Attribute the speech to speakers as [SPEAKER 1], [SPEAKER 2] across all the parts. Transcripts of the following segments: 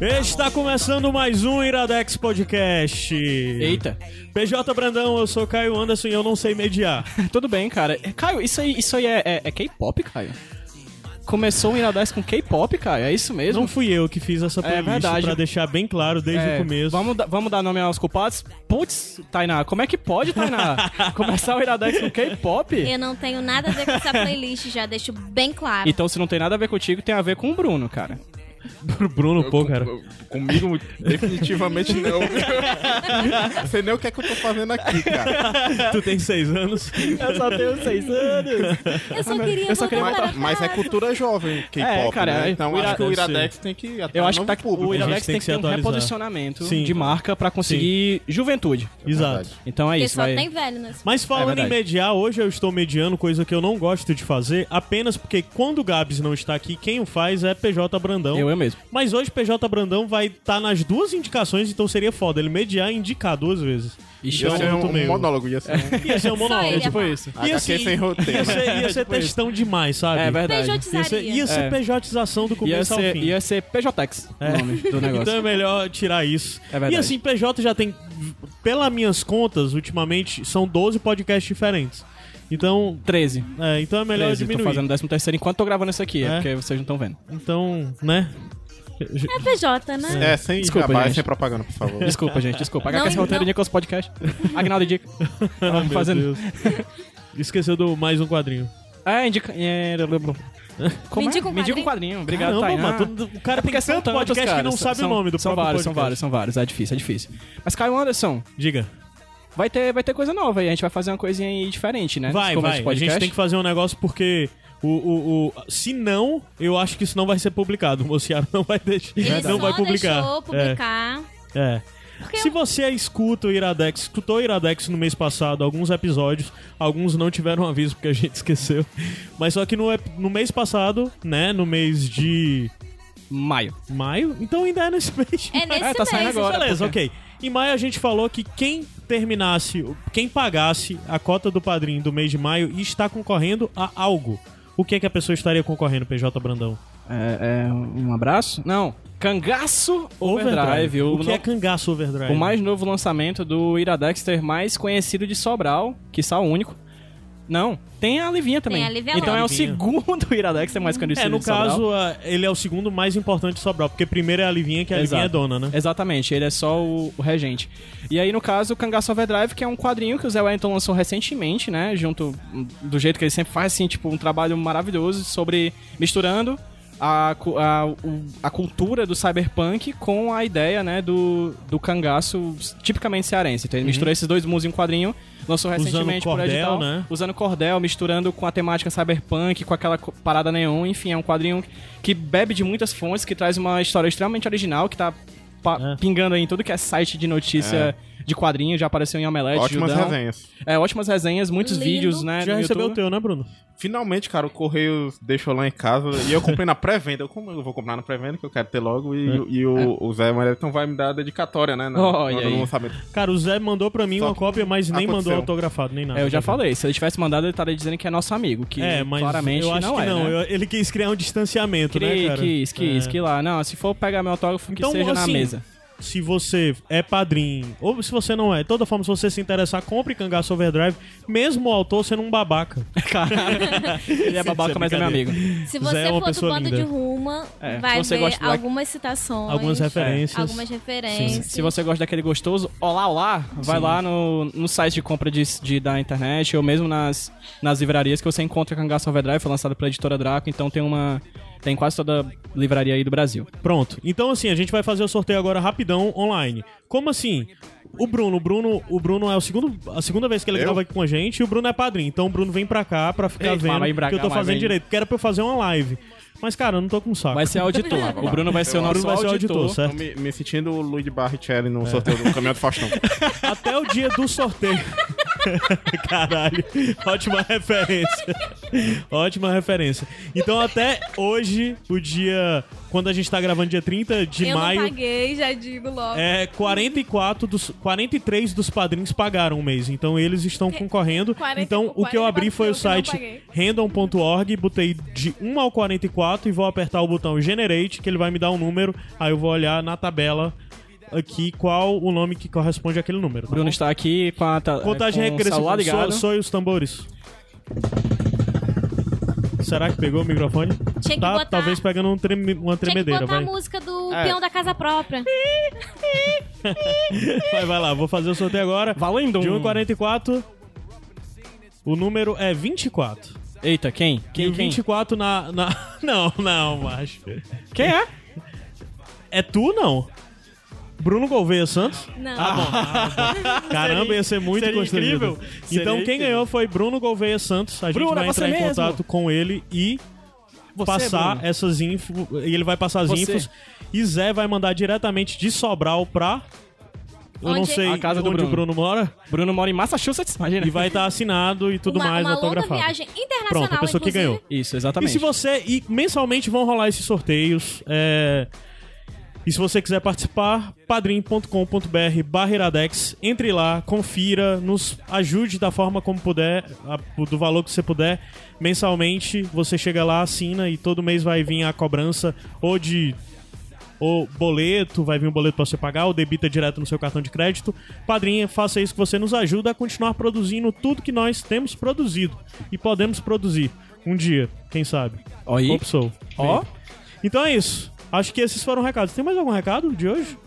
[SPEAKER 1] Está começando mais um Iradex Podcast.
[SPEAKER 2] Eita.
[SPEAKER 1] PJ Brandão, eu sou Caio Anderson e eu não sei mediar.
[SPEAKER 2] Tudo bem, cara. Caio, isso aí, isso aí é, é- é K-pop, Caio? Começou o Iradex com K-pop, Caio? É isso mesmo?
[SPEAKER 1] Não fui eu que fiz essa playlist
[SPEAKER 2] É verdade.
[SPEAKER 1] pra deixar bem claro desde
[SPEAKER 2] É,
[SPEAKER 1] o começo.
[SPEAKER 2] Vamos, da- vamos dar nome aos culpados? Putz, Tainá, como é que pode, Tainá? Começar o Iradex com K-pop?
[SPEAKER 3] Eu não tenho nada a ver com essa playlist, já deixo bem claro.
[SPEAKER 2] Então, se não tem nada a ver contigo, tem a ver com o Bruno, cara.
[SPEAKER 1] Pro Bruno, pô,
[SPEAKER 4] Com-
[SPEAKER 1] cara.
[SPEAKER 4] Comigo, definitivamente não. Sei nem o que é que eu tô fazendo aqui, cara.
[SPEAKER 1] Tu tem seis anos.
[SPEAKER 2] Eu só tenho seis anos.
[SPEAKER 3] Eu só queria
[SPEAKER 2] Eu só queria
[SPEAKER 3] voltar para
[SPEAKER 4] Mas, mas é
[SPEAKER 3] casa.
[SPEAKER 4] cultura jovem, K-pop,
[SPEAKER 2] É, cara,
[SPEAKER 4] né?
[SPEAKER 2] é-
[SPEAKER 4] Então
[SPEAKER 2] o é.
[SPEAKER 4] acho que o
[SPEAKER 1] Iradex-
[SPEAKER 4] Iradex tem que atrair
[SPEAKER 2] Eu acho que
[SPEAKER 4] novo
[SPEAKER 2] tá,
[SPEAKER 4] público.
[SPEAKER 2] o
[SPEAKER 1] A gente
[SPEAKER 2] Iradex
[SPEAKER 1] tem que
[SPEAKER 2] tem que
[SPEAKER 1] se
[SPEAKER 2] ter um
[SPEAKER 1] atualizar.
[SPEAKER 2] reposicionamento
[SPEAKER 1] Sim.
[SPEAKER 2] de marca pra conseguir juventude.
[SPEAKER 1] Exato.
[SPEAKER 2] Então é
[SPEAKER 3] Porque
[SPEAKER 2] isso,
[SPEAKER 3] só
[SPEAKER 2] vai.
[SPEAKER 3] tem velho nesse...
[SPEAKER 1] Mas falando
[SPEAKER 2] É
[SPEAKER 1] em
[SPEAKER 2] verdade.
[SPEAKER 1] mediar, hoje eu estou mediando, coisa que eu não gosto de fazer, apenas porque quando o Gabs não está aqui, quem o faz é PJ Brandão.
[SPEAKER 2] Eu, eu mesmo.
[SPEAKER 1] Mas hoje PJ Brandão vai estar nas duas indicações, então seria foda ele mediar e indicar duas vezes.
[SPEAKER 2] Ixi, é
[SPEAKER 4] Ia
[SPEAKER 1] Então,
[SPEAKER 4] ser um,
[SPEAKER 1] muito
[SPEAKER 4] um
[SPEAKER 1] meio.
[SPEAKER 4] monólogo, ia ser um
[SPEAKER 1] Ia ser um monólogo.
[SPEAKER 3] ele é ia falar.
[SPEAKER 2] isso.
[SPEAKER 1] E
[SPEAKER 4] HQ
[SPEAKER 1] assim-
[SPEAKER 4] sem roteiro. né?
[SPEAKER 1] Ia ser, ia ser é textão demais, sabe?
[SPEAKER 2] Tipo É verdade.
[SPEAKER 1] Ia ser,
[SPEAKER 3] Pejotizaria.
[SPEAKER 1] ia ser
[SPEAKER 2] É.
[SPEAKER 1] pejotização do começo
[SPEAKER 2] Ia
[SPEAKER 1] ao
[SPEAKER 2] ser,
[SPEAKER 1] fim.
[SPEAKER 2] ia ser PJX
[SPEAKER 1] É.
[SPEAKER 2] o nome do negócio.
[SPEAKER 1] Então é melhor tirar isso.
[SPEAKER 2] É verdade.
[SPEAKER 1] e assim, PJ já tem, pelas minhas contas, ultimamente, são 12 podcasts diferentes. Então,
[SPEAKER 2] 13.
[SPEAKER 1] é, então é melhor
[SPEAKER 2] 13, tô
[SPEAKER 1] diminuir.
[SPEAKER 2] fazendo 13 terceiro enquanto tô gravando isso aqui, é,
[SPEAKER 1] É.
[SPEAKER 2] porque vocês não estão vendo.
[SPEAKER 1] Então, né?
[SPEAKER 3] É PJ, né?
[SPEAKER 4] É, sem
[SPEAKER 2] Desculpa,
[SPEAKER 4] jabá,
[SPEAKER 2] gente.
[SPEAKER 4] sem propaganda, por favor.
[SPEAKER 2] Desculpa, gente, desculpa.
[SPEAKER 3] Não,
[SPEAKER 2] HQS Roteiro
[SPEAKER 3] não.
[SPEAKER 2] Nicolas Podcast. Agnaldo Dica.
[SPEAKER 1] Ah,
[SPEAKER 2] Tava
[SPEAKER 1] meu
[SPEAKER 2] fazendo.
[SPEAKER 1] Deus. Esqueceu do mais um quadrinho.
[SPEAKER 2] Ah, indica. é, blá, blá, blá. Como
[SPEAKER 3] Me indica um
[SPEAKER 2] indica um quadrinho. Obrigado,
[SPEAKER 1] Caramba,
[SPEAKER 2] Tainá.
[SPEAKER 1] mano, tu- o cara
[SPEAKER 2] É porque
[SPEAKER 1] tem
[SPEAKER 2] são
[SPEAKER 1] tanto
[SPEAKER 2] tantos,
[SPEAKER 1] podcast
[SPEAKER 2] cara,
[SPEAKER 1] que não
[SPEAKER 2] são-
[SPEAKER 1] sabe
[SPEAKER 2] são-
[SPEAKER 1] o nome do
[SPEAKER 2] São
[SPEAKER 1] próprio
[SPEAKER 2] vários, são
[SPEAKER 1] podcast.
[SPEAKER 2] vários, são vários. É difícil, é difícil. Mas Caio Anderson,
[SPEAKER 1] Diga.
[SPEAKER 2] vai ter, vai ter coisa nova aí. A gente vai fazer uma coisinha aí diferente, né?
[SPEAKER 1] Vai,
[SPEAKER 2] Nesse começo
[SPEAKER 1] vai.
[SPEAKER 2] do
[SPEAKER 1] A
[SPEAKER 2] podcast.
[SPEAKER 1] gente tem que fazer um negócio porque. O, o, o- se não, eu acho que isso não vai ser publicado. O Mociaro não vai deixar.
[SPEAKER 3] Ele
[SPEAKER 1] É. não
[SPEAKER 3] só
[SPEAKER 1] vai publicar.
[SPEAKER 3] deixou publicar.
[SPEAKER 1] É, é.
[SPEAKER 3] Porque
[SPEAKER 1] Se
[SPEAKER 3] eu-
[SPEAKER 1] você escuta o Iradex, escutou o Iradex no mês passado, alguns episódios, alguns não tiveram aviso porque a gente esqueceu. Mas só que no, ep- no mês passado, né? No mês de
[SPEAKER 2] Maio.
[SPEAKER 1] maio, então ainda é nesse mês.
[SPEAKER 3] É nesse
[SPEAKER 2] É, tá saindo
[SPEAKER 3] mês.
[SPEAKER 2] agora.
[SPEAKER 1] Beleza,
[SPEAKER 2] porque-
[SPEAKER 1] ok. Em maio a gente falou que quem terminasse, quem pagasse a cota do padrinho do mês de maio está concorrendo a algo. O que é que a pessoa estaria concorrendo, PJ Brandão?
[SPEAKER 2] É, é, um abraço? Não. Cangaço Overdrive.
[SPEAKER 1] O,
[SPEAKER 2] O,
[SPEAKER 1] que
[SPEAKER 2] no-
[SPEAKER 1] é cangaço overdrive? É,
[SPEAKER 2] o mais novo lançamento do Iradexter mais conhecido de Sobral, que o único. Não, tem a Livinha também.
[SPEAKER 3] Tem a Livinha
[SPEAKER 2] então
[SPEAKER 3] lá.
[SPEAKER 2] é o
[SPEAKER 1] Livinha.
[SPEAKER 2] segundo Iradexter mais conhecido
[SPEAKER 1] É, no
[SPEAKER 2] de Sobral.
[SPEAKER 1] caso, a- ele é o segundo mais importante de Sobral, porque primeiro é a Livinha, que a
[SPEAKER 2] Exato.
[SPEAKER 1] Livinha é dona, né?
[SPEAKER 2] Exatamente, ele é só o, o regente. E aí, no caso, o Cangaço Overdrive, que é um quadrinho que o Zé Wellington lançou recentemente, né? Junto hum, do jeito que ele sempre faz, assim, tipo, um trabalho maravilhoso sobre misturando a, cu- a, o- a cultura do cyberpunk com a ideia, né, do, do cangaço tipicamente cearense. Então ele misturou esses dois mundos em um quadrinho, lançou
[SPEAKER 1] Uhum. Usando
[SPEAKER 2] recentemente por
[SPEAKER 1] cordel,
[SPEAKER 2] edital,
[SPEAKER 1] né?
[SPEAKER 2] usando cordel, misturando com a temática cyberpunk, com aquela co- parada neon, enfim, é um quadrinho que bebe de muitas fontes, que traz uma história extremamente original, que tá pa-
[SPEAKER 1] É.
[SPEAKER 2] pingando aí em tudo que é site de notícia de quadrinho, já apareceu em Omelete,
[SPEAKER 4] É. Ótimas
[SPEAKER 2] Judão.
[SPEAKER 4] resenhas.
[SPEAKER 2] É, ótimas resenhas, muitos
[SPEAKER 3] Lindo.
[SPEAKER 2] vídeos, né,
[SPEAKER 1] Já
[SPEAKER 2] no
[SPEAKER 1] recebeu o
[SPEAKER 2] YouTube.
[SPEAKER 1] teu, né, Bruno?
[SPEAKER 4] Finalmente, cara, o Correio deixou lá em casa e eu comprei na pré-venda. Eu, como eu vou comprar na pré-venda, que eu quero ter logo,
[SPEAKER 2] É.
[SPEAKER 4] e, e o, o Zé Maretão vai me dar a dedicatória, né? No,
[SPEAKER 2] Olha
[SPEAKER 4] no- no
[SPEAKER 2] aí.
[SPEAKER 4] lançamento.
[SPEAKER 1] Cara, o Zé mandou pra mim
[SPEAKER 4] Só
[SPEAKER 1] uma
[SPEAKER 4] que
[SPEAKER 1] cópia, mas nem mandou
[SPEAKER 4] aconteceu.
[SPEAKER 1] autografado, nem nada.
[SPEAKER 2] É, eu já falei, se ele tivesse mandado, ele estaria dizendo que é nosso amigo, que
[SPEAKER 1] né? É, mas
[SPEAKER 2] claramente
[SPEAKER 1] eu acho
[SPEAKER 2] não
[SPEAKER 1] que
[SPEAKER 2] é,
[SPEAKER 1] não.
[SPEAKER 2] né?
[SPEAKER 1] Eu- ele quis criar um distanciamento,
[SPEAKER 2] Que,
[SPEAKER 1] né, cara?
[SPEAKER 2] que isso, que
[SPEAKER 1] É.
[SPEAKER 2] isso, que lá. Não, se for pegar meu autógrafo,
[SPEAKER 1] Então,
[SPEAKER 2] que seja na
[SPEAKER 1] assim,
[SPEAKER 2] mesa.
[SPEAKER 1] se você é padrinho, ou se você não é, de toda forma, se você se interessar, compre Cangaço Overdrive, mesmo o autor sendo um babaca.
[SPEAKER 2] Cara, ele é babaca, mas é meu amigo.
[SPEAKER 3] Se
[SPEAKER 1] Zé
[SPEAKER 3] você
[SPEAKER 1] é uma
[SPEAKER 3] for do
[SPEAKER 1] pessoa
[SPEAKER 3] bando
[SPEAKER 1] linda.
[SPEAKER 3] de Ruma,
[SPEAKER 2] É,
[SPEAKER 3] vai
[SPEAKER 2] se você
[SPEAKER 3] ver
[SPEAKER 2] gosta da-
[SPEAKER 3] algumas citações.
[SPEAKER 1] Algumas referências.
[SPEAKER 3] é, Algumas referências.
[SPEAKER 2] Se você gosta daquele gostoso, olá, olá, vai lá no, no site de compra de, de- da internet ou mesmo nas, nas livrarias que você encontra Cangaço Overdrive, foi lançado pela editora Draco, então tem uma. Tem quase toda livraria aí do Brasil.
[SPEAKER 1] Pronto. Então, assim, a gente vai fazer o sorteio agora rapidão online. Como assim? O Bruno, o Bruno, o Bruno é o segundo, a segunda vez que ele
[SPEAKER 4] Eu?
[SPEAKER 1] grava aqui com a gente e o Bruno é padrinho. Então o Bruno vem pra cá pra ficar
[SPEAKER 2] Eita, mas
[SPEAKER 1] vendo
[SPEAKER 2] vai embragar
[SPEAKER 1] que eu tô
[SPEAKER 2] mais
[SPEAKER 1] fazendo
[SPEAKER 2] ainda.
[SPEAKER 1] direito. Porque era pra eu fazer uma live. Mas, cara, eu não tô com saco.
[SPEAKER 2] Vai ser auditor. O Bruno vai ser o
[SPEAKER 4] O
[SPEAKER 2] nosso
[SPEAKER 1] Bruno vai ser
[SPEAKER 2] auditor.
[SPEAKER 1] auditor,
[SPEAKER 4] Tô
[SPEAKER 1] certo? É.
[SPEAKER 4] me, me sentindo o Luigi Barrichelli no sorteio do caminhão do Faustão.
[SPEAKER 1] Até o dia do sorteio. Caralho, ótima referência. Ótima referência. Então até hoje, o dia. Quando a gente tá gravando dia 30 de
[SPEAKER 3] eu
[SPEAKER 1] maio.
[SPEAKER 3] não paguei, já digo logo.
[SPEAKER 1] É, 44 dos 43 dos padrinhos pagaram um mês, então eles estão concorrendo.
[SPEAKER 3] 40
[SPEAKER 1] então o que eu abri foi o
[SPEAKER 3] 44 eu não
[SPEAKER 1] site random.org, botei de 1 ao 44 e vou apertar o botão generate, que ele vai me dar um número, aí eu vou olhar na tabela aqui qual o nome que corresponde àquele número. tá
[SPEAKER 2] Bruno
[SPEAKER 1] bom?
[SPEAKER 2] está aqui com a ta-
[SPEAKER 1] Contagem
[SPEAKER 2] É com o celular
[SPEAKER 1] regressiva.
[SPEAKER 2] ligado.
[SPEAKER 1] So, soe os tambores. Será que pegou o microfone?
[SPEAKER 3] Tinha que
[SPEAKER 1] tá,
[SPEAKER 3] botar-
[SPEAKER 1] talvez pegando um treme- uma
[SPEAKER 3] Tinha que
[SPEAKER 1] tremedeira,
[SPEAKER 3] botar a
[SPEAKER 1] vai.
[SPEAKER 3] música do
[SPEAKER 4] É.
[SPEAKER 3] peão da casa própria.
[SPEAKER 1] vai. Vai lá, vou fazer o sorteio agora.
[SPEAKER 2] Valendo!
[SPEAKER 1] De
[SPEAKER 2] um-
[SPEAKER 1] 1,44. O número é 24.
[SPEAKER 2] Eita, quem?
[SPEAKER 1] e
[SPEAKER 2] Quem,
[SPEAKER 1] o
[SPEAKER 2] quem?
[SPEAKER 1] 24 na, na. Não, não, macho.
[SPEAKER 2] Quem é?
[SPEAKER 1] É tu, não? Bruno Gouveia Santos?
[SPEAKER 3] Não.
[SPEAKER 1] Ah, Caramba, ia ser muito
[SPEAKER 2] seria
[SPEAKER 1] constrangido.
[SPEAKER 2] incrível. Seria
[SPEAKER 1] Então, quem
[SPEAKER 2] incrível.
[SPEAKER 1] ganhou foi Bruno Gouveia Santos. A gente
[SPEAKER 2] Bruno,
[SPEAKER 1] vai
[SPEAKER 2] é você
[SPEAKER 1] entrar em
[SPEAKER 2] mesmo?
[SPEAKER 1] contato com ele e passar
[SPEAKER 2] Bruno.
[SPEAKER 1] essas infos. E ele vai passar as
[SPEAKER 2] Você.
[SPEAKER 1] infos. E Zé vai mandar diretamente de Sobral pra. Eu não
[SPEAKER 3] Onde?
[SPEAKER 1] sei
[SPEAKER 2] A casa do
[SPEAKER 1] onde o
[SPEAKER 2] Bruno.
[SPEAKER 1] Bruno mora.
[SPEAKER 2] Bruno mora em Massachusetts, imagina.
[SPEAKER 1] E vai estar assinado e tudo
[SPEAKER 3] uma,
[SPEAKER 1] mais
[SPEAKER 3] uma longa
[SPEAKER 1] autografado.
[SPEAKER 3] viagem internacional,
[SPEAKER 1] Pronto, a pessoa que
[SPEAKER 3] inclusive.
[SPEAKER 1] ganhou.
[SPEAKER 2] Isso,
[SPEAKER 1] E
[SPEAKER 2] exatamente.
[SPEAKER 1] se você. E mensalmente vão rolar esses sorteios. é, E se você quiser participar, padrim.com.br barra Iradex. Entre lá, confira, nos ajude da forma como puder, a- do valor que você puder. Mensalmente, você chega lá, assina e todo mês vai vir a cobrança ou de ou boleto, vai vir um boleto pra você pagar, ou debita direto no seu cartão de crédito. Padrinha, faça isso que você nos ajuda a continuar produzindo tudo que nós temos produzido e podemos produzir um dia, quem sabe.
[SPEAKER 2] Oi.
[SPEAKER 1] Hope so.
[SPEAKER 2] Ó.
[SPEAKER 1] Então é isso. Acho que esses foram recados. Tem mais algum recado de hoje?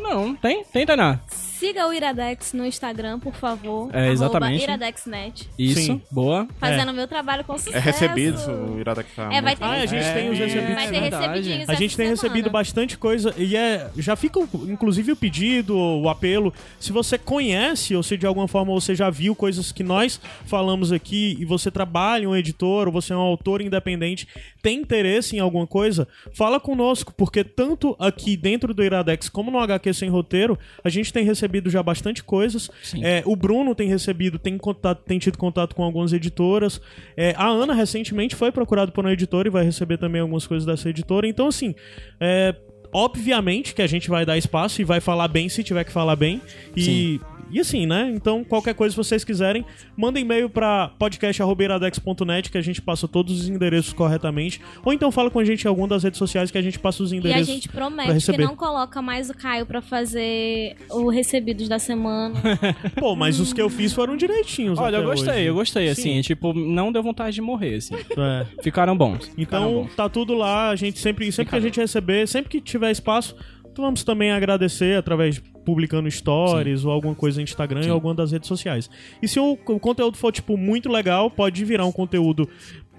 [SPEAKER 2] Não, tem, tem, Tainá.
[SPEAKER 3] Siga o Iradex no Instagram, por favor.
[SPEAKER 2] É, exatamente.
[SPEAKER 3] Arroba IradexNet.
[SPEAKER 2] Isso,
[SPEAKER 1] Sim.
[SPEAKER 2] boa.
[SPEAKER 3] Fazendo meu trabalho com sucesso.
[SPEAKER 4] É recebido o Iradex. tá
[SPEAKER 3] É, vai
[SPEAKER 4] muito-
[SPEAKER 3] ter
[SPEAKER 1] Ah, a gente tem os recebidos.
[SPEAKER 3] Vai
[SPEAKER 2] É
[SPEAKER 3] ter
[SPEAKER 2] verdade.
[SPEAKER 3] recebidinhos
[SPEAKER 1] A gente
[SPEAKER 3] essa
[SPEAKER 1] tem
[SPEAKER 3] semana.
[SPEAKER 1] recebido bastante coisa e é, já fica o- inclusive o pedido, o apelo. Se você conhece ou se de alguma forma você já viu coisas que nós falamos aqui e você trabalha em um editor ou você é um autor independente, tem interesse em alguma coisa, fala conosco, porque tanto aqui dentro do Iradex como no HQ Sem Roteiro, a gente tem recebido já bastante coisas. É, o Bruno tem recebido, tem, contato, tá, tem tido contato com algumas editoras. É, a Ana recentemente foi procurada por uma editora e vai receber também algumas coisas dessa editora. Então, assim, é, obviamente que a gente vai dar espaço e vai falar bem se tiver que falar bem. E, e assim, né? Então, qualquer coisa que vocês quiserem, mandem e-mail pra podcast.iradex.net que a gente passa todos os endereços corretamente. Ou então fala com a gente em alguma das redes sociais que a gente passa os
[SPEAKER 3] E a
[SPEAKER 1] endereços.
[SPEAKER 3] gente
[SPEAKER 1] pra
[SPEAKER 3] promete que
[SPEAKER 1] receber.
[SPEAKER 3] não coloca mais o Caio pra fazer o recebidos da semana.
[SPEAKER 1] Pô, mas os que eu fiz foram direitinhos.
[SPEAKER 2] Olha, eu
[SPEAKER 1] até
[SPEAKER 2] gostei,
[SPEAKER 1] hoje.
[SPEAKER 2] eu gostei, assim,
[SPEAKER 1] Sim.
[SPEAKER 2] tipo, não deu vontade de morrer, assim.
[SPEAKER 1] É.
[SPEAKER 2] Ficaram bons. ficaram
[SPEAKER 1] Então
[SPEAKER 2] bons.
[SPEAKER 1] tá tudo lá, a gente sempre, sempre que a gente receber, sempre que tiver espaço, então vamos também agradecer através de publicando stories ou alguma coisa no Instagram e alguma das redes sociais. E se o, o conteúdo for tipo muito legal, pode virar um conteúdo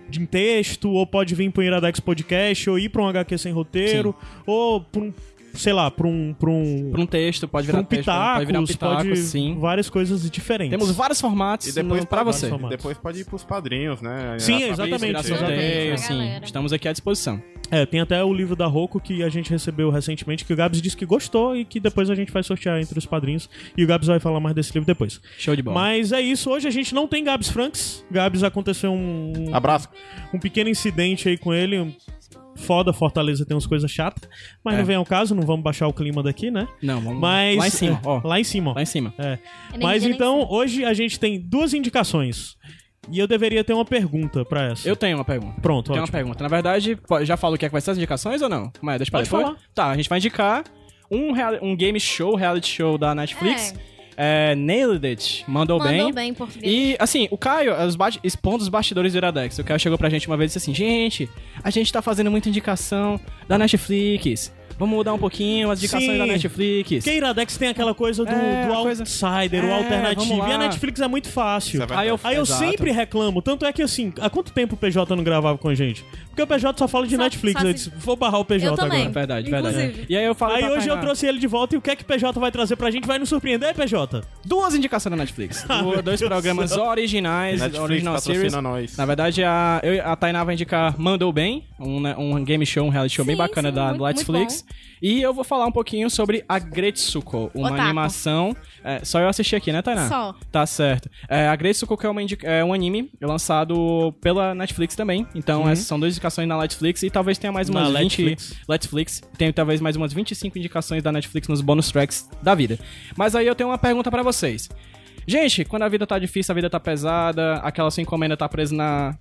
[SPEAKER 1] de em texto ou pode vir pro Iradex Podcast ou ir pra um HQ sem roteiro ou pra um, sei lá, pra um pra um,
[SPEAKER 2] Pra um texto, pode
[SPEAKER 1] pra
[SPEAKER 2] virar
[SPEAKER 1] um
[SPEAKER 2] texto, pode virar um
[SPEAKER 1] pitacos,
[SPEAKER 2] pitaco,
[SPEAKER 1] pode
[SPEAKER 2] sim.
[SPEAKER 1] várias coisas diferentes.
[SPEAKER 2] Temos vários formatos
[SPEAKER 4] E depois
[SPEAKER 2] no- pra
[SPEAKER 4] pode-
[SPEAKER 2] você.
[SPEAKER 1] vários formatos.
[SPEAKER 4] Depois pode ir pros padrinhos, né?
[SPEAKER 1] Sim,
[SPEAKER 4] Ela tá-
[SPEAKER 1] exatamente,
[SPEAKER 2] Isso, virar
[SPEAKER 1] exatamente.
[SPEAKER 2] sorteio,
[SPEAKER 3] Pra
[SPEAKER 2] sim.
[SPEAKER 3] galera.
[SPEAKER 2] Estamos aqui à disposição.
[SPEAKER 1] É, tem até o livro da Roku que a gente recebeu recentemente, que o Gabs disse que gostou e que depois a gente vai sortear entre os padrinhos. E o Gabs vai falar mais desse livro depois.
[SPEAKER 2] Show de bola.
[SPEAKER 1] Mas é isso, hoje a gente não tem Gabs Franks. Gabs aconteceu um,
[SPEAKER 4] Abraço.
[SPEAKER 1] um pequeno incidente aí com ele. um- Foda, Fortaleza tem umas coisas chatas. Mas
[SPEAKER 2] É.
[SPEAKER 1] não vem ao caso, não vamos baixar o clima daqui, né?
[SPEAKER 2] Não, vamos
[SPEAKER 1] Mas.
[SPEAKER 2] lá em cima,
[SPEAKER 1] é,
[SPEAKER 2] ó.
[SPEAKER 1] Lá em cima.
[SPEAKER 2] Lá em cima.
[SPEAKER 1] É.
[SPEAKER 3] nem
[SPEAKER 1] Mas
[SPEAKER 3] diria nem
[SPEAKER 1] então,
[SPEAKER 3] sei.
[SPEAKER 1] hoje a gente tem duas indicações. E eu deveria ter uma pergunta pra essa.
[SPEAKER 2] Eu tenho uma pergunta.
[SPEAKER 1] Pronto,
[SPEAKER 2] Tem
[SPEAKER 1] ótimo.
[SPEAKER 2] uma pergunta. Na verdade, po- já falo o que é que vai ser as indicações ou não? Mas deixa pra
[SPEAKER 1] Pode
[SPEAKER 2] depois.
[SPEAKER 1] falar.
[SPEAKER 2] Tá, a gente vai indicar um, reali- um game show, reality show da Netflix. É. Nailed It. Mandou,
[SPEAKER 3] Mandou bem em português.
[SPEAKER 2] E, assim, o Caio, os ba- expondo os bastidores do Iradex. O Caio chegou pra gente uma vez e disse assim: Gente, a gente tá fazendo muita indicação da Netflix. Vamos mudar um pouquinho as indicações
[SPEAKER 1] Sim.
[SPEAKER 2] da Netflix.
[SPEAKER 1] Porque a Iradex tem aquela coisa do,
[SPEAKER 2] É,
[SPEAKER 1] do
[SPEAKER 2] a coisa-
[SPEAKER 1] outsider,
[SPEAKER 2] É,
[SPEAKER 1] o alternativo.
[SPEAKER 2] vamos
[SPEAKER 1] E a
[SPEAKER 2] lá.
[SPEAKER 1] Netflix é muito fácil.
[SPEAKER 4] Isso é verdade.
[SPEAKER 2] Aí eu,
[SPEAKER 1] Aí eu
[SPEAKER 2] Exato.
[SPEAKER 1] sempre reclamo, tanto é que assim, há quanto tempo o PJ não gravava com a gente? Porque o PJ só fala de
[SPEAKER 3] Só-
[SPEAKER 1] Netflix,
[SPEAKER 3] só
[SPEAKER 1] eu
[SPEAKER 3] se-
[SPEAKER 1] disse, vou barrar o PJ
[SPEAKER 3] Eu também.
[SPEAKER 1] agora.
[SPEAKER 2] Verdade, verdade.
[SPEAKER 3] Inclusive.
[SPEAKER 2] E aí eu falo
[SPEAKER 1] Aí
[SPEAKER 2] pra
[SPEAKER 1] hoje eu
[SPEAKER 2] Tainá,
[SPEAKER 1] trouxe ele de volta e o que é que o PJ vai trazer pra gente? Vai nos surpreender, PJ?
[SPEAKER 2] duas indicações da Netflix.
[SPEAKER 1] Ah,
[SPEAKER 2] Du- dois programas originais,
[SPEAKER 4] Netflix
[SPEAKER 2] original
[SPEAKER 4] patrocina
[SPEAKER 2] series.
[SPEAKER 4] nós.
[SPEAKER 2] Na verdade, a, eu- a Tainá vai indicar Mandou Bem, um, né, um game show, um reality show bem
[SPEAKER 3] Sim,
[SPEAKER 2] bacana
[SPEAKER 3] sim,
[SPEAKER 2] da
[SPEAKER 3] muito-
[SPEAKER 2] do Netflix. E eu vou falar um pouquinho sobre a Gretsuko, uma
[SPEAKER 3] Otaku.
[SPEAKER 2] animação. é, só eu assisti aqui, né, Tainá?
[SPEAKER 3] Só.
[SPEAKER 2] Tá certo. É, a Gretsuko que é, uma indica- é um anime lançado pela Netflix também. Então, essas são duas indicações na Netflix e talvez tenha mais
[SPEAKER 1] Uhum. Na
[SPEAKER 2] umas 20.
[SPEAKER 1] Netflix.
[SPEAKER 2] Netflix. Tem talvez mais umas 25 indicações da Netflix nos bonus tracks da vida. Mas aí eu tenho uma pergunta pra vocês. Gente, quando a vida tá difícil, a vida tá pesada, aquela sua encomenda tá presa na,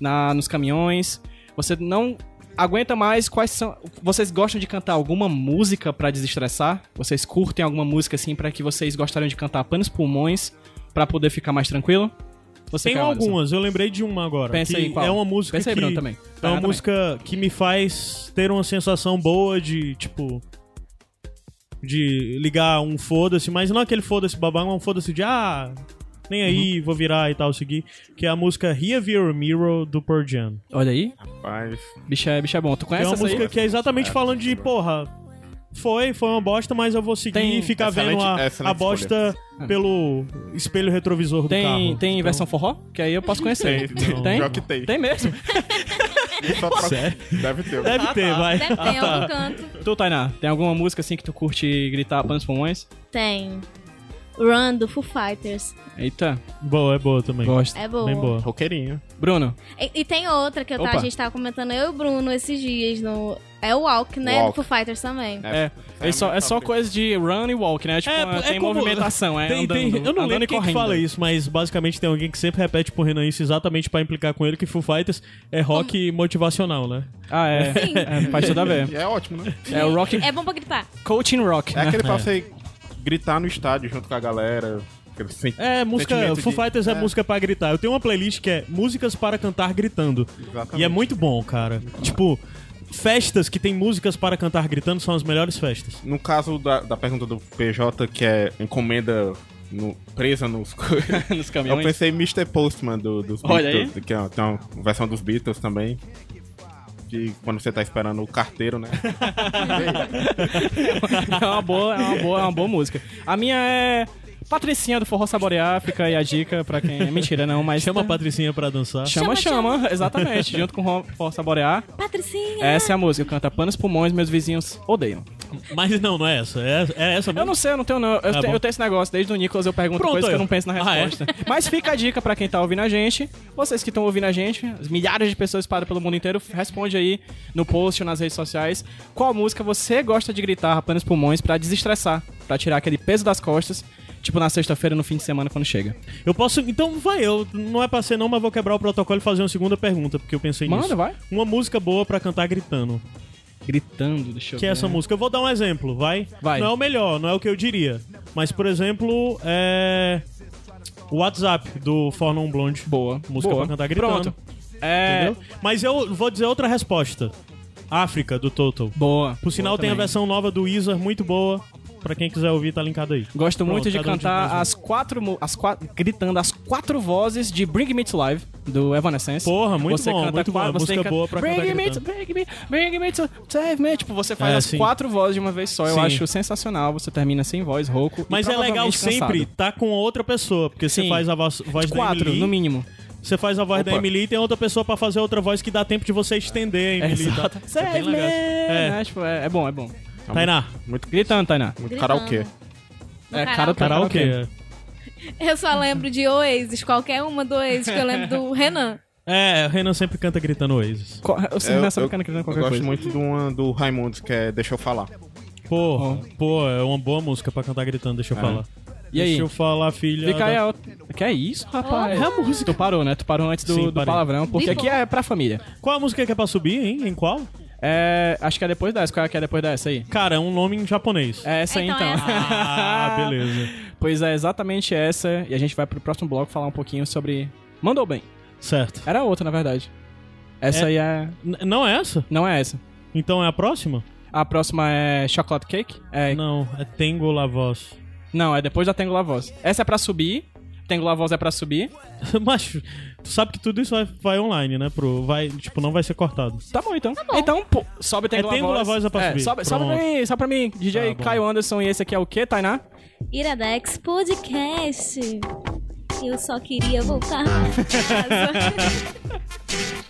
[SPEAKER 2] na, nos caminhões, você não aguenta mais quais são. Vocês gostam de cantar alguma música pra desestressar? Vocês curtem alguma música assim pra que vocês gostariam de cantar apenas pulmões pra poder ficar mais tranquilo? Você
[SPEAKER 1] Tem
[SPEAKER 2] quer, Anderson?
[SPEAKER 1] algumas, eu lembrei de uma agora.
[SPEAKER 2] Pensa
[SPEAKER 1] que
[SPEAKER 2] aí qual.
[SPEAKER 1] É uma música
[SPEAKER 2] Pensa aí,
[SPEAKER 1] que...
[SPEAKER 2] Bruno, também.
[SPEAKER 1] É
[SPEAKER 2] Tainá
[SPEAKER 1] uma
[SPEAKER 2] também.
[SPEAKER 1] música que me faz ter uma sensação boa de, tipo... De ligar um foda-se, mas não aquele foda-se babão, é um foda-se de... Ah, nem
[SPEAKER 2] Uhum.
[SPEAKER 1] aí, vou virar e tal, seguir. Que é a música Here Your Mirror, do Pearl Jam.
[SPEAKER 2] Olha aí.
[SPEAKER 4] Rapaz,
[SPEAKER 2] Bicho é, bicho é bom. Tu
[SPEAKER 1] É
[SPEAKER 2] conhece
[SPEAKER 1] uma
[SPEAKER 2] essa aí?
[SPEAKER 1] música que é exatamente falando de, porra, foi, foi uma bosta, mas eu vou seguir
[SPEAKER 2] Tem-
[SPEAKER 1] e ficar
[SPEAKER 4] excelente-
[SPEAKER 1] vendo a,
[SPEAKER 4] excelente
[SPEAKER 1] a bosta pelo espelho retrovisor do
[SPEAKER 2] Tem,
[SPEAKER 1] carro.
[SPEAKER 2] tem
[SPEAKER 1] Então,
[SPEAKER 2] versão forró? Que aí eu posso conhecer.
[SPEAKER 4] Tem,
[SPEAKER 2] tem?
[SPEAKER 4] pior que tem.
[SPEAKER 2] Tem mesmo.
[SPEAKER 4] só troca- Deve ter.
[SPEAKER 1] Deve ter, vai.
[SPEAKER 3] Deve ter em
[SPEAKER 1] Ah, tá.
[SPEAKER 3] algum canto.
[SPEAKER 2] tu, Tainá, tem alguma música assim que tu curte gritar panos pulmões?
[SPEAKER 3] Tem. Run do Foo Fighters.
[SPEAKER 2] Eita,
[SPEAKER 1] Boa, é boa também.
[SPEAKER 2] gosto.
[SPEAKER 3] É boa.
[SPEAKER 1] Bem boa.
[SPEAKER 4] Roqueirinho.
[SPEAKER 2] Bruno,
[SPEAKER 3] E, e tem outra que eu tava-
[SPEAKER 2] Opa.
[SPEAKER 3] a gente tava comentando, eu e o Bruno, esses dias. No, é o Walk, né?
[SPEAKER 4] Walk.
[SPEAKER 3] Do Foo Fighters também.
[SPEAKER 2] é, é só, é só coisa de run e walk, né? Tipo,
[SPEAKER 1] É, é
[SPEAKER 2] tem
[SPEAKER 1] como-
[SPEAKER 2] movimentação, é
[SPEAKER 1] Tem-
[SPEAKER 2] andando,
[SPEAKER 1] tem- eu não
[SPEAKER 2] andando
[SPEAKER 1] lembro quem
[SPEAKER 2] e
[SPEAKER 1] que
[SPEAKER 2] correndo.
[SPEAKER 1] fala isso, mas basicamente tem alguém que sempre repete pro Renan isso exatamente pra implicar com ele que Foo Fighters é rock motivacional, né?
[SPEAKER 2] Ah, é. é faz tudo a ver.
[SPEAKER 4] E é ótimo, né?
[SPEAKER 2] É o rock,
[SPEAKER 3] É bom pra gritar.
[SPEAKER 2] coaching rock.
[SPEAKER 4] É
[SPEAKER 2] né?
[SPEAKER 4] aquele pra você gritar no estádio junto com a galera. Aquele sen-
[SPEAKER 1] É, música.
[SPEAKER 4] sentimento
[SPEAKER 1] Foo
[SPEAKER 4] de-
[SPEAKER 1] Fighters é, música pra gritar. Eu tenho uma playlist que é músicas para cantar gritando.
[SPEAKER 4] Exatamente.
[SPEAKER 1] E é muito bom, cara. Tipo, festas que tem músicas para cantar gritando são as melhores festas.
[SPEAKER 4] No caso da, da pergunta do PJ, que é encomenda no- presa nos... co-
[SPEAKER 2] Nos
[SPEAKER 4] Eu
[SPEAKER 2] caminhões.
[SPEAKER 4] pensei em Mr. Postman do, dos
[SPEAKER 2] Olha aí.
[SPEAKER 4] Beatles, que é, tem uma versão dos Beatles também. De quando você tá esperando o carteiro, né?
[SPEAKER 2] é uma boa, é uma boa, é uma boa música. A minha é Patricinha do Forró Sabor e África e a dica pra quem... é Mentira, não, mas...
[SPEAKER 1] Chama a Patricinha pra dançar.
[SPEAKER 2] Chama,
[SPEAKER 3] Chama,
[SPEAKER 2] chama, exatamente. Junto com o Forró Saborear.
[SPEAKER 3] Patricinha!
[SPEAKER 2] Essa é a música. Canta Panos Pulmões, meus vizinhos odeiam.
[SPEAKER 1] Mas não, não é essa. É, é essa
[SPEAKER 2] Eu
[SPEAKER 1] mesmo.
[SPEAKER 2] não sei, eu não tenho não. Eu, te-
[SPEAKER 1] Tá bom.
[SPEAKER 2] eu tenho esse negócio, desde o Nicolas eu pergunto
[SPEAKER 1] Pronto,
[SPEAKER 2] coisas que
[SPEAKER 1] eu.
[SPEAKER 2] eu não penso na
[SPEAKER 1] Ah, é?
[SPEAKER 2] resposta. Mas fica a dica pra quem tá ouvindo a gente. Vocês que estão ouvindo a gente, as milhares de pessoas espalhadas pelo mundo inteiro, responde aí no post ou nas redes sociais qual música você gosta de gritar apenas pulmões pra desestressar, pra tirar aquele peso das costas, tipo na sexta-feira, no fim de semana, quando chega.
[SPEAKER 1] Eu posso. Então vai, eu não é pra ser não, mas vou quebrar o protocolo e fazer uma segunda pergunta, porque eu pensei
[SPEAKER 2] Manda,
[SPEAKER 1] nisso.
[SPEAKER 2] vai.
[SPEAKER 1] Uma música boa pra cantar gritando.
[SPEAKER 2] Gritando, deixa eu
[SPEAKER 1] Que é
[SPEAKER 2] ver.
[SPEAKER 1] essa música. Eu vou dar um exemplo, vai?
[SPEAKER 2] Vai.
[SPEAKER 1] Não é o melhor, não é o que eu diria. Mas, por exemplo, é. WhatsApp do For Non Blonde.
[SPEAKER 2] Boa.
[SPEAKER 1] Música
[SPEAKER 2] boa.
[SPEAKER 1] pra cantar gritando.
[SPEAKER 2] Pronto. É.
[SPEAKER 1] Entendeu? Mas eu vou dizer outra resposta. África, do Total.
[SPEAKER 2] Boa.
[SPEAKER 1] Por sinal,
[SPEAKER 2] Boa
[SPEAKER 1] tem a
[SPEAKER 2] também.
[SPEAKER 1] versão nova do Weezer, muito boa. Pra quem quiser ouvir, tá linkado aí.
[SPEAKER 2] Gosto
[SPEAKER 1] Pronto,
[SPEAKER 2] muito de
[SPEAKER 1] cada um de
[SPEAKER 2] cantar
[SPEAKER 1] nós, né?
[SPEAKER 2] as quatro, mu- as quatro, gritando as quatro vozes de Bring Me to Live do Evanescence.
[SPEAKER 1] Porra, muito
[SPEAKER 2] você
[SPEAKER 1] bom,
[SPEAKER 2] canta
[SPEAKER 1] muito
[SPEAKER 2] quatro,
[SPEAKER 1] bom. Música
[SPEAKER 2] você
[SPEAKER 1] é
[SPEAKER 2] canta,
[SPEAKER 1] boa pra cantar
[SPEAKER 2] Bring me, to,
[SPEAKER 1] gritando.
[SPEAKER 2] bring me, bring me to save me. Tipo, você faz
[SPEAKER 1] É,
[SPEAKER 2] as
[SPEAKER 1] sim.
[SPEAKER 2] quatro vozes de uma vez só.
[SPEAKER 1] Sim.
[SPEAKER 2] Eu acho sensacional. Você termina sem voz, rouco. e
[SPEAKER 1] Mas é legal
[SPEAKER 2] provavelmente
[SPEAKER 1] sempre
[SPEAKER 2] cansado.
[SPEAKER 1] tá com outra pessoa, porque você
[SPEAKER 2] Sim.
[SPEAKER 1] faz a voz, voz da
[SPEAKER 2] Quatro,
[SPEAKER 1] Emily,
[SPEAKER 2] no mínimo.
[SPEAKER 1] você faz a voz da
[SPEAKER 4] Opa.
[SPEAKER 1] Emily e tem outra pessoa pra fazer outra voz que dá tempo de você estender a Emily. tá?
[SPEAKER 2] Exato.
[SPEAKER 1] É bem
[SPEAKER 2] Save me.
[SPEAKER 1] legal. É.
[SPEAKER 2] né? Tipo, é, é bom, é bom.
[SPEAKER 1] Tainá,
[SPEAKER 4] Muito,
[SPEAKER 2] Gritando, Tainá.
[SPEAKER 4] muito
[SPEAKER 3] Gritando.
[SPEAKER 4] karaokê.
[SPEAKER 3] No
[SPEAKER 2] É,
[SPEAKER 3] karaokê.
[SPEAKER 1] karaokê.
[SPEAKER 3] Eu só lembro de Oasis, qualquer uma do Oasis, que eu lembro do Renan.
[SPEAKER 1] É, o Renan sempre canta gritando Oasis.
[SPEAKER 2] Co- Eu sei
[SPEAKER 4] Eu-
[SPEAKER 2] nessa
[SPEAKER 4] eu-
[SPEAKER 2] bacana gritando
[SPEAKER 4] Eu
[SPEAKER 2] qualquer
[SPEAKER 4] gosto
[SPEAKER 2] coisa.
[SPEAKER 4] muito de uma do Raimundos, que é Deixa Eu Falar.
[SPEAKER 2] Tá
[SPEAKER 1] Porra, pô, é uma boa música pra cantar gritando, deixa eu falar.
[SPEAKER 2] É. E aí?
[SPEAKER 1] Deixa eu falar, filha.
[SPEAKER 2] Fica aí
[SPEAKER 1] da-
[SPEAKER 2] a outra. Que é isso, rapaz?
[SPEAKER 3] Oh.
[SPEAKER 2] É a música. Tu parou, né? Tu parou antes do,
[SPEAKER 1] Sim,
[SPEAKER 2] do
[SPEAKER 1] parei.
[SPEAKER 2] palavrão, porque
[SPEAKER 3] De
[SPEAKER 2] aqui
[SPEAKER 3] boa.
[SPEAKER 2] é pra família.
[SPEAKER 1] Qual a música que é pra subir, hein? Em qual?
[SPEAKER 2] É, acho que é depois dessa. Qual é que é depois dessa aí?
[SPEAKER 1] Cara, é um nome em japonês.
[SPEAKER 2] É essa aí,
[SPEAKER 3] Então
[SPEAKER 2] então.
[SPEAKER 3] é
[SPEAKER 1] Ah, beleza.
[SPEAKER 2] pois é, exatamente essa. E a gente vai pro próximo bloco falar um pouquinho sobre... Mandou bem.
[SPEAKER 1] Certo.
[SPEAKER 2] Era outra, na verdade. Essa
[SPEAKER 1] É-
[SPEAKER 2] aí é...
[SPEAKER 1] N- não é essa?
[SPEAKER 2] Não é essa.
[SPEAKER 1] Então é a próxima?
[SPEAKER 2] A próxima é Chocolate Cake. É- não.
[SPEAKER 1] Não, é Tengo La Voz.
[SPEAKER 2] é depois da Tengula Voz. Essa é pra subir. Tengula Voz é pra subir.
[SPEAKER 1] Macho, tu sabe que tudo isso vai, vai online, né? Pro, vai, tipo, não vai ser cortado.
[SPEAKER 2] Tá bom, então. Então, pô, sobe Tengula
[SPEAKER 1] Tengula Voz é pra subir.
[SPEAKER 2] sobe, sobe pra
[SPEAKER 1] Pronto.
[SPEAKER 2] mim, sobe pra mim. DJ
[SPEAKER 1] Tá bom.
[SPEAKER 2] Caio Anderson e esse aqui é o quê, Tainá?
[SPEAKER 3] Iradex Podcast. Eu só queria voltar pra casa.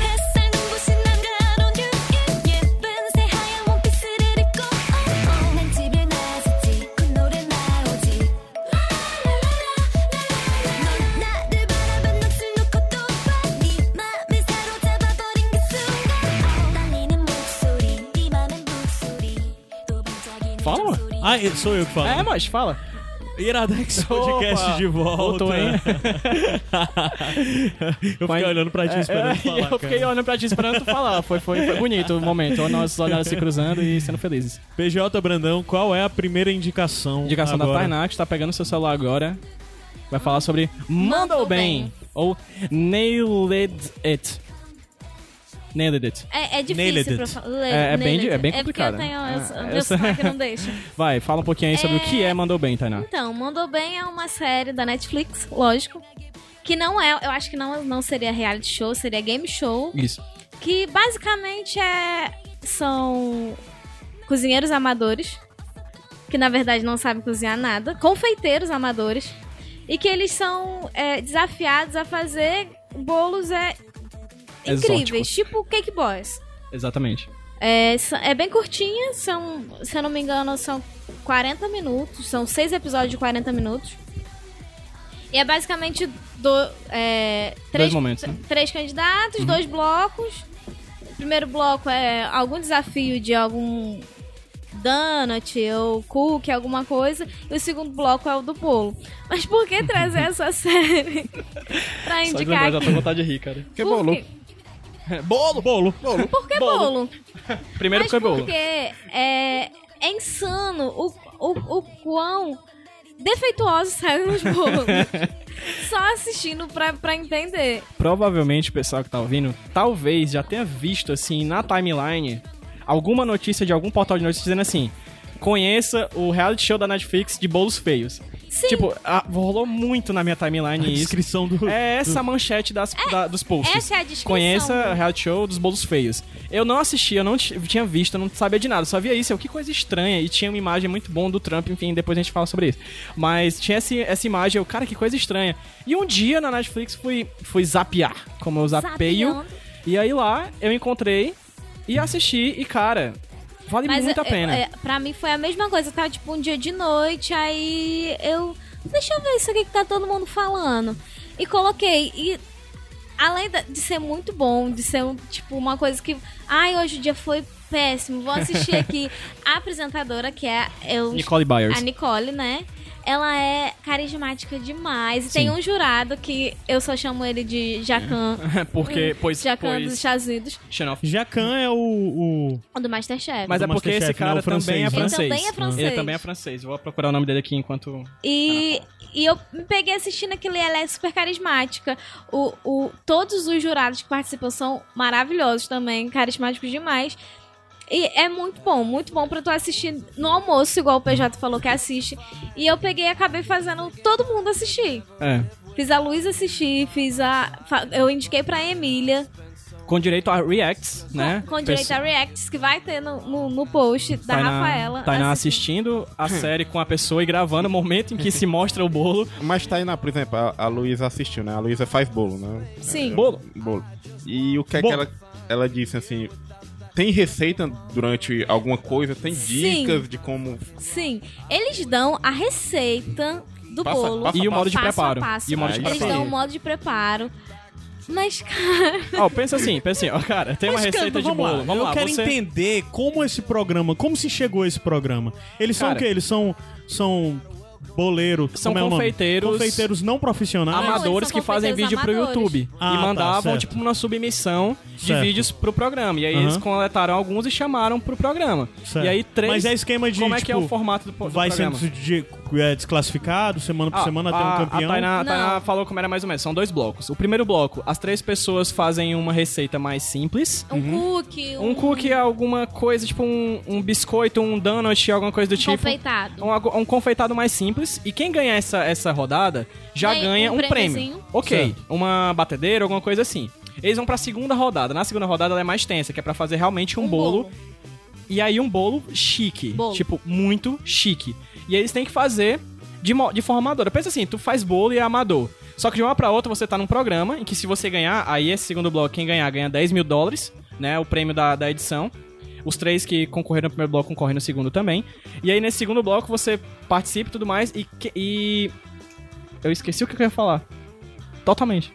[SPEAKER 5] 햇살 눈부신 남가로 뉴 예쁜 새 하얀 원피스를 입고 난 집에 나섰지 그 노래 나오지 넌 나를 바라봐 넋을 놓고 또봐네 맘에 사로잡아버린 그 순간 떨리는 목소리 네 맘은 북소리 또 반짝이는
[SPEAKER 2] Fala.
[SPEAKER 5] 목소리
[SPEAKER 1] Ah, eu- sou eu que falo.
[SPEAKER 2] É, mas fala.
[SPEAKER 1] Iradex Podcast
[SPEAKER 2] Opa,
[SPEAKER 1] de volta.
[SPEAKER 2] voltou, hein?
[SPEAKER 1] eu fiquei
[SPEAKER 2] Mas-
[SPEAKER 1] olhando pra ti
[SPEAKER 2] É,
[SPEAKER 1] esperando
[SPEAKER 2] é,
[SPEAKER 1] falar.
[SPEAKER 2] Eu fiquei
[SPEAKER 1] cara.
[SPEAKER 2] olhando pra ti esperando tu falar. Foi, foi, foi bonito o momento. Nossos olhares se cruzando e sendo felizes.
[SPEAKER 1] PJ Brandão, qual é a primeira indicação?
[SPEAKER 2] Indicação da
[SPEAKER 1] agora?
[SPEAKER 2] Tainá, que tá pegando seu celular agora. Vai falar sobre Mandou
[SPEAKER 5] Mandou
[SPEAKER 2] Bem.
[SPEAKER 5] Bem.
[SPEAKER 2] Ou Nailed It. Nailed It.
[SPEAKER 3] É, é
[SPEAKER 1] Nailed
[SPEAKER 3] difícil pra
[SPEAKER 1] it.
[SPEAKER 3] falar. Le-
[SPEAKER 2] É- é bem
[SPEAKER 3] nailed
[SPEAKER 2] di-
[SPEAKER 3] it.
[SPEAKER 2] é bem complicado.
[SPEAKER 3] É porque eu tenho...
[SPEAKER 2] Ah,
[SPEAKER 3] meu
[SPEAKER 2] essa-
[SPEAKER 3] sotaque não deixa.
[SPEAKER 2] Vai, fala um pouquinho aí sobre o que é Mandou Bem, Tainá.
[SPEAKER 3] Então, Mandou Bem é uma série da Netflix, lógico. Que não é... Eu acho que não, não seria reality show, seria game show.
[SPEAKER 2] Isso.
[SPEAKER 3] Que basicamente é... São cozinheiros amadores. Que na verdade não sabem cozinhar nada. Confeiteiros amadores. E que eles são é, desafiados a fazer bolos é, incríveis. Tipo Cake Boys.
[SPEAKER 2] Exatamente.
[SPEAKER 3] É, s- é bem curtinha, são, se eu não me engano, são 40 minutos, são seis episódios de 40 minutos. E é basicamente do, é, três,
[SPEAKER 2] momentos, né?
[SPEAKER 3] três candidatos, dois blocos. O primeiro bloco é algum desafio de algum donut ou cookie, alguma coisa. E o segundo bloco é o do bolo. Mas por que trazer essa série pra indicar aqui?
[SPEAKER 2] vontade de rir, cara.
[SPEAKER 4] Que
[SPEAKER 3] Por
[SPEAKER 4] bolo.
[SPEAKER 3] quê?
[SPEAKER 1] Bolo! Bolo!
[SPEAKER 3] Por que
[SPEAKER 2] é Bolo.
[SPEAKER 3] bolo?
[SPEAKER 2] Primeiro
[SPEAKER 3] Mas
[SPEAKER 2] foi bolo.
[SPEAKER 3] porque é, é insano o, o, o quão defeituosos saíram os bolos. Só assistindo pra, pra entender.
[SPEAKER 2] Provavelmente o pessoal que tá ouvindo, talvez já tenha visto, assim, na timeline, alguma notícia de algum portal de notícias dizendo assim... Conheça o reality show da Netflix de bolos feios.
[SPEAKER 3] Sim,
[SPEAKER 2] Tipo, a- rolou muito na minha timeline
[SPEAKER 1] A
[SPEAKER 2] isso.
[SPEAKER 1] descrição do.
[SPEAKER 2] É essa a manchete das, da- dos posts.
[SPEAKER 3] essa é a descrição.
[SPEAKER 2] Conheça a reality show dos bolos feios. Eu não assisti, eu não t- tinha visto, eu não sabia de nada. Só via isso, eu, que coisa estranha. E tinha uma imagem muito bom do Trump, enfim, depois a gente fala sobre isso. Mas tinha esse, essa imagem, eu, cara, que coisa estranha. E um dia na Netflix fui, fui zapear, como eu zapeio.
[SPEAKER 3] Zapeando.
[SPEAKER 2] E aí lá eu encontrei e assisti, e cara, vale
[SPEAKER 3] Mas
[SPEAKER 2] muito a
[SPEAKER 3] é-
[SPEAKER 2] pena.
[SPEAKER 3] é- pra mim foi a mesma coisa. Eu tava tipo um dia de noite, aí eu. Deixa eu ver isso aqui que tá todo mundo falando. E coloquei. E além da- de ser muito bom, de ser um, tipo uma coisa que. Ai, hoje o dia foi péssimo. Vou assistir aqui a apresentadora, que é. Eu
[SPEAKER 2] Nicole Byers.
[SPEAKER 3] a Nicole, né? Ela é carismática demais. E
[SPEAKER 2] Sim.
[SPEAKER 3] tem um jurado que eu só chamo ele de Jacan.
[SPEAKER 2] Porque, pois,
[SPEAKER 3] Jacan dos
[SPEAKER 2] pois,
[SPEAKER 3] Estados Unidos,
[SPEAKER 2] xenófobo.
[SPEAKER 1] Jacan é o. o-
[SPEAKER 3] do Masterchef.
[SPEAKER 2] Mas
[SPEAKER 1] Do
[SPEAKER 2] é porque
[SPEAKER 1] Masterchef,
[SPEAKER 2] esse
[SPEAKER 1] né? O
[SPEAKER 2] cara também é
[SPEAKER 1] francês, né?
[SPEAKER 2] francês.
[SPEAKER 3] Ele também é francês.
[SPEAKER 2] Ele também é francês. Vou procurar o nome dele aqui enquanto.
[SPEAKER 3] E, e eu me peguei assistindo aquilo e ela é super carismática. O, o, todos os jurados que participam são maravilhosos também, carismáticos demais. E é muito bom, muito bom pra tu assistir no almoço, igual o PJ falou que assiste. E eu peguei e acabei fazendo todo mundo assistir.
[SPEAKER 2] É.
[SPEAKER 3] Fiz a Luísa assistir, fiz a. fa- Eu indiquei pra Emília,
[SPEAKER 2] Com direito a reacts, né?
[SPEAKER 3] com direito a reacts, que vai ter no, no, no post da Rafaela. Assim,
[SPEAKER 2] Tainá
[SPEAKER 3] Assiste-
[SPEAKER 2] assistindo
[SPEAKER 1] Hum.
[SPEAKER 2] a série com a pessoa e gravando o momento em que se mostra o bolo.
[SPEAKER 4] Mas tá aí, na, por exemplo, a, a Luísa assistiu, né? A Luísa faz bolo, né?
[SPEAKER 3] Sim.
[SPEAKER 2] Bolo.
[SPEAKER 4] Bolo. E o que é
[SPEAKER 1] Bolo.
[SPEAKER 4] que ela, ela disse, assim... Tem receita durante alguma coisa? Tem
[SPEAKER 3] Sim.
[SPEAKER 4] dicas de como...
[SPEAKER 3] Sim, eles dão a receita do
[SPEAKER 4] Passa-
[SPEAKER 3] bolo.
[SPEAKER 4] passa
[SPEAKER 2] E o modo de
[SPEAKER 3] passo a
[SPEAKER 2] preparo.
[SPEAKER 3] passo.
[SPEAKER 2] E o modo de
[SPEAKER 4] Aí
[SPEAKER 3] Eles
[SPEAKER 4] sim.
[SPEAKER 2] preparo.
[SPEAKER 3] dão o modo de preparo. Mas, cara.
[SPEAKER 2] Ó, pensa assim, pensa assim, ó, cara, tem uma
[SPEAKER 1] Mas, cara,
[SPEAKER 2] receita de
[SPEAKER 1] vamos lá,
[SPEAKER 2] bolo. Vamos
[SPEAKER 1] eu
[SPEAKER 2] lá,
[SPEAKER 1] quero
[SPEAKER 2] você...
[SPEAKER 1] entender como esse programa, como se chegou a esse programa. Eles são
[SPEAKER 2] Cara.
[SPEAKER 1] o quê? Eles são são boleiros,
[SPEAKER 2] São
[SPEAKER 1] como é o nome?
[SPEAKER 2] confeiteiros.
[SPEAKER 1] confeiteiros não profissionais.
[SPEAKER 3] Ama-
[SPEAKER 2] amadores
[SPEAKER 3] Não, eles
[SPEAKER 2] que
[SPEAKER 3] são
[SPEAKER 2] fazem
[SPEAKER 3] confeiteiros
[SPEAKER 2] vídeo pro
[SPEAKER 3] amadores.
[SPEAKER 2] YouTube.
[SPEAKER 1] Ah,
[SPEAKER 2] e
[SPEAKER 1] tá,
[SPEAKER 2] mandavam,
[SPEAKER 1] certo.
[SPEAKER 2] tipo, uma submissão de
[SPEAKER 1] Certo.
[SPEAKER 2] vídeos pro programa. E aí eles
[SPEAKER 1] Aham.
[SPEAKER 2] coletaram alguns e chamaram pro programa.
[SPEAKER 1] Certo.
[SPEAKER 2] E aí três...
[SPEAKER 1] Mas é esquema de,
[SPEAKER 2] Como é que é o
[SPEAKER 1] tipo,
[SPEAKER 2] formato do, po- do
[SPEAKER 1] Vai sendo
[SPEAKER 2] programa?
[SPEAKER 1] de- é, desclassificado semana por
[SPEAKER 2] Ah,
[SPEAKER 1] semana
[SPEAKER 2] a,
[SPEAKER 1] até um campeão.
[SPEAKER 2] A Tainá, a Tainá
[SPEAKER 3] Não.
[SPEAKER 2] falou como era mais ou menos. São dois blocos. O primeiro bloco, as três pessoas fazem uma receita mais simples.
[SPEAKER 3] Um cookie.
[SPEAKER 2] Um cookie é alguma coisa, tipo um, um biscoito, um donut, alguma coisa do tipo.
[SPEAKER 3] Confeitado.
[SPEAKER 2] Um, ago- um confeitado mais simples. E quem ganhar essa, essa rodada já
[SPEAKER 3] Ganha
[SPEAKER 2] ganha
[SPEAKER 3] um
[SPEAKER 2] um, prêmio.
[SPEAKER 3] prêmiozinho.
[SPEAKER 2] Ok, uma batedeira, alguma coisa assim. Eles vão pra segunda rodada. Na segunda rodada ela é mais tensa, que é pra fazer realmente um, bolo. E aí um bolo chique.
[SPEAKER 3] Bolo.
[SPEAKER 2] Tipo, muito chique. E aí eles têm que fazer de, mo- de forma amadora. Pensa assim, tu faz bolo e é amador. Só que de uma hora pra outra você tá num programa em que se você ganhar, aí esse segundo bloco, quem ganhar, ganha 10 mil dólares, né? O prêmio da, da edição. Os três que concorreram no primeiro bloco concorrem no segundo também. E aí nesse segundo bloco você participa e tudo mais e... que- e... Eu esqueci o que eu ia falar. Totalmente.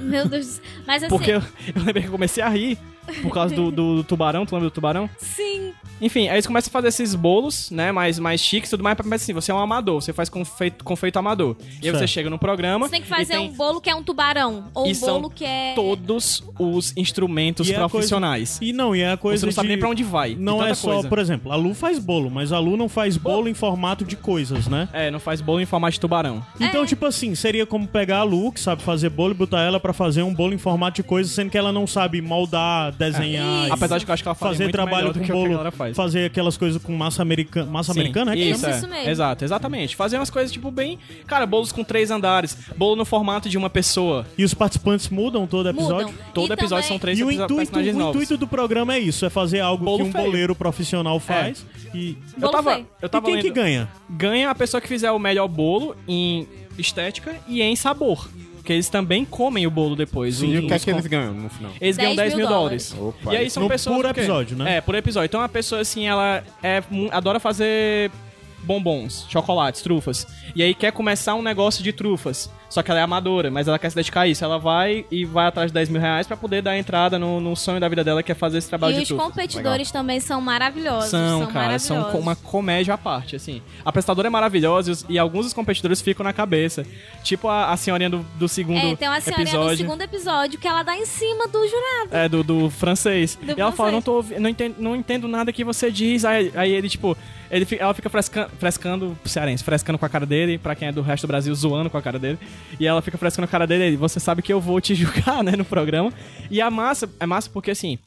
[SPEAKER 3] Meu Deus. do céu. Mas assim,
[SPEAKER 2] Porque eu, eu lembrei que eu comecei a rir por causa do- do- do tubarão. Tu lembra do tubarão?
[SPEAKER 3] sim.
[SPEAKER 2] Enfim, aí eles começam a fazer esses bolos, né? Mais, mais chiques e tudo mais. Mas assim, você é um amador, você faz confeito, confeito amador. E aí
[SPEAKER 1] Certo.
[SPEAKER 2] você chega no programa.
[SPEAKER 3] Você tem que
[SPEAKER 2] assim? e
[SPEAKER 3] fazer
[SPEAKER 2] tem
[SPEAKER 3] um bolo que é um tubarão. Ou
[SPEAKER 2] E
[SPEAKER 3] um
[SPEAKER 2] são
[SPEAKER 3] bolo que é.
[SPEAKER 2] todos os instrumentos
[SPEAKER 1] E é a
[SPEAKER 2] profissionais.
[SPEAKER 1] E não, e é a coisa
[SPEAKER 2] Você não sabe
[SPEAKER 1] de-
[SPEAKER 2] nem pra onde vai. de
[SPEAKER 1] Não
[SPEAKER 2] tanta
[SPEAKER 1] é só,
[SPEAKER 2] coisa.
[SPEAKER 1] por exemplo, a Lu faz bolo, mas a Lu não faz bolo em formato de coisas, né?
[SPEAKER 2] É, não faz bolo em formato de tubarão.
[SPEAKER 1] Então, tipo assim, seria como pegar a Lu, que sabe fazer bolo, e botar ela pra fazer um bolo em formato de coisas, sendo que ela não sabe moldar, desenhar, e
[SPEAKER 2] É. Apesar de que eu acho que ela faz
[SPEAKER 1] fazer
[SPEAKER 2] muito
[SPEAKER 1] trabalho com
[SPEAKER 2] melhor do que o que a
[SPEAKER 1] bolo,
[SPEAKER 2] galera faz.
[SPEAKER 1] fazer aquelas coisas com massa americana, massa
[SPEAKER 2] Sim,
[SPEAKER 1] americana, é que
[SPEAKER 2] Isso,
[SPEAKER 1] chama?
[SPEAKER 2] é.
[SPEAKER 3] Isso mesmo.
[SPEAKER 2] Exato, exatamente. Fazer umas coisas, tipo, bem. Cara, bolos com três andares. Bolo no formato de uma pessoa.
[SPEAKER 1] E os participantes mudam todo episódio.
[SPEAKER 3] Mudam.
[SPEAKER 2] Todo
[SPEAKER 3] E
[SPEAKER 2] episódio
[SPEAKER 3] também-
[SPEAKER 2] são três
[SPEAKER 1] E o
[SPEAKER 2] episo-
[SPEAKER 1] intuito,
[SPEAKER 2] personagens
[SPEAKER 1] o
[SPEAKER 2] tá novos.
[SPEAKER 1] intuito do programa é isso, é fazer algo
[SPEAKER 2] Bolo
[SPEAKER 1] que um
[SPEAKER 2] feio.
[SPEAKER 1] boleiro profissional faz. E,
[SPEAKER 2] Eu
[SPEAKER 3] Bolo
[SPEAKER 2] tava,
[SPEAKER 3] feio.
[SPEAKER 2] eu
[SPEAKER 1] e
[SPEAKER 2] tava
[SPEAKER 1] quem
[SPEAKER 2] lendo-
[SPEAKER 1] que ganha?
[SPEAKER 2] ganha a pessoa que fizer o melhor bolo em estética e em sabor. Porque eles também comem o bolo depois.
[SPEAKER 4] E
[SPEAKER 2] os-
[SPEAKER 4] o que é
[SPEAKER 2] os
[SPEAKER 4] que
[SPEAKER 2] com-
[SPEAKER 4] eles ganham no final?
[SPEAKER 2] eles ganham
[SPEAKER 3] 10
[SPEAKER 2] 10
[SPEAKER 3] mil
[SPEAKER 2] mil dólares.
[SPEAKER 4] Opa.
[SPEAKER 2] E aí são
[SPEAKER 1] No-
[SPEAKER 2] pessoas.
[SPEAKER 1] por
[SPEAKER 2] o quê?
[SPEAKER 1] episódio, né?
[SPEAKER 2] É, por episódio. Então a pessoa, assim, ela é, mu- adora fazer bombons, chocolates, trufas. E aí quer começar um negócio de trufas. Só que ela é amadora, mas ela quer se dedicar a isso. Ela vai e vai atrás de 10 mil reais pra poder dar entrada no, no sonho da vida dela, que é fazer esse trabalho
[SPEAKER 3] E
[SPEAKER 2] de
[SPEAKER 3] os
[SPEAKER 2] trufa.
[SPEAKER 3] competidores também são maravilhosos.
[SPEAKER 2] São, cara, são
[SPEAKER 3] maravilhosos.
[SPEAKER 2] co- uma comédia à parte, assim. A apresentadora é maravilhosa e os- e alguns dos competidores ficam na cabeça. Tipo a, a senhorinha do, do segundo
[SPEAKER 3] É, tem uma senhorinha no
[SPEAKER 2] episódio.
[SPEAKER 3] segundo episódio que ela dá em cima do jurado.
[SPEAKER 2] É, do, do francês.
[SPEAKER 3] Do
[SPEAKER 2] e ela fala,
[SPEAKER 3] francês.
[SPEAKER 2] não, tô, ouvi- não, entendo, não entendo nada que você diz. Aí, aí ele, tipo, ele, fi- ela fica fresca, frescando, cearense, frescando com a cara dele, pra quem é do resto do Brasil, zoando com a cara dele. E ela fica frescando com a cara dele, ele, você sabe que eu vou te julgar, né, no programa. E a massa, é massa porque, assim,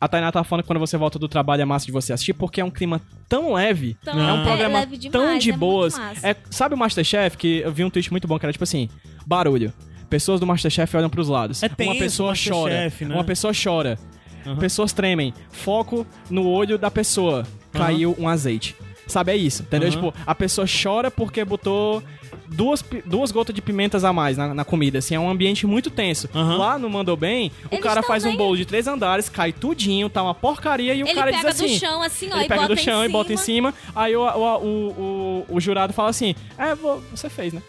[SPEAKER 2] a Tainá tá falando que quando você volta do trabalho é massa de você assistir, porque é um clima tão leve,
[SPEAKER 3] Tão
[SPEAKER 2] é um
[SPEAKER 1] leve,
[SPEAKER 2] programa
[SPEAKER 3] leve demais,
[SPEAKER 2] tão de
[SPEAKER 3] é muito
[SPEAKER 2] boas.
[SPEAKER 3] massa.
[SPEAKER 2] É, sabe o Masterchef, que eu vi um tweet muito bom, que era tipo assim, barulho. Pessoas do Masterchef olham pros lados.
[SPEAKER 1] É tenso
[SPEAKER 2] uma
[SPEAKER 1] o
[SPEAKER 2] pessoa chora.
[SPEAKER 1] Masterchef, né?
[SPEAKER 2] Uma pessoa chora. Pessoas tremem. Foco no olho da pessoa. Caiu um azeite. Sabe, é isso, entendeu?
[SPEAKER 1] Aham.
[SPEAKER 2] Tipo, a pessoa chora porque botou duas, pi- duas gotas de pimentas a mais na, na comida, assim, é um ambiente muito tenso.
[SPEAKER 1] Aham.
[SPEAKER 2] Lá no Mandou Bem, o
[SPEAKER 3] Eles
[SPEAKER 2] cara
[SPEAKER 3] tão
[SPEAKER 2] faz um
[SPEAKER 3] bem.
[SPEAKER 2] bolo de três andares, cai tudinho, tá uma porcaria, e o
[SPEAKER 3] Ele
[SPEAKER 2] cara
[SPEAKER 3] pega
[SPEAKER 2] diz assim...
[SPEAKER 3] do chão assim, ó,
[SPEAKER 2] Ele
[SPEAKER 3] e
[SPEAKER 2] pega
[SPEAKER 3] bota
[SPEAKER 2] do chão
[SPEAKER 3] em
[SPEAKER 2] e bota em cima, aí o, o, o, o- o jurado fala assim: É, vo- você fez, né?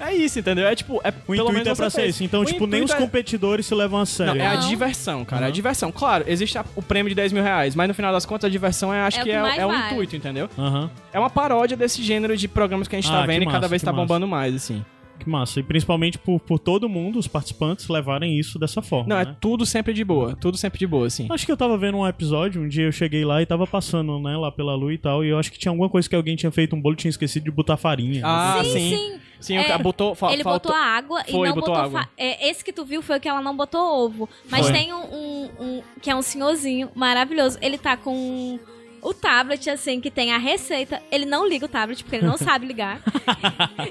[SPEAKER 2] é isso, entendeu? É tipo, é
[SPEAKER 1] O
[SPEAKER 2] pelo menos
[SPEAKER 1] intuito é
[SPEAKER 2] você
[SPEAKER 1] pra ser
[SPEAKER 2] fez.
[SPEAKER 1] isso. Então,
[SPEAKER 2] O
[SPEAKER 1] tipo, nem os
[SPEAKER 2] intuito é-
[SPEAKER 1] competidores se levam a
[SPEAKER 2] não,
[SPEAKER 1] sério.
[SPEAKER 2] é a
[SPEAKER 3] Não.
[SPEAKER 2] diversão, cara. É a
[SPEAKER 1] Uhum.
[SPEAKER 2] diversão. Claro, existe a- o prêmio de 10 mil reais, mas no final das contas a diversão é, acho
[SPEAKER 3] É o
[SPEAKER 2] que,
[SPEAKER 3] que
[SPEAKER 2] é,
[SPEAKER 3] mais
[SPEAKER 2] é o
[SPEAKER 3] vale.
[SPEAKER 2] intuito, entendeu?
[SPEAKER 1] Aham.
[SPEAKER 2] É uma paródia desse gênero de programas que a gente
[SPEAKER 1] Ah,
[SPEAKER 2] tá
[SPEAKER 1] que
[SPEAKER 2] vez e cada
[SPEAKER 1] massa,
[SPEAKER 2] vez
[SPEAKER 1] que
[SPEAKER 2] tá
[SPEAKER 1] massa.
[SPEAKER 2] bombando mais, assim.
[SPEAKER 1] Que massa. E principalmente por, por todo mundo, os participantes levarem isso dessa forma.
[SPEAKER 2] Não, é
[SPEAKER 1] né?
[SPEAKER 2] tudo sempre de boa. Tudo sempre de boa, assim.
[SPEAKER 1] Acho que eu tava vendo um episódio, um dia eu cheguei lá e tava passando, né, lá pela lua e tal, e eu acho que tinha alguma coisa que alguém tinha feito um bolo e tinha esquecido de botar farinha. né?
[SPEAKER 2] Ah,
[SPEAKER 3] Sim,
[SPEAKER 2] sim.
[SPEAKER 3] sim.
[SPEAKER 2] Sim,
[SPEAKER 3] É,
[SPEAKER 2] o cara botou. fa-
[SPEAKER 3] ele
[SPEAKER 2] faltou-
[SPEAKER 3] botou a água
[SPEAKER 2] Foi,
[SPEAKER 3] e não
[SPEAKER 2] botou
[SPEAKER 3] botou,
[SPEAKER 2] água.
[SPEAKER 3] fa- é, Esse que tu viu foi o que ela não botou ovo. Mas
[SPEAKER 1] Foi.
[SPEAKER 3] tem um, um- um- que é um senhorzinho maravilhoso. Ele tá com o tablet, assim, que tem a receita. Ele não liga o tablet, porque ele não sabe ligar.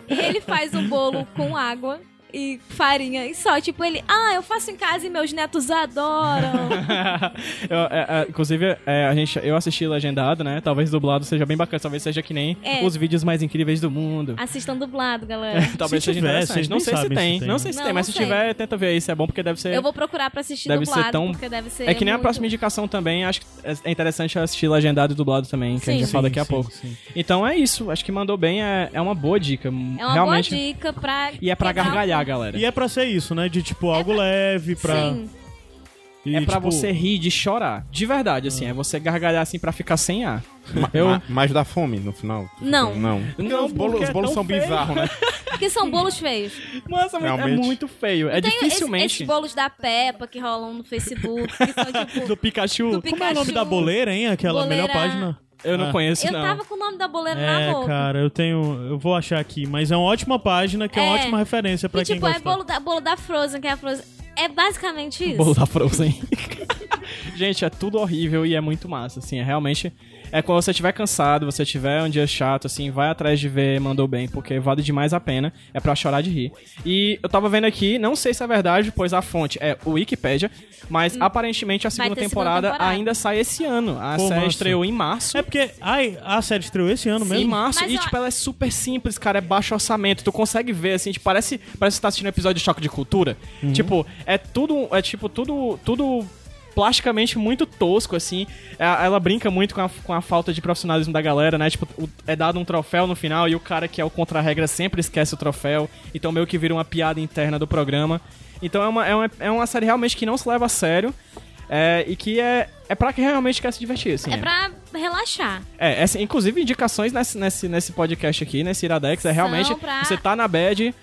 [SPEAKER 3] E ele faz um bolo com água. E farinha, e só, tipo, ele, ah, eu faço em casa e meus netos adoram.
[SPEAKER 2] Eu, é, é, inclusive, é, a gente, eu assisti legendado, né? Talvez dublado seja bem bacana, talvez seja que nem
[SPEAKER 3] É.
[SPEAKER 2] os vídeos mais incríveis do mundo.
[SPEAKER 3] Assistam dublado, galera.
[SPEAKER 2] Talvez
[SPEAKER 1] Se
[SPEAKER 2] seja
[SPEAKER 1] tiver, vocês
[SPEAKER 2] interessante. Não
[SPEAKER 1] nem
[SPEAKER 2] sei se
[SPEAKER 1] sabem
[SPEAKER 2] tem.
[SPEAKER 1] se tem,
[SPEAKER 2] Não
[SPEAKER 1] né?
[SPEAKER 2] sei se
[SPEAKER 3] Não,
[SPEAKER 2] tem, mas
[SPEAKER 3] não
[SPEAKER 2] se
[SPEAKER 3] sei.
[SPEAKER 2] tiver, tenta ver aí se é bom, porque deve ser.
[SPEAKER 3] Eu vou procurar pra assistir
[SPEAKER 2] Deve ser
[SPEAKER 3] dublado,
[SPEAKER 2] tão-
[SPEAKER 3] porque deve ser
[SPEAKER 2] É que nem a
[SPEAKER 3] muito-
[SPEAKER 2] próxima indicação também, acho que é interessante assistir legendado e dublado também, que a gente vai
[SPEAKER 3] Sim.
[SPEAKER 2] falar daqui a
[SPEAKER 1] Sim,
[SPEAKER 2] pouco.
[SPEAKER 1] sim, sim.
[SPEAKER 2] Então é isso, acho que mandou bem, é, é uma boa dica.
[SPEAKER 3] É uma
[SPEAKER 2] realmente.
[SPEAKER 3] boa dica pra.
[SPEAKER 2] E é pra
[SPEAKER 3] quebrar o
[SPEAKER 2] gargalhar, arrepiar, galera.
[SPEAKER 1] E é pra ser isso, né? De tipo, algo leve, pra.
[SPEAKER 3] Sim.
[SPEAKER 1] e,
[SPEAKER 2] é pra
[SPEAKER 1] tipo,
[SPEAKER 2] você rir de chorar. De verdade, assim. É você gargalhar assim pra ficar sem ar.
[SPEAKER 4] Ma-
[SPEAKER 2] Eu-
[SPEAKER 4] ma- Mas dá fome no final?
[SPEAKER 3] Não.
[SPEAKER 4] Não.
[SPEAKER 2] Não,
[SPEAKER 4] os bolos,
[SPEAKER 2] porque
[SPEAKER 4] os
[SPEAKER 2] é
[SPEAKER 4] bolos
[SPEAKER 2] tão
[SPEAKER 4] são
[SPEAKER 2] feio.
[SPEAKER 4] bizarros, né?
[SPEAKER 3] Porque são bolos feios.
[SPEAKER 2] Mas é muito- é
[SPEAKER 4] Realmente.
[SPEAKER 2] muito feio. É
[SPEAKER 3] Tem esse-
[SPEAKER 2] dificilmente.
[SPEAKER 3] esses bolos da Peppa que rolam no Facebook, que são tipo.
[SPEAKER 2] Do Pikachu.
[SPEAKER 3] do
[SPEAKER 1] Como é o nome
[SPEAKER 3] Pikachu.
[SPEAKER 1] da boleira, hein? Aquela melhor
[SPEAKER 3] Boleira-
[SPEAKER 1] página.
[SPEAKER 2] Eu não
[SPEAKER 1] Ah.
[SPEAKER 2] conheço,
[SPEAKER 3] Eu
[SPEAKER 2] não.
[SPEAKER 3] tava com o nome da boleira na
[SPEAKER 1] É,
[SPEAKER 3] boca.
[SPEAKER 1] cara, eu tenho. Eu vou achar aqui, mas é uma ótima página que é, uma
[SPEAKER 3] É.
[SPEAKER 1] ótima referência pra
[SPEAKER 3] e
[SPEAKER 1] quem
[SPEAKER 3] tipo, é
[SPEAKER 1] gosta.
[SPEAKER 3] bolo da, bolo da Frozen, que é a Frozen. É basicamente isso.
[SPEAKER 2] Bolo da Frozen. Gente, é tudo horrível e é muito massa, assim. É realmente. É quando você estiver cansado, você tiver um dia chato, assim, vai atrás de ver Mandou Bem, porque vale demais a pena. É pra chorar de rir. E eu tava vendo aqui, não sei se é verdade, pois a fonte é o Wikipedia, mas aparentemente a segunda
[SPEAKER 3] Hum. ter segunda
[SPEAKER 2] temporada,
[SPEAKER 3] temporada.
[SPEAKER 2] ainda sai esse ano. A
[SPEAKER 1] Pô,
[SPEAKER 2] série
[SPEAKER 1] massa.
[SPEAKER 2] estreou em março.
[SPEAKER 1] É porque ai, a série estreou esse ano
[SPEAKER 2] Em
[SPEAKER 1] mesmo.
[SPEAKER 2] março,
[SPEAKER 3] Mas
[SPEAKER 2] e
[SPEAKER 3] eu-
[SPEAKER 2] tipo, ela é super simples, cara, é baixo orçamento. Tu consegue ver, assim, tipo, parece, parece que você tá assistindo um episódio de choque de cultura. Tipo, é tudo. É tipo, tudo. tudo plasticamente muito tosco, assim. É, Ela brinca muito com a, com a falta de profissionalismo da galera, né? Tipo, o- é dado um troféu no final e o cara que é o contra-regra sempre esquece o troféu. Então meio que vira uma piada interna do programa. Então é uma, é uma, é uma série realmente que não se leva a sério. é, e que é, é pra quem realmente quer se divertir, assim.
[SPEAKER 3] É pra relaxar.
[SPEAKER 2] É, essa, inclusive indicações nesse, nesse, nesse podcast aqui, nesse Iradex, é
[SPEAKER 3] São
[SPEAKER 2] realmente,
[SPEAKER 3] pra-
[SPEAKER 2] você tá na bad,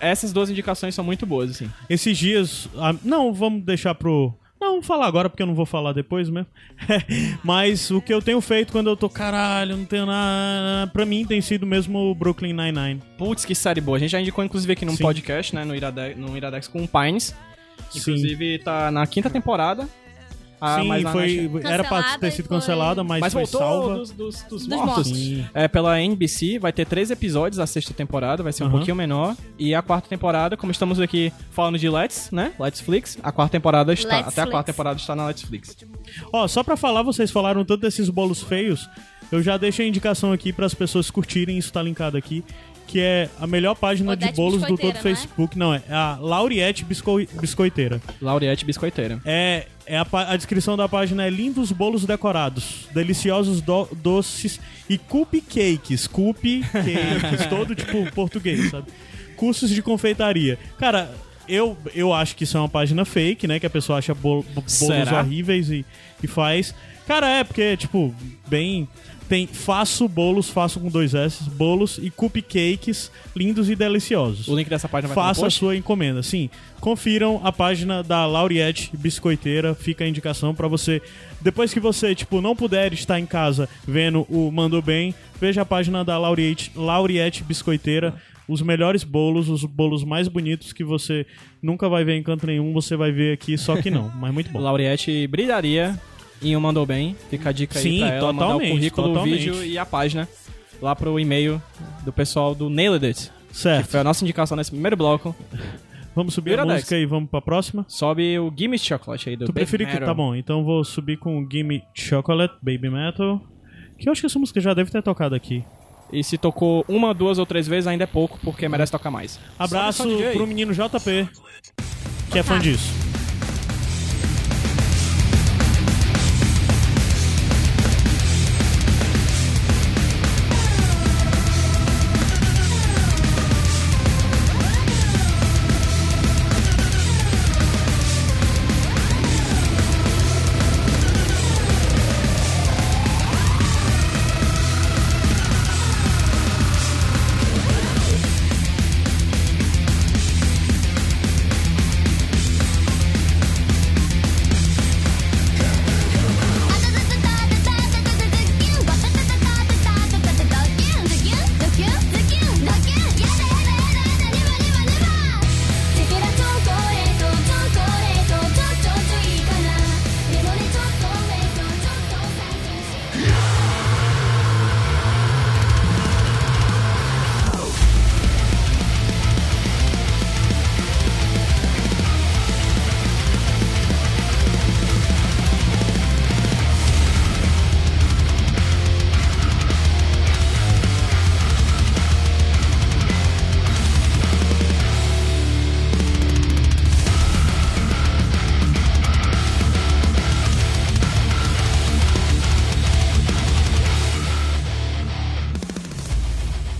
[SPEAKER 2] essas duas indicações são muito boas, assim.
[SPEAKER 1] Esses dias. ah, não, vamos deixar pro. Não, vamos falar agora, porque eu não vou falar depois mesmo. Mas o que eu tenho feito quando eu tô, caralho, não tenho nada. Pra mim tem sido mesmo o Brooklyn Nine-Nine.
[SPEAKER 2] Putz, que série boa. A gente já indicou, inclusive, aqui num
[SPEAKER 1] Sim.
[SPEAKER 2] podcast, né, no Iradex, no Iradex com o Pines.
[SPEAKER 1] Sim.
[SPEAKER 2] Inclusive, tá na quinta temporada. Ah,
[SPEAKER 1] Sim,
[SPEAKER 2] mas lá
[SPEAKER 1] foi.
[SPEAKER 2] na-
[SPEAKER 1] Era pra
[SPEAKER 3] Cancelada
[SPEAKER 1] ter
[SPEAKER 3] e
[SPEAKER 1] sido
[SPEAKER 3] foi-
[SPEAKER 1] cancelada, mas,
[SPEAKER 2] Mas
[SPEAKER 1] foi
[SPEAKER 2] voltou
[SPEAKER 1] salva.
[SPEAKER 2] dos, dos, dos
[SPEAKER 3] Dos
[SPEAKER 2] mortos.
[SPEAKER 3] mortos.
[SPEAKER 1] Sim.
[SPEAKER 2] É pela NBC, vai ter três episódios a sexta temporada, vai ser um
[SPEAKER 1] Aham.
[SPEAKER 2] pouquinho menor. E a quarta temporada, como estamos aqui falando de Let's, né? Let's Flix, a quarta temporada está.
[SPEAKER 3] Let's
[SPEAKER 2] até a quarta
[SPEAKER 3] Flix.
[SPEAKER 2] temporada está na Let's Flix.
[SPEAKER 1] Ó, só pra falar, vocês falaram tanto desses bolos feios, eu já deixo a indicação aqui pras pessoas curtirem, isso tá linkado aqui, que é a melhor página de
[SPEAKER 3] Odete
[SPEAKER 1] bolos do todo
[SPEAKER 3] Biscoiteira, não é?
[SPEAKER 1] Facebook. Não, é a Lauriette Biscoi- Biscoiteira.
[SPEAKER 2] Lauriette Biscoiteira.
[SPEAKER 1] É, é a, pá- a descrição da página é lindos bolos decorados, deliciosos do- doces e cupcakes, cupcakes, todo tipo português, sabe? Cursos de confeitaria. Cara, eu, eu acho que isso é uma página fake, né? Que a pessoa acha bol- bo- bolos
[SPEAKER 2] Será?
[SPEAKER 1] horríveis e, e faz. Cara, é porque, tipo, bem... Tem faço bolos, faço com dois S, bolos e cupcakes lindos e deliciosos.
[SPEAKER 2] O link dessa página vai estar no
[SPEAKER 1] Faça a
[SPEAKER 2] um post.
[SPEAKER 1] sua encomenda, sim. Confiram a página da Lauriette Biscoiteira, fica a indicação pra você. Depois que você, tipo, não puder estar em casa vendo o Mandou Bem, veja a página da Lauriette, Lauriette Biscoiteira. Os melhores bolos, os bolos mais bonitos que você nunca vai ver em canto nenhum, você vai ver aqui, só que não, mas muito bom.
[SPEAKER 2] Lauriette brilharia em um Mandou Bem. Fica a dica aí
[SPEAKER 1] Sim,
[SPEAKER 2] pra ela mandar o
[SPEAKER 1] totalmente,
[SPEAKER 2] currículo, o
[SPEAKER 1] totalmente.
[SPEAKER 2] vídeo e a página lá pro e-mail do pessoal do Nailed It.
[SPEAKER 1] Certo,
[SPEAKER 2] Foi a nossa indicação nesse primeiro bloco.
[SPEAKER 1] vamos subir a
[SPEAKER 2] Iradex.
[SPEAKER 1] música e vamos pra próxima.
[SPEAKER 2] Sobe o Gimme Chocolate aí do
[SPEAKER 1] Tu
[SPEAKER 2] Baby
[SPEAKER 1] prefere que.
[SPEAKER 2] Metal.
[SPEAKER 1] Tá bom, então vou subir com o Gimme Chocolate, Baby Metal. Que eu acho que essa música já deve ter tocado aqui.
[SPEAKER 2] E se tocou uma, duas ou três vezes, ainda é pouco, porque merece tocar mais.
[SPEAKER 1] Abraço
[SPEAKER 2] Sobe só, um DJ.
[SPEAKER 1] pro menino JP, que é
[SPEAKER 2] Tá.
[SPEAKER 1] fã disso.
[SPEAKER 5] 「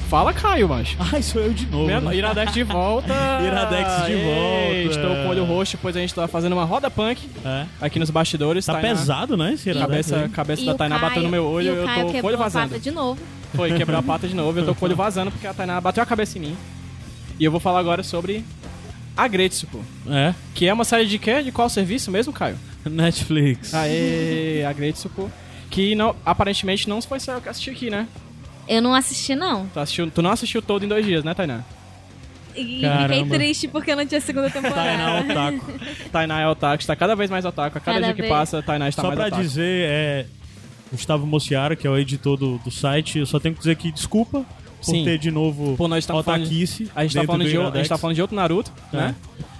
[SPEAKER 2] Fala, Caio, macho.
[SPEAKER 1] Ai, sou eu de novo.
[SPEAKER 2] Meia-
[SPEAKER 1] né?
[SPEAKER 2] Iradex de volta.
[SPEAKER 1] Iradex de
[SPEAKER 2] Ei,
[SPEAKER 1] volta.
[SPEAKER 2] Estou com o olho roxo, pois a gente tá fazendo uma roda punk
[SPEAKER 1] É.
[SPEAKER 2] aqui nos bastidores.
[SPEAKER 1] Tá
[SPEAKER 2] Tainá-
[SPEAKER 1] pesado, né, esse Iradex?
[SPEAKER 2] Cabeça,
[SPEAKER 1] aí?
[SPEAKER 2] cabeça
[SPEAKER 3] E
[SPEAKER 2] da
[SPEAKER 3] o
[SPEAKER 2] Tainá bateu no meu
[SPEAKER 3] e
[SPEAKER 2] olho,
[SPEAKER 3] o
[SPEAKER 2] eu
[SPEAKER 3] Caio
[SPEAKER 2] tô com o
[SPEAKER 3] quebrou
[SPEAKER 2] olho
[SPEAKER 3] a pata
[SPEAKER 2] vazando.
[SPEAKER 3] de novo.
[SPEAKER 2] Foi, quebrou a pata de novo, eu tô com o olho vazando porque a Tainá bateu a cabeça em mim. E eu vou falar agora sobre Agretsuko,
[SPEAKER 1] É.
[SPEAKER 2] que é uma série de quê? De qual serviço mesmo, Caio?
[SPEAKER 1] Netflix.
[SPEAKER 2] Aê, Agretsuko. Que não, aparentemente não foi só eu que assisti aqui, né?
[SPEAKER 3] Eu não assisti, não.
[SPEAKER 2] Tu, assistiu, tu não assistiu todo em dois dias, né, Tainá?
[SPEAKER 3] E fiquei
[SPEAKER 1] Caramba.
[SPEAKER 3] triste porque eu não tinha segunda
[SPEAKER 1] Tainá
[SPEAKER 3] temporada.
[SPEAKER 1] Otaku.
[SPEAKER 2] Tainá é otaku, está cada vez mais otaku. A cada,
[SPEAKER 3] Cada
[SPEAKER 2] dia que
[SPEAKER 3] vez.
[SPEAKER 2] passa, Tainá está
[SPEAKER 1] Só
[SPEAKER 2] mais
[SPEAKER 1] pra
[SPEAKER 2] otaku.
[SPEAKER 1] dizer, é, Gustavo Mociaro, que é o editor do, do site, eu só tenho que dizer que desculpa por
[SPEAKER 2] Sim.
[SPEAKER 1] ter de novo
[SPEAKER 2] Pô, nós estamos falando,
[SPEAKER 1] otaquice.
[SPEAKER 2] a gente, tá
[SPEAKER 1] dentro
[SPEAKER 2] falando
[SPEAKER 1] do
[SPEAKER 2] de, o- a gente
[SPEAKER 1] Iradex. É.
[SPEAKER 2] tá falando de outro Naruto, né?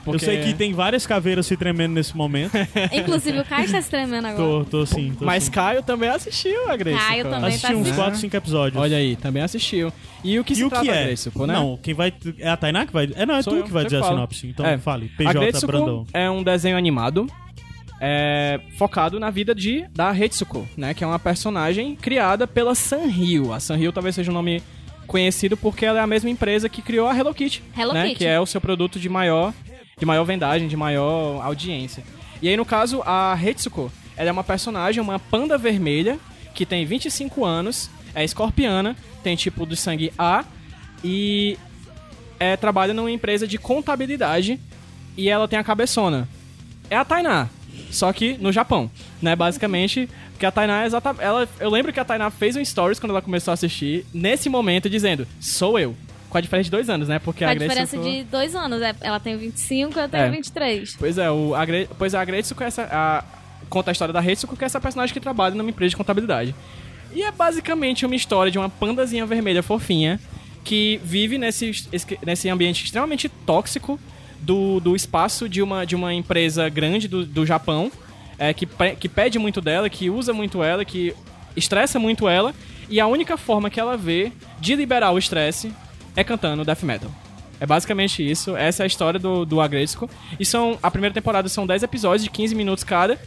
[SPEAKER 2] Porque-
[SPEAKER 1] Eu sei que tem várias caveiras se tremendo nesse momento.
[SPEAKER 3] Inclusive, o Caio está se tremendo
[SPEAKER 1] tô,
[SPEAKER 3] agora.
[SPEAKER 1] tô sim. Tô
[SPEAKER 2] Mas
[SPEAKER 1] sim.
[SPEAKER 2] Caio também assistiu, Agretsuko.
[SPEAKER 3] Caio também
[SPEAKER 1] Assisti uns
[SPEAKER 3] assistindo.
[SPEAKER 1] 4, 5 episódios.
[SPEAKER 2] né? Olha aí, também assistiu. E o que
[SPEAKER 1] E
[SPEAKER 2] se
[SPEAKER 1] o
[SPEAKER 2] trata
[SPEAKER 1] que é?
[SPEAKER 2] Agretsuko, né?
[SPEAKER 1] Não, quem vai. É a Tainá que vai. É, não, é
[SPEAKER 2] Sou
[SPEAKER 1] tu
[SPEAKER 2] eu,
[SPEAKER 1] que vai
[SPEAKER 2] eu
[SPEAKER 1] dizer a
[SPEAKER 2] falo.
[SPEAKER 1] sinopse. Então
[SPEAKER 2] É.
[SPEAKER 1] fale. PJ
[SPEAKER 2] Agretsuko
[SPEAKER 1] Brandão.
[SPEAKER 2] é um desenho animado é, focado na vida de da Hetsuko, né? Que é uma personagem criada pela Sanrio. A Sanrio talvez seja um nome conhecido porque ela é a mesma empresa que criou a Hello Kitty,
[SPEAKER 3] Hello
[SPEAKER 2] né?
[SPEAKER 3] Kitty.
[SPEAKER 2] Que é o seu produto de maior, de maior vendagem, de maior audiência. E aí, no caso, a Hetsuko, ela é uma personagem, uma panda vermelha, que tem 25 anos, é escorpiana, tem tipo do sangue A, e é, trabalha numa empresa de contabilidade e ela tem a cabeçona. É a Tainá, só que no Japão, né? Basicamente, porque a Tainá é exatamente. Ela, eu lembro que a Tainá fez um stories quando ela começou a assistir, nesse momento, dizendo: sou eu. Com a diferença de dois anos, né? Porque
[SPEAKER 3] Com
[SPEAKER 2] a
[SPEAKER 3] a
[SPEAKER 2] Grace
[SPEAKER 3] diferença
[SPEAKER 2] ficou-
[SPEAKER 3] de dois anos. é- Ela tem 25, eu tenho
[SPEAKER 2] É.
[SPEAKER 3] 23.
[SPEAKER 2] Pois é, o, a, Gre- pois é, a Gretsuko é essa, a- conta a história da Retsuko, que é essa personagem que trabalha numa empresa de contabilidade. E é basicamente uma história de uma pandazinha vermelha fofinha que vive nesse, es- esque- nesse ambiente extremamente tóxico do, do espaço de uma, de uma empresa grande do, do Japão, é, que, pe- que pede muito dela, que usa muito ela, que estressa muito ela. E a única forma que ela vê de liberar o estresse é cantando death metal. É basicamente isso. Essa é a história do, do Agresco. E são. A primeira temporada são 10 episódios de 15 minutos cada.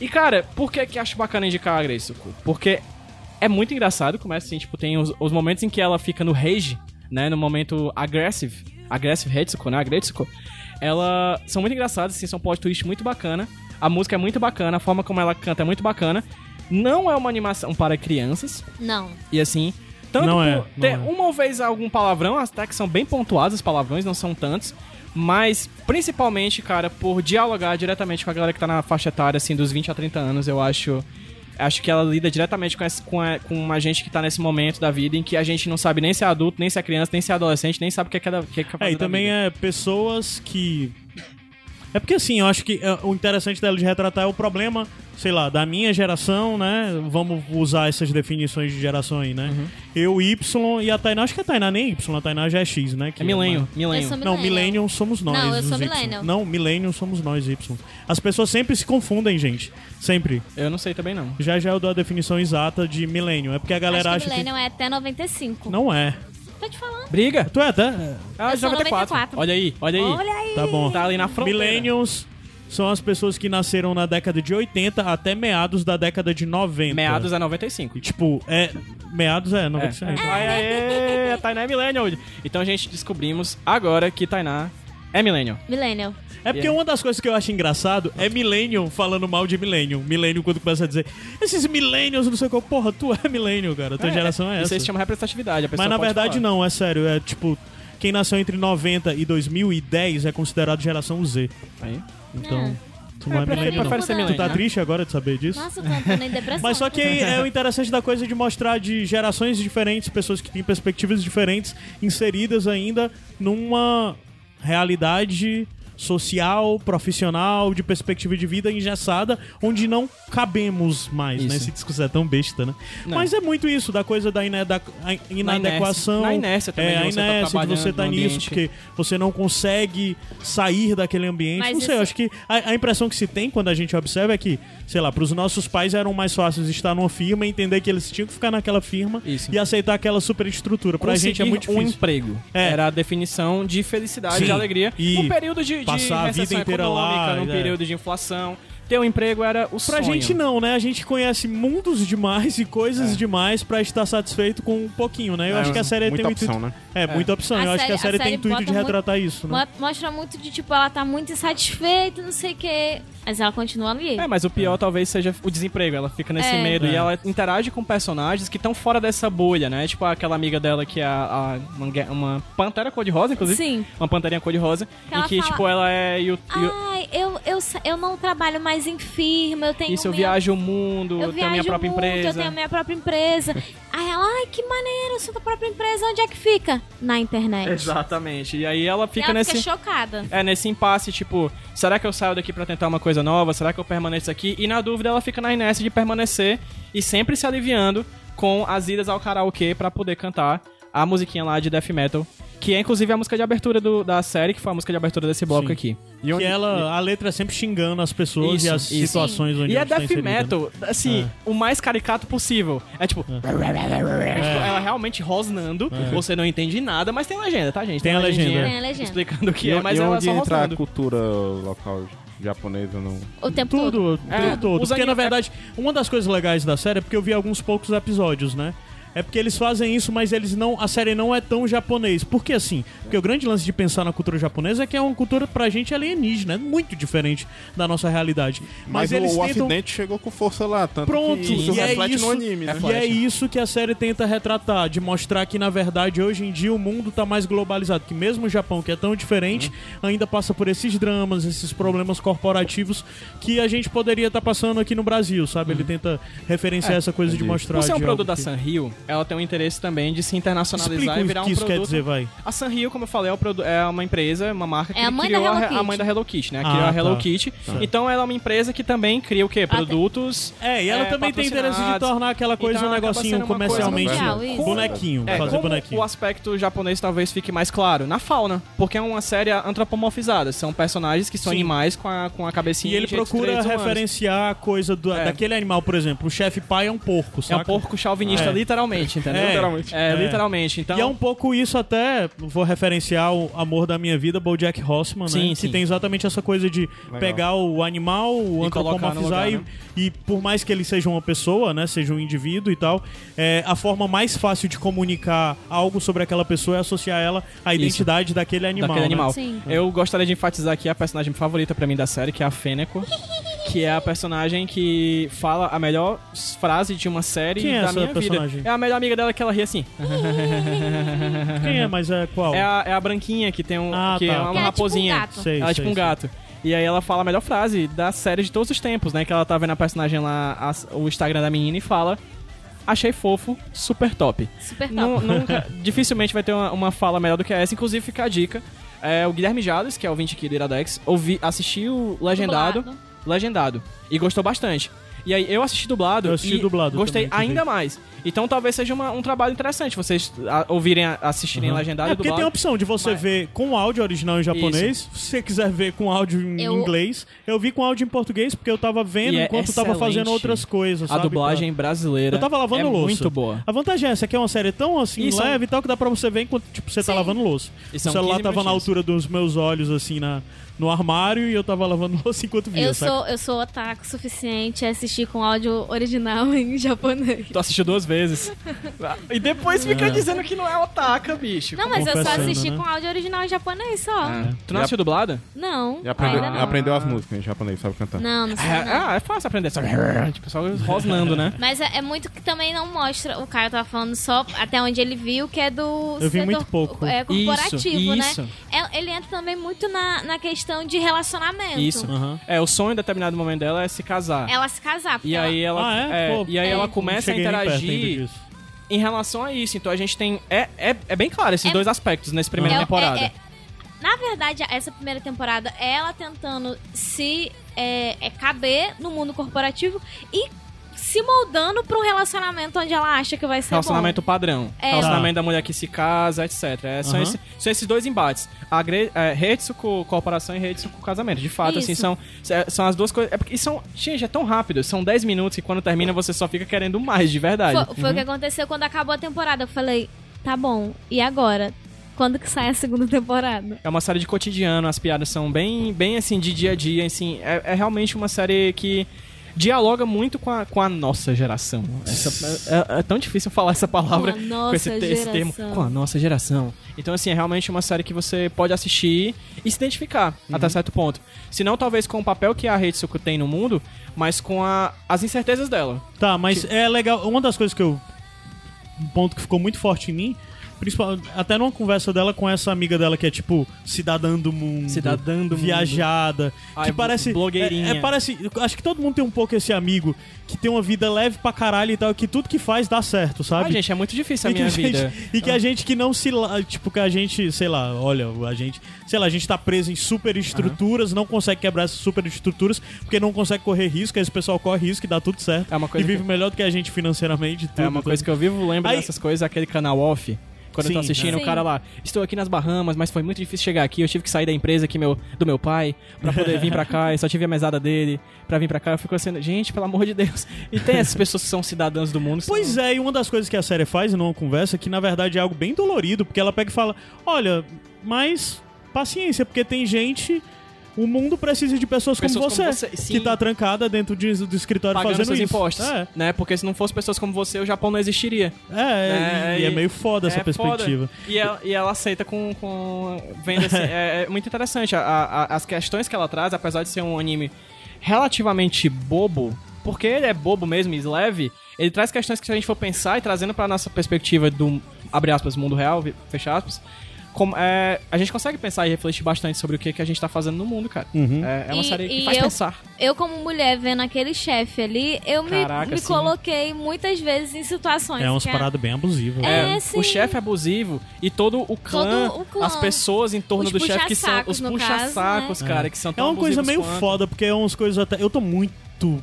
[SPEAKER 2] E, cara, por que que acho bacana indicar a Agresco? Porque é muito engraçado. Começa assim, tipo, tem os, os momentos em que ela fica no rage, né? No momento aggressive. Aggressive Hetsuko, né? Agretsuko. Ela. São muito engraçados, assim, são plot twist muito bacana. A música é muito bacana, a forma como ela canta é muito bacana. Não é uma animação para crianças.
[SPEAKER 3] Não.
[SPEAKER 2] E assim, tanto
[SPEAKER 1] Não
[SPEAKER 2] por
[SPEAKER 1] é, não
[SPEAKER 2] ter
[SPEAKER 1] é.
[SPEAKER 2] uma vez algum palavrão, até que são bem pontuados os palavrões, não são tantos. Mas, principalmente, cara, por dialogar diretamente com a galera que tá na faixa etária, assim, dos 20 a 30 anos, eu acho. Acho que ela lida diretamente com, essa- com, a, com a gente que tá nesse momento da vida em que a gente não sabe nem se é adulto, nem se é criança, nem se é adolescente, nem sabe o que é cada. O que é que
[SPEAKER 1] É, e também é pessoas que. É porque assim, eu acho que é, o interessante dela de retratar é o problema, sei lá, da minha geração, né? Vamos usar essas definições de geração aí, né?
[SPEAKER 2] Uhum.
[SPEAKER 1] Eu, Y e a Tainá, acho que a Tainá nem Y, a Tainá já é X, né? Que
[SPEAKER 2] É milênio, milênio.
[SPEAKER 3] Eu sou
[SPEAKER 1] Não,
[SPEAKER 3] millennial.
[SPEAKER 1] Millennium somos nós.
[SPEAKER 3] Não, eu
[SPEAKER 1] os
[SPEAKER 3] sou
[SPEAKER 1] Y.
[SPEAKER 3] millennial.
[SPEAKER 1] Não, Millennium somos nós, Y. As pessoas sempre se confundem, gente. Sempre.
[SPEAKER 2] Eu não sei também, não.
[SPEAKER 1] Já já eu dou a definição exata de Millennium. É porque a galera
[SPEAKER 3] Acho que
[SPEAKER 1] acha
[SPEAKER 3] Millennium é até 95.
[SPEAKER 1] que. Não é.
[SPEAKER 3] Tô te falando.
[SPEAKER 2] Briga!
[SPEAKER 1] Tu é até.
[SPEAKER 2] Ah,
[SPEAKER 3] Eu sou
[SPEAKER 2] 94.
[SPEAKER 3] 94.
[SPEAKER 2] Olha aí, olha aí.
[SPEAKER 3] Olha aí.
[SPEAKER 1] Tá bom.
[SPEAKER 2] Tá ali na fronteira.
[SPEAKER 1] Millennials são as pessoas que nasceram na década de 80 até meados da década de 90.
[SPEAKER 2] Meados a 95.
[SPEAKER 1] Tipo, é. Meados é, 95.
[SPEAKER 2] É. Ai, ai, ai, a Tainá é millennial. Então, gente, descobrimos agora que Tainá é millennial.
[SPEAKER 3] Millennial.
[SPEAKER 1] É porque uma das coisas que eu acho engraçado é Millennium falando mal de Millennium. Millennium quando começa a dizer, esses Millennials, não sei qual, porra, tu é Millennium, cara, tua geração é
[SPEAKER 2] Isso
[SPEAKER 1] essa.
[SPEAKER 2] aí se chama representatividade. A pessoa
[SPEAKER 1] Mas na
[SPEAKER 2] pode
[SPEAKER 1] verdade
[SPEAKER 2] falar.
[SPEAKER 1] não, é sério, é tipo, quem nasceu entre 90 e 2010 é considerado geração Z.
[SPEAKER 2] Aí.
[SPEAKER 1] Então, tu
[SPEAKER 2] É,
[SPEAKER 1] não é, Millennium não.
[SPEAKER 2] prefere- prefere ser
[SPEAKER 1] Tu tá
[SPEAKER 2] millennial, né?
[SPEAKER 1] triste agora de saber disso?
[SPEAKER 3] Nossa, eu tô entrando em depressão.
[SPEAKER 1] Mas só que aí é o interessante da coisa de mostrar de gerações diferentes, pessoas que têm perspectivas diferentes, inseridas ainda numa realidade social, profissional, de perspectiva de vida engessada, onde não cabemos mais,
[SPEAKER 2] Isso.
[SPEAKER 1] né? Esse discurso é tão besta, né?
[SPEAKER 2] Não.
[SPEAKER 1] Mas é muito isso, da coisa da ina- da- a inadequação.
[SPEAKER 2] Na inércia também,
[SPEAKER 1] É,
[SPEAKER 2] de
[SPEAKER 1] a
[SPEAKER 2] você tá
[SPEAKER 1] inércia de
[SPEAKER 2] trabalhando
[SPEAKER 1] você tá
[SPEAKER 2] no
[SPEAKER 1] nisso,
[SPEAKER 2] ambiente.
[SPEAKER 1] porque você não consegue sair daquele ambiente.
[SPEAKER 3] Mas
[SPEAKER 1] não sei,
[SPEAKER 3] isso-
[SPEAKER 1] eu acho que a, a impressão que se tem quando a gente observa é que, sei lá, pros nossos pais eram mais fáceis estar numa firma, entender que eles tinham que ficar naquela firma
[SPEAKER 2] Isso.
[SPEAKER 1] e aceitar aquela superestrutura. Pra gente é
[SPEAKER 2] Conseguir
[SPEAKER 1] muito
[SPEAKER 2] um
[SPEAKER 1] difícil.
[SPEAKER 2] emprego.
[SPEAKER 1] É.
[SPEAKER 2] Era a definição de felicidade,
[SPEAKER 1] Sim.
[SPEAKER 2] de alegria.
[SPEAKER 1] E
[SPEAKER 2] num período de, de
[SPEAKER 1] passar a vida
[SPEAKER 2] recessão
[SPEAKER 1] inteira
[SPEAKER 2] econômica,
[SPEAKER 1] lá,
[SPEAKER 2] num
[SPEAKER 1] é.
[SPEAKER 2] período de inflação. Ter um emprego era o
[SPEAKER 1] Pra
[SPEAKER 2] sonho.
[SPEAKER 1] gente não, né? A gente conhece mundos demais e coisas demais pra estar satisfeito com um pouquinho, né? Eu
[SPEAKER 4] É,
[SPEAKER 1] acho que a série
[SPEAKER 4] muita
[SPEAKER 1] tem o intuito...
[SPEAKER 4] opção, né?
[SPEAKER 1] É, muita opção.
[SPEAKER 3] A
[SPEAKER 1] Eu acho que a série
[SPEAKER 3] série- a
[SPEAKER 1] tem
[SPEAKER 3] série
[SPEAKER 1] intuito de
[SPEAKER 3] bota muito-
[SPEAKER 1] retratar isso, né?
[SPEAKER 3] Mo- Mostra muito de, tipo, ela tá muito insatisfeita, não sei o quê. Mas ela continua ali.
[SPEAKER 2] É, mas o pior talvez seja o desemprego. Ela fica nesse
[SPEAKER 3] É.
[SPEAKER 2] medo
[SPEAKER 1] É.
[SPEAKER 2] e ela interage com personagens que estão fora dessa bolha, né? Tipo aquela amiga dela que é a, a- uma, gue- uma pantera cor-de-rosa, inclusive.
[SPEAKER 3] Sim.
[SPEAKER 2] Uma panterinha cor-de-rosa.
[SPEAKER 3] Que
[SPEAKER 2] Em
[SPEAKER 3] ela
[SPEAKER 2] que,
[SPEAKER 3] fala-
[SPEAKER 2] tipo, ela é. You, you-
[SPEAKER 3] Ai, eu, eu, sa- eu não trabalho mais em firma, "Ah, eu tenho
[SPEAKER 2] isso, eu
[SPEAKER 3] minha-
[SPEAKER 2] viajo o mundo, eu,
[SPEAKER 3] eu
[SPEAKER 2] tenho a
[SPEAKER 3] viajo
[SPEAKER 2] minha própria
[SPEAKER 3] muito,
[SPEAKER 2] empresa.
[SPEAKER 3] eu tenho a minha própria empresa. Aí ela, ai, que maneiro, sua própria empresa, onde é que fica? Na internet.
[SPEAKER 2] Exatamente. E aí ela
[SPEAKER 3] E
[SPEAKER 2] fica
[SPEAKER 3] ela
[SPEAKER 2] nesse.
[SPEAKER 3] fica chocada.
[SPEAKER 2] É, nesse impasse, tipo, será que eu saio daqui pra tentar uma coisa nova? Será que eu permaneço aqui? E na dúvida ela fica na inércia de permanecer e sempre se aliviando com as idas ao karaokê pra poder cantar a musiquinha lá de death metal, que é inclusive a música de abertura do- da série, que foi a música de abertura desse bloco
[SPEAKER 1] Sim.
[SPEAKER 2] aqui.
[SPEAKER 4] E onde-
[SPEAKER 1] Que ela, a letra é sempre xingando as pessoas e
[SPEAKER 2] Isso,
[SPEAKER 1] as
[SPEAKER 2] isso.
[SPEAKER 1] situações onde
[SPEAKER 2] e é
[SPEAKER 1] ela está
[SPEAKER 2] death
[SPEAKER 1] inserida, né?
[SPEAKER 2] metal, assim, o mais caricato possível. É tipo, ela realmente rosnando, você não entende nada, mas tem legenda, tá, gente?
[SPEAKER 1] Tem a
[SPEAKER 2] uma
[SPEAKER 1] legenda,
[SPEAKER 2] legendinha
[SPEAKER 3] Tem a legenda.
[SPEAKER 2] Explicando o que
[SPEAKER 4] e,
[SPEAKER 2] é, mas
[SPEAKER 4] e
[SPEAKER 2] ela
[SPEAKER 4] onde
[SPEAKER 2] só
[SPEAKER 4] entra
[SPEAKER 2] rosnando.
[SPEAKER 4] a cultura local japonesa no...
[SPEAKER 3] O tempo todo.
[SPEAKER 1] Tudo,
[SPEAKER 2] É,
[SPEAKER 1] tudo, tudo.
[SPEAKER 2] os
[SPEAKER 1] Porque,
[SPEAKER 2] anime-
[SPEAKER 1] na verdade, uma das coisas legais da série é porque eu vi alguns poucos episódios, né? É porque eles fazem isso, mas eles não. A série não é tão japonês. Por que assim? Porque o grande lance de pensar na cultura japonesa é que é uma cultura pra gente alienígena, é muito diferente da nossa realidade. Mas,
[SPEAKER 4] Mas,
[SPEAKER 1] eles
[SPEAKER 4] o, o
[SPEAKER 1] tentam.
[SPEAKER 4] acidente chegou com força lá, tanto
[SPEAKER 1] Pronto,
[SPEAKER 4] que isso
[SPEAKER 1] e, é
[SPEAKER 4] reflete
[SPEAKER 1] isso,
[SPEAKER 4] no anime, né?
[SPEAKER 1] e é isso que a série tenta retratar, de mostrar que, na verdade, hoje em dia o mundo tá mais globalizado, que mesmo o Japão, que é tão diferente,
[SPEAKER 4] Uhum.
[SPEAKER 1] ainda passa por esses dramas, esses problemas corporativos que a gente poderia estar passando aqui no Brasil, sabe? Ele tenta referenciar essa coisa de
[SPEAKER 4] Uhum. É, entendi.
[SPEAKER 1] mostrar...
[SPEAKER 2] Por ser um
[SPEAKER 1] de
[SPEAKER 2] produto
[SPEAKER 1] algo
[SPEAKER 2] da
[SPEAKER 1] que-
[SPEAKER 2] Sanrio, ela tem um interesse também de se internacionalizar
[SPEAKER 1] Explica
[SPEAKER 2] e
[SPEAKER 1] o
[SPEAKER 2] virar
[SPEAKER 1] que
[SPEAKER 2] um
[SPEAKER 1] isso
[SPEAKER 2] produto.
[SPEAKER 1] quer dizer, vai.
[SPEAKER 2] A Sanrio, como eu falei, é, o produ- é uma empresa, uma marca que
[SPEAKER 3] É a mãe da
[SPEAKER 2] criou
[SPEAKER 3] Hello
[SPEAKER 2] a, a
[SPEAKER 3] Kitty.
[SPEAKER 2] mãe da Hello Kitty, né?
[SPEAKER 1] Ah,
[SPEAKER 2] criou a
[SPEAKER 1] tá.
[SPEAKER 2] Hello Kitty.
[SPEAKER 1] Certo.
[SPEAKER 2] Então ela é uma empresa que também cria o quê?
[SPEAKER 3] tem-
[SPEAKER 2] Produtos.
[SPEAKER 1] É, e ela
[SPEAKER 2] é,
[SPEAKER 1] também tem interesse de
[SPEAKER 2] patrocinados.
[SPEAKER 1] tornar aquela coisa
[SPEAKER 2] Então,
[SPEAKER 1] um
[SPEAKER 2] acaba sendo
[SPEAKER 1] negocinho
[SPEAKER 2] uma coisa
[SPEAKER 1] comercialmente...
[SPEAKER 3] mundial, isso.
[SPEAKER 1] bonequinho,
[SPEAKER 2] É,
[SPEAKER 1] fazer
[SPEAKER 2] como
[SPEAKER 1] bonequinho.
[SPEAKER 2] o aspecto japonês talvez fique mais claro na fauna, porque é uma série antropomorfizada. São personagens que são
[SPEAKER 1] Sim.
[SPEAKER 2] animais com a, com a cabecinha
[SPEAKER 1] E ele
[SPEAKER 2] de jeitos
[SPEAKER 1] procura
[SPEAKER 2] direitos humanos.
[SPEAKER 1] referenciar a coisa do-
[SPEAKER 2] É.
[SPEAKER 1] daquele animal, por exemplo. O chefe pai é um porco,
[SPEAKER 2] É
[SPEAKER 1] saca?
[SPEAKER 2] um porco chauvinista,
[SPEAKER 1] É.
[SPEAKER 2] literalmente, entendeu?
[SPEAKER 1] É.
[SPEAKER 4] Literalmente.
[SPEAKER 2] É,
[SPEAKER 1] É.
[SPEAKER 2] literalmente. Então,
[SPEAKER 1] E é um pouco isso até, vou referenciar o Amor da Minha Vida, Bojack Horseman,
[SPEAKER 2] Sim,
[SPEAKER 1] né?
[SPEAKER 2] sim.
[SPEAKER 1] Que tem exatamente essa coisa de pegar o animal,
[SPEAKER 2] E colocar no
[SPEAKER 1] antropomorfizar
[SPEAKER 2] lugar,
[SPEAKER 1] e,
[SPEAKER 2] né?
[SPEAKER 1] e por mais que ele seja uma pessoa, né? Seja um indivíduo e tal, é, a forma mais fácil de comunicar algo sobre aquela pessoa é associar ela à
[SPEAKER 2] Isso.
[SPEAKER 1] identidade daquele animal.
[SPEAKER 2] daquele
[SPEAKER 1] né?
[SPEAKER 2] animal.
[SPEAKER 3] Sim.
[SPEAKER 2] Eu gostaria de enfatizar aqui a personagem favorita pra mim da série, que é a Fêneco, que é a personagem que fala a melhor s- frase de uma série
[SPEAKER 1] Quem é
[SPEAKER 2] da
[SPEAKER 1] essa
[SPEAKER 2] minha
[SPEAKER 1] personagem?
[SPEAKER 2] vida. É a melhor amiga dela que ela ri assim.
[SPEAKER 1] Quem é, mas é qual?
[SPEAKER 2] É a, é a branquinha que tem um
[SPEAKER 1] Ah,
[SPEAKER 2] que
[SPEAKER 1] tá.
[SPEAKER 2] é uma
[SPEAKER 3] Que é tipo um
[SPEAKER 2] raposinha.
[SPEAKER 3] gato.
[SPEAKER 1] Sei,
[SPEAKER 2] ela
[SPEAKER 1] sei,
[SPEAKER 2] é tipo um
[SPEAKER 1] sei.
[SPEAKER 2] gato. E aí ela fala a melhor frase da série de todos os tempos, né? Que ela tá vendo a personagem lá, a- o Instagram da menina e fala: Achei fofo, super top.
[SPEAKER 3] Super top.
[SPEAKER 2] Nu- nunca- dificilmente vai ter uma, uma fala melhor do que essa. Inclusive, fica a dica. É, o Guilherme Jales, que é o 20 aqui do Iradex, ouvi, assistiu Legendado.
[SPEAKER 3] Dublado.
[SPEAKER 2] Legendado. E gostou bastante. E aí, eu assisti dublado.
[SPEAKER 1] Eu assisti
[SPEAKER 2] e
[SPEAKER 1] dublado
[SPEAKER 2] Gostei
[SPEAKER 1] também,
[SPEAKER 2] ainda mais. Então, talvez seja uma- um trabalho interessante vocês a- ouvirem, a- assistirem Legendado
[SPEAKER 1] É
[SPEAKER 2] e
[SPEAKER 1] porque
[SPEAKER 2] dublado.
[SPEAKER 1] tem a opção de você
[SPEAKER 2] Mas-
[SPEAKER 1] ver com áudio original em japonês, se você quiser ver com áudio em
[SPEAKER 3] Eu-
[SPEAKER 1] inglês. Eu vi com áudio em português porque eu tava vendo
[SPEAKER 2] E é
[SPEAKER 1] enquanto tava fazendo
[SPEAKER 2] excelente.
[SPEAKER 1] outras coisas,
[SPEAKER 2] A
[SPEAKER 1] sabe?
[SPEAKER 2] dublagem brasileira.
[SPEAKER 1] Eu tava lavando
[SPEAKER 2] é
[SPEAKER 1] louça.
[SPEAKER 2] Muito boa.
[SPEAKER 1] A vantagem é essa, que é uma série tão assim,
[SPEAKER 2] E são-
[SPEAKER 1] leve e tal, que dá pra você ver enquanto tipo, você tá
[SPEAKER 3] Sim.
[SPEAKER 1] lavando louça.
[SPEAKER 2] E
[SPEAKER 1] O
[SPEAKER 2] são
[SPEAKER 1] celular
[SPEAKER 2] 15
[SPEAKER 1] tava na
[SPEAKER 2] é minutinhos.
[SPEAKER 1] altura dos meus olhos, assim, na, no armário, e eu tava lavando louça enquanto via,
[SPEAKER 3] Eu
[SPEAKER 1] saca?
[SPEAKER 3] sou, eu sou otaku o suficiente a assistir com áudio original em japonês.
[SPEAKER 2] Tu assistiu duas vezes. e depois fica dizendo que não é otaka, bicho. é?
[SPEAKER 3] Não, mas eu só
[SPEAKER 1] confessando,
[SPEAKER 3] assisti
[SPEAKER 1] né?
[SPEAKER 3] com áudio original em japonês só.
[SPEAKER 2] Tu não assistiu dublado?
[SPEAKER 3] Não.
[SPEAKER 4] E aprendeu,
[SPEAKER 3] ainda não.
[SPEAKER 4] aprendeu as músicas em japonês, sabe cantar.
[SPEAKER 3] Ah. Não, não sei. não.
[SPEAKER 2] Ah, é fácil aprender. Só- Tipo, só rosnando, né?
[SPEAKER 3] Mas é, é muito que também não mostra. O cara tava falando só até onde ele viu, que é do
[SPEAKER 1] Eu vi muito pouco.
[SPEAKER 3] é, corporativo,
[SPEAKER 2] Isso,
[SPEAKER 3] né?
[SPEAKER 2] isso.
[SPEAKER 3] É- ele entra também muito na, na questão de relacionamento.
[SPEAKER 2] Isso. É, o sonho em determinado momento dela é se casar.
[SPEAKER 3] Ela se casar. porque
[SPEAKER 2] E aí ela,
[SPEAKER 1] Ah, é? Pô,
[SPEAKER 2] e aí
[SPEAKER 3] é.
[SPEAKER 2] ela
[SPEAKER 3] Não
[SPEAKER 2] começa a
[SPEAKER 1] Cheguei nem perto ainda
[SPEAKER 2] interagir
[SPEAKER 1] disso.
[SPEAKER 2] em relação a isso. Então a gente tem. É, é, é bem claro esses
[SPEAKER 3] É-
[SPEAKER 2] dois aspectos nessa primeira
[SPEAKER 3] É-
[SPEAKER 2] temporada.
[SPEAKER 3] é- é- na verdade, essa primeira temporada é ela tentando se é, é, caber no mundo corporativo e se moldando pra um relacionamento onde ela acha que vai ser
[SPEAKER 2] Relacionamento padrão.
[SPEAKER 3] É.
[SPEAKER 2] Relacionamento da mulher que se casa, etc. É, são,
[SPEAKER 1] Aham.
[SPEAKER 2] esse- são esses dois embates. A gre- é, Retsuko corporação e Retsuko casamento. De fato,
[SPEAKER 3] Isso.
[SPEAKER 2] assim, são, é, são as duas coisas. É porque e são. Gente, é tão rápido. São 10 minutos e quando termina você só fica querendo mais, de
[SPEAKER 3] bom.
[SPEAKER 2] verdade.
[SPEAKER 3] Foi, foi o que aconteceu quando acabou a temporada. Eu falei, tá bom, e agora? Quando que sai a segunda temporada?
[SPEAKER 2] É uma série de cotidiano, as piadas são bem, bem assim, de dia a dia, assim, é, é realmente uma série que dialoga muito com a, com a nossa geração. Essa- é, é tão difícil falar essa palavra
[SPEAKER 3] Com a
[SPEAKER 2] com esse,
[SPEAKER 3] nossa
[SPEAKER 2] te- esse termo,
[SPEAKER 3] geração.
[SPEAKER 2] com a nossa geração. Então, assim, é realmente uma série que você pode assistir e se identificar
[SPEAKER 1] Uhum.
[SPEAKER 2] até certo ponto. Se não, talvez com o papel que a Heitsuko tem no mundo, mas com a- as incertezas dela.
[SPEAKER 1] Tá, mas é legal. Uma das coisas que eu. Um ponto que ficou muito forte em mim, principal- até numa conversa dela com essa amiga dela que é tipo cidadã do mundo.
[SPEAKER 2] Cidadã do mundo.
[SPEAKER 1] Viajada.
[SPEAKER 2] Ai,
[SPEAKER 1] que
[SPEAKER 2] blo-
[SPEAKER 1] parece.
[SPEAKER 2] blogueirinha.
[SPEAKER 1] É, é, parece. Acho que todo mundo tem um pouco esse amigo que tem uma vida leve pra caralho e tal, que tudo que faz dá certo, sabe?
[SPEAKER 2] Ah, gente, é muito difícil a
[SPEAKER 1] E que,
[SPEAKER 2] minha
[SPEAKER 1] a gente-
[SPEAKER 2] vida. Ah.
[SPEAKER 1] e que a gente que não se. la- Tipo, que a gente, sei lá, olha, a gente. Sei lá, a gente tá preso em superestruturas, não consegue quebrar essas superestruturas, porque não consegue correr risco, aí esse pessoal corre risco e dá tudo certo.
[SPEAKER 2] É uma coisa
[SPEAKER 1] e vive
[SPEAKER 2] que-
[SPEAKER 1] melhor do que a gente financeiramente. e Tudo, né?
[SPEAKER 2] É uma coisa que eu vivo lembro
[SPEAKER 1] Aí-
[SPEAKER 2] dessas coisas, aquele canal off. Quando eu tô
[SPEAKER 1] Sim, é.
[SPEAKER 2] assistindo,
[SPEAKER 3] né?
[SPEAKER 2] o cara lá, estou aqui nas Bahamas, mas foi muito difícil chegar aqui. Eu tive que sair da empresa aqui meu, do meu pai pra poder vir pra cá. Eu só tive a mesada dele pra vir pra cá. Eu fico assim, gente, pelo amor de Deus. E tem essas pessoas que são cidadãs do mundo. que
[SPEAKER 1] Pois
[SPEAKER 2] são-
[SPEAKER 1] é, e uma das coisas que a série faz numa conversa que, na verdade, é algo bem dolorido, porque ela pega e fala: Olha, mas paciência, porque tem gente. O mundo precisa de pessoas, como
[SPEAKER 2] Pessoas
[SPEAKER 1] você,
[SPEAKER 2] como você, sim.
[SPEAKER 1] que tá trancada dentro de- do escritório
[SPEAKER 2] Pagando
[SPEAKER 1] fazendo
[SPEAKER 2] seus
[SPEAKER 1] isso.
[SPEAKER 2] impostos,
[SPEAKER 1] É,
[SPEAKER 2] né? Porque se não fosse pessoas como você, o Japão não existiria.
[SPEAKER 1] é,
[SPEAKER 2] né?
[SPEAKER 1] e, e é meio foda essa
[SPEAKER 2] é
[SPEAKER 1] perspectiva.
[SPEAKER 2] foda. E, ela, e ela aceita com. com vendo assim, é, é muito interessante. A- a- as questões que ela traz, apesar de ser um anime relativamente bobo, porque ele é bobo mesmo e leve, ele traz questões que se a gente for pensar e trazendo pra nossa perspectiva do, abre aspas, mundo real, vi- fecha aspas, como, é, a gente consegue pensar e refletir bastante sobre o que, que a gente tá fazendo no mundo, cara.
[SPEAKER 1] Uhum.
[SPEAKER 2] É, é uma
[SPEAKER 3] E-
[SPEAKER 2] série que
[SPEAKER 3] e
[SPEAKER 2] faz
[SPEAKER 3] eu-
[SPEAKER 2] pensar.
[SPEAKER 3] Eu, como mulher, vendo aquele chefe ali, eu me,
[SPEAKER 2] Caraca,
[SPEAKER 3] me
[SPEAKER 2] sim.
[SPEAKER 3] coloquei muitas vezes em situações.
[SPEAKER 1] É umas
[SPEAKER 3] que a-
[SPEAKER 1] paradas bem abusivas.
[SPEAKER 3] É,
[SPEAKER 1] né?
[SPEAKER 3] sim.
[SPEAKER 2] O chefe abusivo e todo o clã,
[SPEAKER 3] o clã.
[SPEAKER 2] as pessoas em torno
[SPEAKER 3] Os
[SPEAKER 2] do chefe que são
[SPEAKER 3] puxa-sacos,
[SPEAKER 2] os
[SPEAKER 3] no
[SPEAKER 2] puxa-sacos,
[SPEAKER 1] caso, né?
[SPEAKER 2] cara, que são
[SPEAKER 1] É
[SPEAKER 2] tão
[SPEAKER 1] uma coisa
[SPEAKER 2] abusivos
[SPEAKER 1] meio
[SPEAKER 2] quanto.
[SPEAKER 1] foda, porque é umas coisas até. Eu tô muito,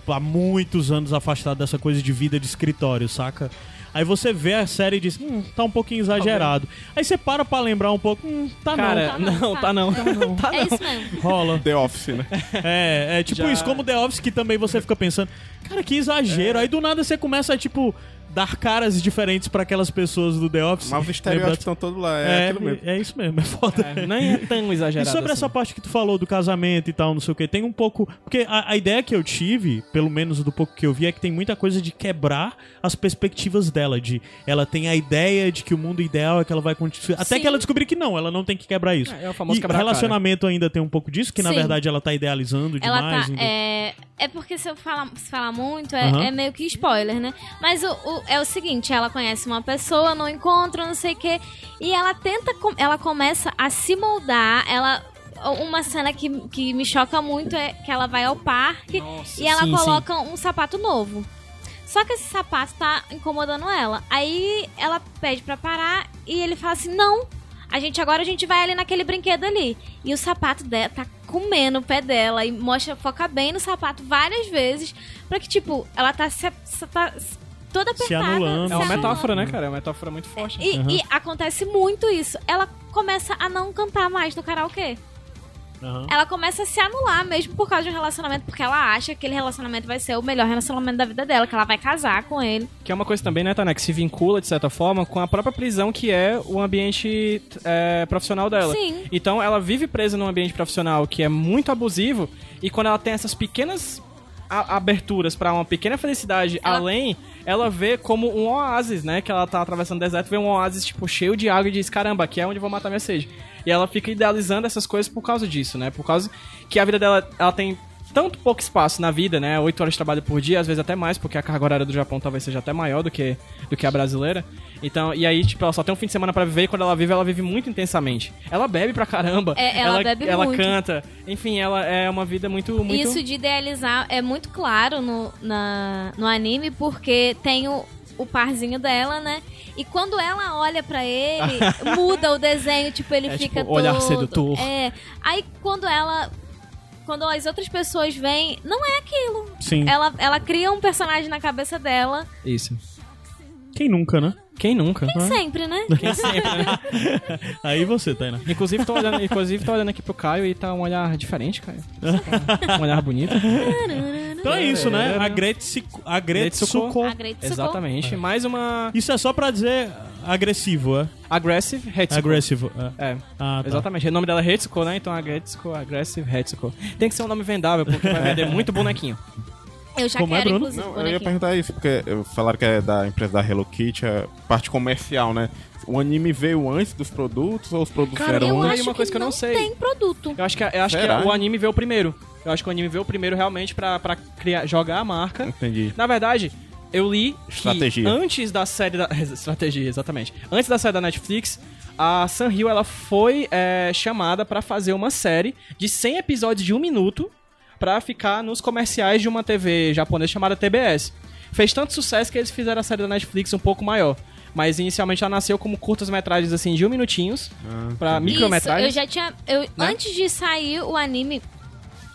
[SPEAKER 1] há muitos anos afastado dessa coisa de vida de escritório, saca? Aí você vê a série e diz, hum, tá um pouquinho exagerado. Aí você para pra lembrar um pouco, hum, tá
[SPEAKER 2] Cara, não, tá não. Tá não. tá
[SPEAKER 3] É
[SPEAKER 2] não.
[SPEAKER 3] isso mesmo.
[SPEAKER 1] não. Rola.
[SPEAKER 4] The Office, né?
[SPEAKER 1] É, é tipo
[SPEAKER 2] Já-
[SPEAKER 1] isso, como The Office, que também você fica pensando, cara, que exagero. Aí do nada você começa a, tipo, dar caras diferentes pra aquelas pessoas do The Office.
[SPEAKER 4] Mas os
[SPEAKER 1] Lembra-
[SPEAKER 4] estereótipos estão todos lá, é,
[SPEAKER 1] É,
[SPEAKER 4] aquilo mesmo.
[SPEAKER 1] é isso mesmo, é foda.
[SPEAKER 2] É, nem é
[SPEAKER 1] E
[SPEAKER 2] tão exagerado.
[SPEAKER 1] sobre
[SPEAKER 2] assim.
[SPEAKER 1] essa parte que tu falou do casamento e tal, não sei o que, tem um pouco. Porque a, a ideia que eu tive, pelo menos do pouco que eu vi, é que tem muita coisa de quebrar as perspectivas dela. De ela tem a ideia de que o mundo ideal é que ela vai continuar. Até
[SPEAKER 3] Sim.
[SPEAKER 1] que ela descobrir que não, ela não tem que quebrar isso.
[SPEAKER 2] É, é o famoso
[SPEAKER 1] e
[SPEAKER 2] quebrar a cara.
[SPEAKER 1] relacionamento ainda tem um pouco disso, que na
[SPEAKER 3] Sim.
[SPEAKER 1] verdade ela tá idealizando
[SPEAKER 3] Ela
[SPEAKER 1] demais.
[SPEAKER 3] tá.
[SPEAKER 1] ainda.
[SPEAKER 3] É, é porque se eu falar, se falar muito, é,
[SPEAKER 1] Aham.
[SPEAKER 3] é meio que spoiler, né? Mas o, o- é o seguinte: ela conhece uma pessoa, não encontra, não sei o quê. E ela tenta. com- Ela começa a se moldar. Ela. Uma cena que, que me choca muito é que ela vai ao parque
[SPEAKER 2] Nossa,
[SPEAKER 3] e ela
[SPEAKER 2] sim,
[SPEAKER 3] coloca um sapato novo. Só que esse sapato tá incomodando ela. Aí ela pede pra parar e ele fala assim: "Não, a gente agora a gente vai ali naquele brinquedo ali". E o sapato dela tá comendo o pé dela e mostra foca bem no sapato várias vezes pra que tipo, ela tá se, se- tá se- toda
[SPEAKER 1] Se
[SPEAKER 3] apertada.
[SPEAKER 1] anulando.
[SPEAKER 2] sim.
[SPEAKER 3] se
[SPEAKER 2] É uma
[SPEAKER 1] Sim.
[SPEAKER 3] anulando.
[SPEAKER 2] metáfora, né, cara? É uma metáfora muito forte.
[SPEAKER 3] E, e acontece muito isso. Ela começa a não cantar mais no karaokê.
[SPEAKER 1] Aham.
[SPEAKER 3] Ela começa a se anular mesmo por causa de um relacionamento, porque ela acha que aquele relacionamento vai ser o melhor relacionamento da vida dela, que ela vai casar com ele.
[SPEAKER 2] Que é uma coisa também, né, Tana, que se vincula, de certa forma, com a própria prisão que é o ambiente é, profissional dela.
[SPEAKER 3] Sim.
[SPEAKER 2] Então ela vive presa num ambiente profissional que é muito abusivo e quando ela tem essas pequenas a- aberturas pra uma pequena felicidade
[SPEAKER 3] Ela-
[SPEAKER 2] além, ela vê como um oásis, né? Que ela tá atravessando o deserto, vê um oásis tipo cheio de água e diz: "Caramba, aqui é onde eu vou matar minha sede". E ela fica idealizando essas coisas por causa disso, né? Por causa que a vida dela ela tem tanto pouco espaço na vida, né? Oito horas de trabalho por dia, às vezes até mais, porque a carga horária do Japão talvez seja até maior do que, do que a brasileira. Então, e aí, tipo, ela só tem um fim de semana pra viver e quando ela vive, ela vive muito intensamente. Ela bebe pra caramba.
[SPEAKER 3] É, ela bebe
[SPEAKER 2] ela
[SPEAKER 3] muito.
[SPEAKER 2] canta. Enfim, ela é uma vida muito, muito...
[SPEAKER 3] Isso de idealizar é muito claro no, na- no anime, porque tem o, o parzinho dela, né? E quando ela olha pra ele, muda o desenho, tipo, ele
[SPEAKER 2] É,
[SPEAKER 3] fica
[SPEAKER 2] tipo, olhar
[SPEAKER 3] todo-
[SPEAKER 2] sedutor.
[SPEAKER 3] É. Aí quando ela. Quando as outras pessoas vêm, não é aquilo.
[SPEAKER 1] Sim.
[SPEAKER 3] Ela, ela cria um personagem na cabeça dela,
[SPEAKER 2] Isso.
[SPEAKER 1] Quem nunca, né?
[SPEAKER 2] Quem nunca?
[SPEAKER 3] sempre, né?
[SPEAKER 2] Quem sempre, né?
[SPEAKER 1] Aí você, Tainá.
[SPEAKER 2] Inclusive tô, olhando, inclusive, tô olhando aqui pro Caio e tá um olhar diferente, Caio. Um olhar bonito.
[SPEAKER 1] Então é isso, né? A Gretsuko. A Gretsuko.
[SPEAKER 3] A Great Suko.
[SPEAKER 2] Exatamente. Mais uma...
[SPEAKER 1] Isso é só pra dizer agressivo, é?
[SPEAKER 2] Aggressive Hetsuko.
[SPEAKER 1] Agressivo. É.
[SPEAKER 2] É.
[SPEAKER 1] Ah, tá.
[SPEAKER 2] Exatamente. O nome dela é Hetsuko, né? Então Agretsuko, Aggressive Hetsuko. Tem que ser um nome vendável, porque vai vender muito bonequinho.
[SPEAKER 3] Eu já
[SPEAKER 1] Como é,
[SPEAKER 3] quero,
[SPEAKER 1] Bruno?
[SPEAKER 3] inclusive,
[SPEAKER 4] Não, eu ia
[SPEAKER 3] bonequinho.
[SPEAKER 4] perguntar isso, porque eu- falaram que é da empresa da Hello Kitty, a parte comercial, né? O anime veio antes dos produtos ou os produtos
[SPEAKER 2] Cara,
[SPEAKER 4] vieram
[SPEAKER 3] eu
[SPEAKER 4] antes?
[SPEAKER 2] uma-
[SPEAKER 3] acho
[SPEAKER 2] uma coisa que eu não sei.
[SPEAKER 3] tem produto.
[SPEAKER 2] Eu acho que, eu acho que
[SPEAKER 4] Será?
[SPEAKER 2] o anime veio primeiro. Eu acho que o anime veio primeiro realmente pra, pra criar, jogar a marca.
[SPEAKER 4] Entendi.
[SPEAKER 2] Na verdade, eu li que
[SPEAKER 4] Estratégia.
[SPEAKER 2] antes da série da. Estratégia, exatamente. Antes da série da Netflix, a Sanrio ela foi é, chamada pra fazer uma série de 100 episódios de um minuto pra ficar nos comerciais de uma TV japonesa chamada TBS. Fez tanto sucesso que eles fizeram a série da Netflix um pouco maior. Mas inicialmente ela nasceu como curtas-metragens assim de um minutinhos,
[SPEAKER 4] Ah,
[SPEAKER 2] pra
[SPEAKER 3] Isso, eu
[SPEAKER 2] micrometragens.
[SPEAKER 3] já tinha. Eu, Antes de sair o anime,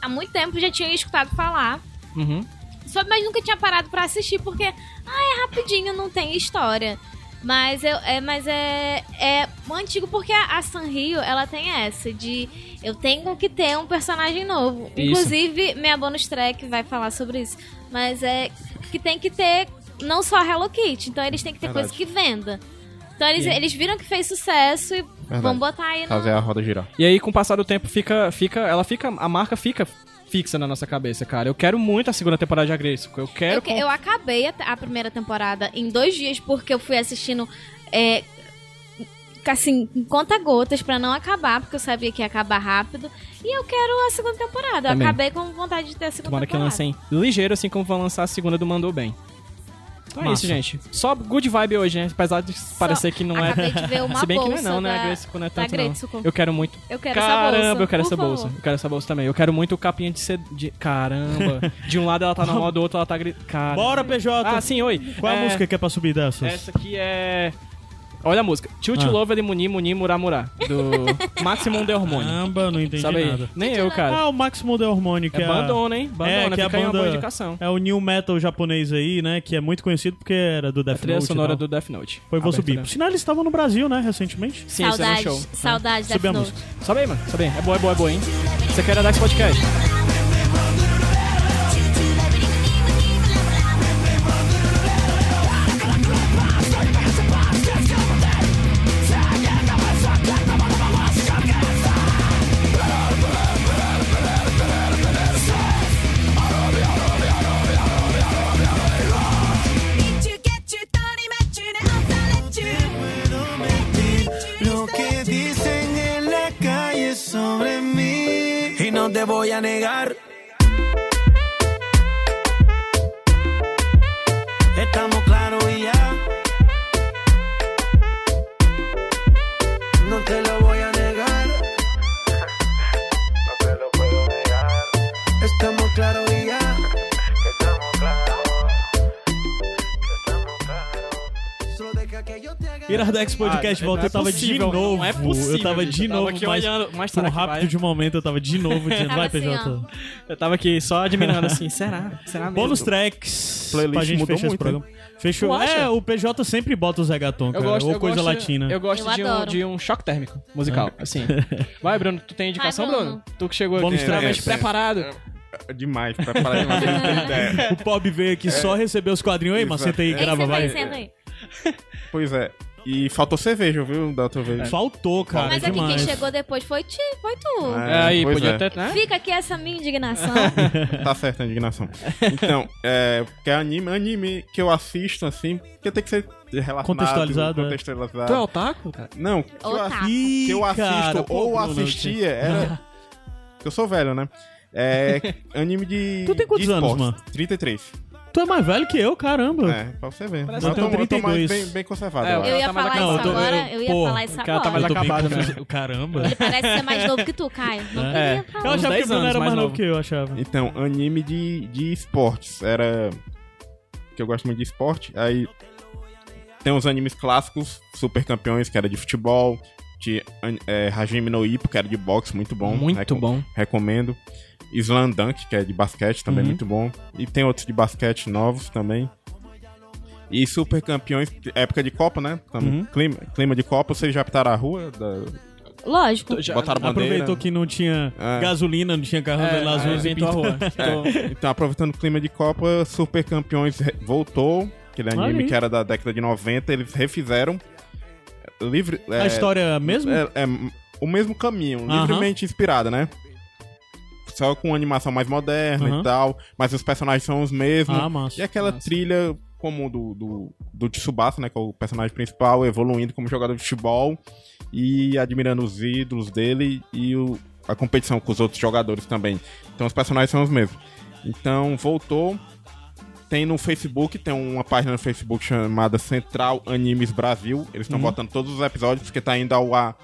[SPEAKER 3] há muito tempo eu já tinha escutado falar.
[SPEAKER 2] Uhum.
[SPEAKER 3] Só, mas nunca tinha parado pra assistir, porque ah, é rapidinho, não tem história. Mas, eu, é, mas é, é antigo porque a, a Sanrio, ela tem essa de eu tenho que ter um personagem novo.
[SPEAKER 2] Isso.
[SPEAKER 3] Inclusive, minha bonus track vai falar sobre isso. Mas é que tem que ter não só a Hello Kitty, então eles têm que ter
[SPEAKER 4] Verdade.
[SPEAKER 3] coisa que venda. Então eles, eles viram que fez sucesso e vão botar aí no,
[SPEAKER 4] Fazer a roda girar.
[SPEAKER 2] E aí, com o passar do tempo, fica, fica, ela fica, a marca fica fixa na nossa cabeça, cara. Eu quero muito a segunda temporada de Agresco. Eu quero.
[SPEAKER 3] Eu, que-
[SPEAKER 2] com-
[SPEAKER 3] eu acabei a, te- a primeira temporada em dois dias, porque eu fui assistindo. É, assim, em conta-gotas pra não acabar, porque eu sabia que ia acabar rápido. E eu quero a segunda temporada. Eu
[SPEAKER 2] Também.
[SPEAKER 3] acabei com vontade de ter a segunda
[SPEAKER 2] Tomara que
[SPEAKER 3] temporada.
[SPEAKER 2] lancem ligeiro, assim como vão lançar a segunda do Mandou Bem. Então é
[SPEAKER 1] Massa.
[SPEAKER 2] isso, gente. Só good vibe hoje, né? Apesar de parecer que não é.
[SPEAKER 3] Acabei de ver uma
[SPEAKER 2] Se bem que não
[SPEAKER 3] bolsa
[SPEAKER 2] é, não, né?
[SPEAKER 3] da-
[SPEAKER 2] Agresco não é
[SPEAKER 3] da
[SPEAKER 2] tanto. Não.
[SPEAKER 3] Agretsuko.
[SPEAKER 2] Eu quero muito.
[SPEAKER 3] Eu quero
[SPEAKER 2] Caramba,
[SPEAKER 3] essa bolsa.
[SPEAKER 2] eu quero
[SPEAKER 3] por
[SPEAKER 2] essa
[SPEAKER 3] favor.
[SPEAKER 2] bolsa. Eu quero essa bolsa também. Eu quero muito capinha de CD. de- Caramba. de um lado ela tá normal, do outro ela tá gritando. Cara.
[SPEAKER 1] Bora, PJ!
[SPEAKER 2] Ah, sim, oi.
[SPEAKER 1] Qual a
[SPEAKER 2] É,
[SPEAKER 1] música que é pra subir dessas?
[SPEAKER 2] Essa aqui é. Olha a música. Chuchu
[SPEAKER 1] Ah.
[SPEAKER 2] Lover de Muni Muni Muramura. Do Maximum de Hormônio.
[SPEAKER 1] Caramba, Ah, não entendi
[SPEAKER 2] Sabe aí?
[SPEAKER 1] nada.
[SPEAKER 2] Nem eu, cara.
[SPEAKER 1] Ah, o Máximo de Hormônio, que
[SPEAKER 2] É
[SPEAKER 1] é, a-
[SPEAKER 2] bandona, hein? Bandona,
[SPEAKER 1] que é a
[SPEAKER 2] fica aí uma boa
[SPEAKER 1] banda-
[SPEAKER 2] indicação.
[SPEAKER 1] é o new metal japonês aí, né? Que é muito conhecido porque era do
[SPEAKER 2] A
[SPEAKER 1] Death
[SPEAKER 2] trilha
[SPEAKER 1] Note. e
[SPEAKER 2] sonora
[SPEAKER 1] tal.
[SPEAKER 2] do Death Note.
[SPEAKER 1] Foi Vou
[SPEAKER 2] Abertura.
[SPEAKER 1] Subir. Por sinal, eles estavam no Brasil, né? Recentemente.
[SPEAKER 2] Sim, isso é um
[SPEAKER 3] Saudades,
[SPEAKER 2] show.
[SPEAKER 3] saudades da
[SPEAKER 1] Subir a
[SPEAKER 3] Death Note.
[SPEAKER 1] música.
[SPEAKER 2] Sobe aí, mano. Sobe aí. É boa, é boa, é boa, hein? Você quer dar esse podcast?
[SPEAKER 1] Ah,
[SPEAKER 6] Lo que dicen en la calle sobre mí y no te voy a negar. Estamos claros y ya. No te lo voy a negar. No te lo puedo negar. Estamos claros y ya. Solo deja que yo te haga.
[SPEAKER 1] Iradex Podcast
[SPEAKER 2] Ah,
[SPEAKER 1] volta.
[SPEAKER 2] não é
[SPEAKER 1] eu tava
[SPEAKER 2] possível,
[SPEAKER 1] de novo.
[SPEAKER 2] não é possível,
[SPEAKER 1] eu tava
[SPEAKER 2] gente.
[SPEAKER 1] de
[SPEAKER 2] Eu tava
[SPEAKER 1] novo,
[SPEAKER 2] aqui
[SPEAKER 1] mas
[SPEAKER 2] olhando, mas
[SPEAKER 1] por
[SPEAKER 2] será
[SPEAKER 1] um
[SPEAKER 2] que
[SPEAKER 1] rápido
[SPEAKER 2] vai?
[SPEAKER 1] de momento eu tava de novo dizendo,
[SPEAKER 3] Tava
[SPEAKER 1] vai,
[SPEAKER 3] assim,
[SPEAKER 1] PJ.
[SPEAKER 2] Eu tava aqui só admirando assim. Será? Será mesmo?
[SPEAKER 1] Bônus tracks
[SPEAKER 4] Playlist
[SPEAKER 1] pra gente
[SPEAKER 4] mudou
[SPEAKER 1] fechar esse
[SPEAKER 4] muito,
[SPEAKER 1] programa. Fechou.
[SPEAKER 2] Tu acha?
[SPEAKER 1] É, o PJ sempre bota o Zé Gaton,
[SPEAKER 2] Eu
[SPEAKER 1] cara.
[SPEAKER 2] gosto,
[SPEAKER 1] ou
[SPEAKER 2] eu
[SPEAKER 1] coisa
[SPEAKER 2] gosto-
[SPEAKER 1] latina. Ah.
[SPEAKER 2] Eu gosto
[SPEAKER 3] Eu
[SPEAKER 2] de, um,
[SPEAKER 3] adoro.
[SPEAKER 2] de um choque térmico musical, assim. Vai, Bruno, tu tem indicação,
[SPEAKER 3] Vai,
[SPEAKER 2] Bruno?
[SPEAKER 3] Bruno.
[SPEAKER 2] Tu que chegou aqui
[SPEAKER 1] Bônus track.
[SPEAKER 2] extremamente preparado.
[SPEAKER 4] É Demais, pra parar de você não tem ideia.
[SPEAKER 1] O Bob veio aqui
[SPEAKER 4] É.
[SPEAKER 1] só receber os quadrinhos. Ei, mas
[SPEAKER 4] Exato.
[SPEAKER 1] senta aí,
[SPEAKER 4] Ei,
[SPEAKER 1] grava,
[SPEAKER 3] senta
[SPEAKER 1] vai.
[SPEAKER 3] aí, senta tá aí.
[SPEAKER 4] Pois é. E faltou cerveja, viu? Da outra vez.
[SPEAKER 1] Faltou,
[SPEAKER 2] Ah,
[SPEAKER 1] cara,
[SPEAKER 3] Mas aqui
[SPEAKER 1] demais.
[SPEAKER 3] quem chegou depois foi, ti, foi tu.
[SPEAKER 4] É,
[SPEAKER 2] É, aí,
[SPEAKER 4] pois
[SPEAKER 2] podia
[SPEAKER 4] é.
[SPEAKER 2] ter, né?
[SPEAKER 3] Fica aqui essa minha indignação.
[SPEAKER 4] Tá certo a indignação. Então, é. Porque anime, anime que eu assisto, assim, porque tem que ser relacionado.
[SPEAKER 1] Contextualizado, é.
[SPEAKER 4] contextualizado.
[SPEAKER 2] Tu é otaku, cara?
[SPEAKER 4] Não, que eu,
[SPEAKER 3] Otaku.
[SPEAKER 4] assi-
[SPEAKER 1] Ih,
[SPEAKER 4] que eu assisto
[SPEAKER 1] cara, pô,
[SPEAKER 4] ou
[SPEAKER 1] Bruno, eu
[SPEAKER 4] assistia era. eu sou velho, né? É. Anime de.
[SPEAKER 1] Tu tem quantos
[SPEAKER 4] de
[SPEAKER 1] anos,
[SPEAKER 4] esporte.
[SPEAKER 1] mano?
[SPEAKER 4] 33.
[SPEAKER 1] te- Tu é mais velho que eu, caramba.
[SPEAKER 4] É, pra você ver.
[SPEAKER 2] Parece
[SPEAKER 4] Mas
[SPEAKER 1] que eu tenho
[SPEAKER 4] tô- tô mais
[SPEAKER 1] 32.
[SPEAKER 4] bem, bem conservado.
[SPEAKER 2] É,
[SPEAKER 4] eu
[SPEAKER 2] o
[SPEAKER 4] acho.
[SPEAKER 3] Eu ia
[SPEAKER 2] tá mais
[SPEAKER 3] falar
[SPEAKER 2] acabado.
[SPEAKER 1] Não,
[SPEAKER 3] isso
[SPEAKER 1] eu tô-
[SPEAKER 3] agora.
[SPEAKER 1] eu-
[SPEAKER 3] Eu ia
[SPEAKER 1] pô,
[SPEAKER 3] falar isso
[SPEAKER 2] o cara tá mais
[SPEAKER 3] agora.
[SPEAKER 1] Eu tô bem
[SPEAKER 2] acabado, né?
[SPEAKER 1] confuso. Caramba.
[SPEAKER 3] Ele parece ser mais novo que tu, Caio. Não
[SPEAKER 1] É.
[SPEAKER 3] queria
[SPEAKER 1] Eu
[SPEAKER 3] falar.
[SPEAKER 2] Uns
[SPEAKER 1] achava que o
[SPEAKER 2] 10
[SPEAKER 1] Bruno
[SPEAKER 2] anos
[SPEAKER 1] era mais
[SPEAKER 2] mais
[SPEAKER 1] novo
[SPEAKER 2] novo.
[SPEAKER 1] que eu, achava.
[SPEAKER 4] Então, anime de, de esportes. Era. Que eu gosto muito de esporte. Aí. Tem uns animes clássicos, Super Campeões, que era de futebol. De an- é, Hajime no Ippo, que era de boxe, muito bom.
[SPEAKER 2] Muito
[SPEAKER 4] Recom-
[SPEAKER 2] bom.
[SPEAKER 4] Recomendo. Slam Dunk, que é de basquete, também
[SPEAKER 2] Uhum.
[SPEAKER 4] muito bom. E tem outros de basquete novos também. E Super Campeões, época de Copa, né? Também.
[SPEAKER 2] Uhum.
[SPEAKER 4] Clima, clima de Copa, vocês já pintaram a rua? Da,
[SPEAKER 3] Lógico.
[SPEAKER 2] Já-
[SPEAKER 4] botaram bandeira?
[SPEAKER 1] Aproveitou que não tinha
[SPEAKER 4] né? É.
[SPEAKER 1] gasolina, não tinha carro
[SPEAKER 2] É,
[SPEAKER 1] é, azul.
[SPEAKER 2] aí inventou a rua. Então,
[SPEAKER 4] Então, aproveitando o clima de Copa, Super Campeões re- voltou. Aquele anime
[SPEAKER 1] Aí.
[SPEAKER 4] que era da década de 90, eles refizeram. livre. É,
[SPEAKER 1] A história é a mesma?
[SPEAKER 4] É, é o mesmo caminho,
[SPEAKER 1] Aham.
[SPEAKER 4] livremente inspirada, né? Só com animação mais moderna
[SPEAKER 1] Aham.
[SPEAKER 4] e tal, mas os personagens são os mesmos.
[SPEAKER 1] Ah, massa.
[SPEAKER 4] E é aquela
[SPEAKER 2] Massa.
[SPEAKER 4] trilha como do, do, do Tsubasa, né? Que é o personagem principal, evoluindo como jogador de futebol e admirando os ídolos dele e o- a competição com os outros jogadores também. Então os personagens são os mesmos. Então voltou. Tem no Facebook, tem uma página no Facebook chamada Central Animes Brasil. Eles estão botando todos os episódios porque tá indo ao ar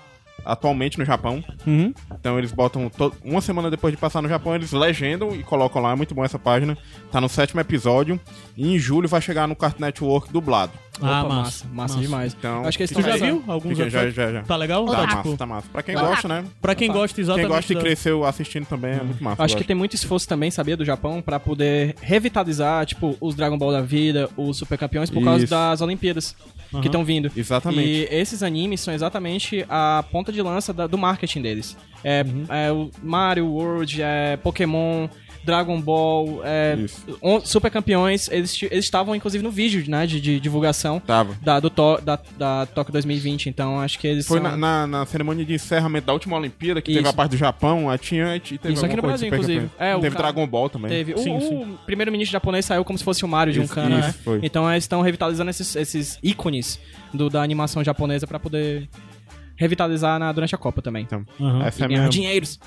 [SPEAKER 4] atualmente no Japão.
[SPEAKER 1] Uhum.
[SPEAKER 4] Então eles botam to- uma semana depois de passar no Japão, eles legendam e colocam lá. É muito bom essa página. Tá no sétimo episódio. E em julho vai chegar no Cartoon Network dublado.
[SPEAKER 1] Ah,
[SPEAKER 2] Opa,
[SPEAKER 1] massa,
[SPEAKER 2] massa,
[SPEAKER 1] massa.
[SPEAKER 2] demais.
[SPEAKER 4] Então,
[SPEAKER 2] Acho que esse
[SPEAKER 1] Tu já
[SPEAKER 2] também-
[SPEAKER 1] viu alguns
[SPEAKER 4] Fica- já,
[SPEAKER 1] episódios?
[SPEAKER 4] já, já.
[SPEAKER 1] Tá legal?
[SPEAKER 4] Tá
[SPEAKER 1] Tá,
[SPEAKER 4] massa,
[SPEAKER 1] tipo,
[SPEAKER 4] tá massa. Pra quem
[SPEAKER 3] Otaku.
[SPEAKER 4] gosta, né?
[SPEAKER 1] pra quem
[SPEAKER 2] Tá.
[SPEAKER 1] gosta
[SPEAKER 4] Quem
[SPEAKER 1] exatamente...
[SPEAKER 4] gosta e
[SPEAKER 1] da-
[SPEAKER 4] cresceu assistindo também é muito massa.
[SPEAKER 2] Eu Uhum. acho
[SPEAKER 4] eu
[SPEAKER 2] que tem muito esforço também, sabia, do Japão, pra poder revitalizar, tipo, os Dragon Ball da vida, os Super Campeões, por causa
[SPEAKER 4] Isso.
[SPEAKER 2] das Olimpíadas
[SPEAKER 1] Aham.
[SPEAKER 2] que estão vindo.
[SPEAKER 4] Exatamente.
[SPEAKER 2] E esses animes são exatamente a ponta de lança da- do marketing deles. É,
[SPEAKER 4] Uhum.
[SPEAKER 2] é o Mario World, é Pokémon, Dragon Ball, é,
[SPEAKER 4] Isso.
[SPEAKER 2] on- Super Campeões, eles ti- eles estavam inclusive no vídeo, né, de, de divulgação
[SPEAKER 4] Tava.
[SPEAKER 2] da, do to, da, da Tóquio 2020, então acho que eles
[SPEAKER 4] Foi
[SPEAKER 2] são...
[SPEAKER 4] na, na, na cerimônia de encerramento da última Olimpíada, que
[SPEAKER 2] Isso.
[SPEAKER 4] teve a parte do Japão, a tinha e teve
[SPEAKER 2] Isso aqui
[SPEAKER 4] alguma
[SPEAKER 2] no
[SPEAKER 4] coisa
[SPEAKER 2] Brasil,
[SPEAKER 4] super
[SPEAKER 2] inclusive.
[SPEAKER 4] campeã.
[SPEAKER 2] É, o
[SPEAKER 4] teve
[SPEAKER 2] cara-
[SPEAKER 4] Dragon Ball também.
[SPEAKER 2] Teve. um
[SPEAKER 1] Sim,
[SPEAKER 2] o
[SPEAKER 1] sim.
[SPEAKER 2] o primeiro-ministro japonês saiu como se fosse o Mario de um
[SPEAKER 4] Isso,
[SPEAKER 2] cara,
[SPEAKER 4] isso,
[SPEAKER 2] né?
[SPEAKER 4] foi.
[SPEAKER 2] Então eles estão revitalizando esses, esses ícones do- da animação japonesa pra poder revitalizar na- durante a Copa também.
[SPEAKER 4] Então,
[SPEAKER 1] Aham.
[SPEAKER 4] essa é
[SPEAKER 2] E
[SPEAKER 4] a
[SPEAKER 2] ganhar
[SPEAKER 4] minha,
[SPEAKER 2] dinheiros.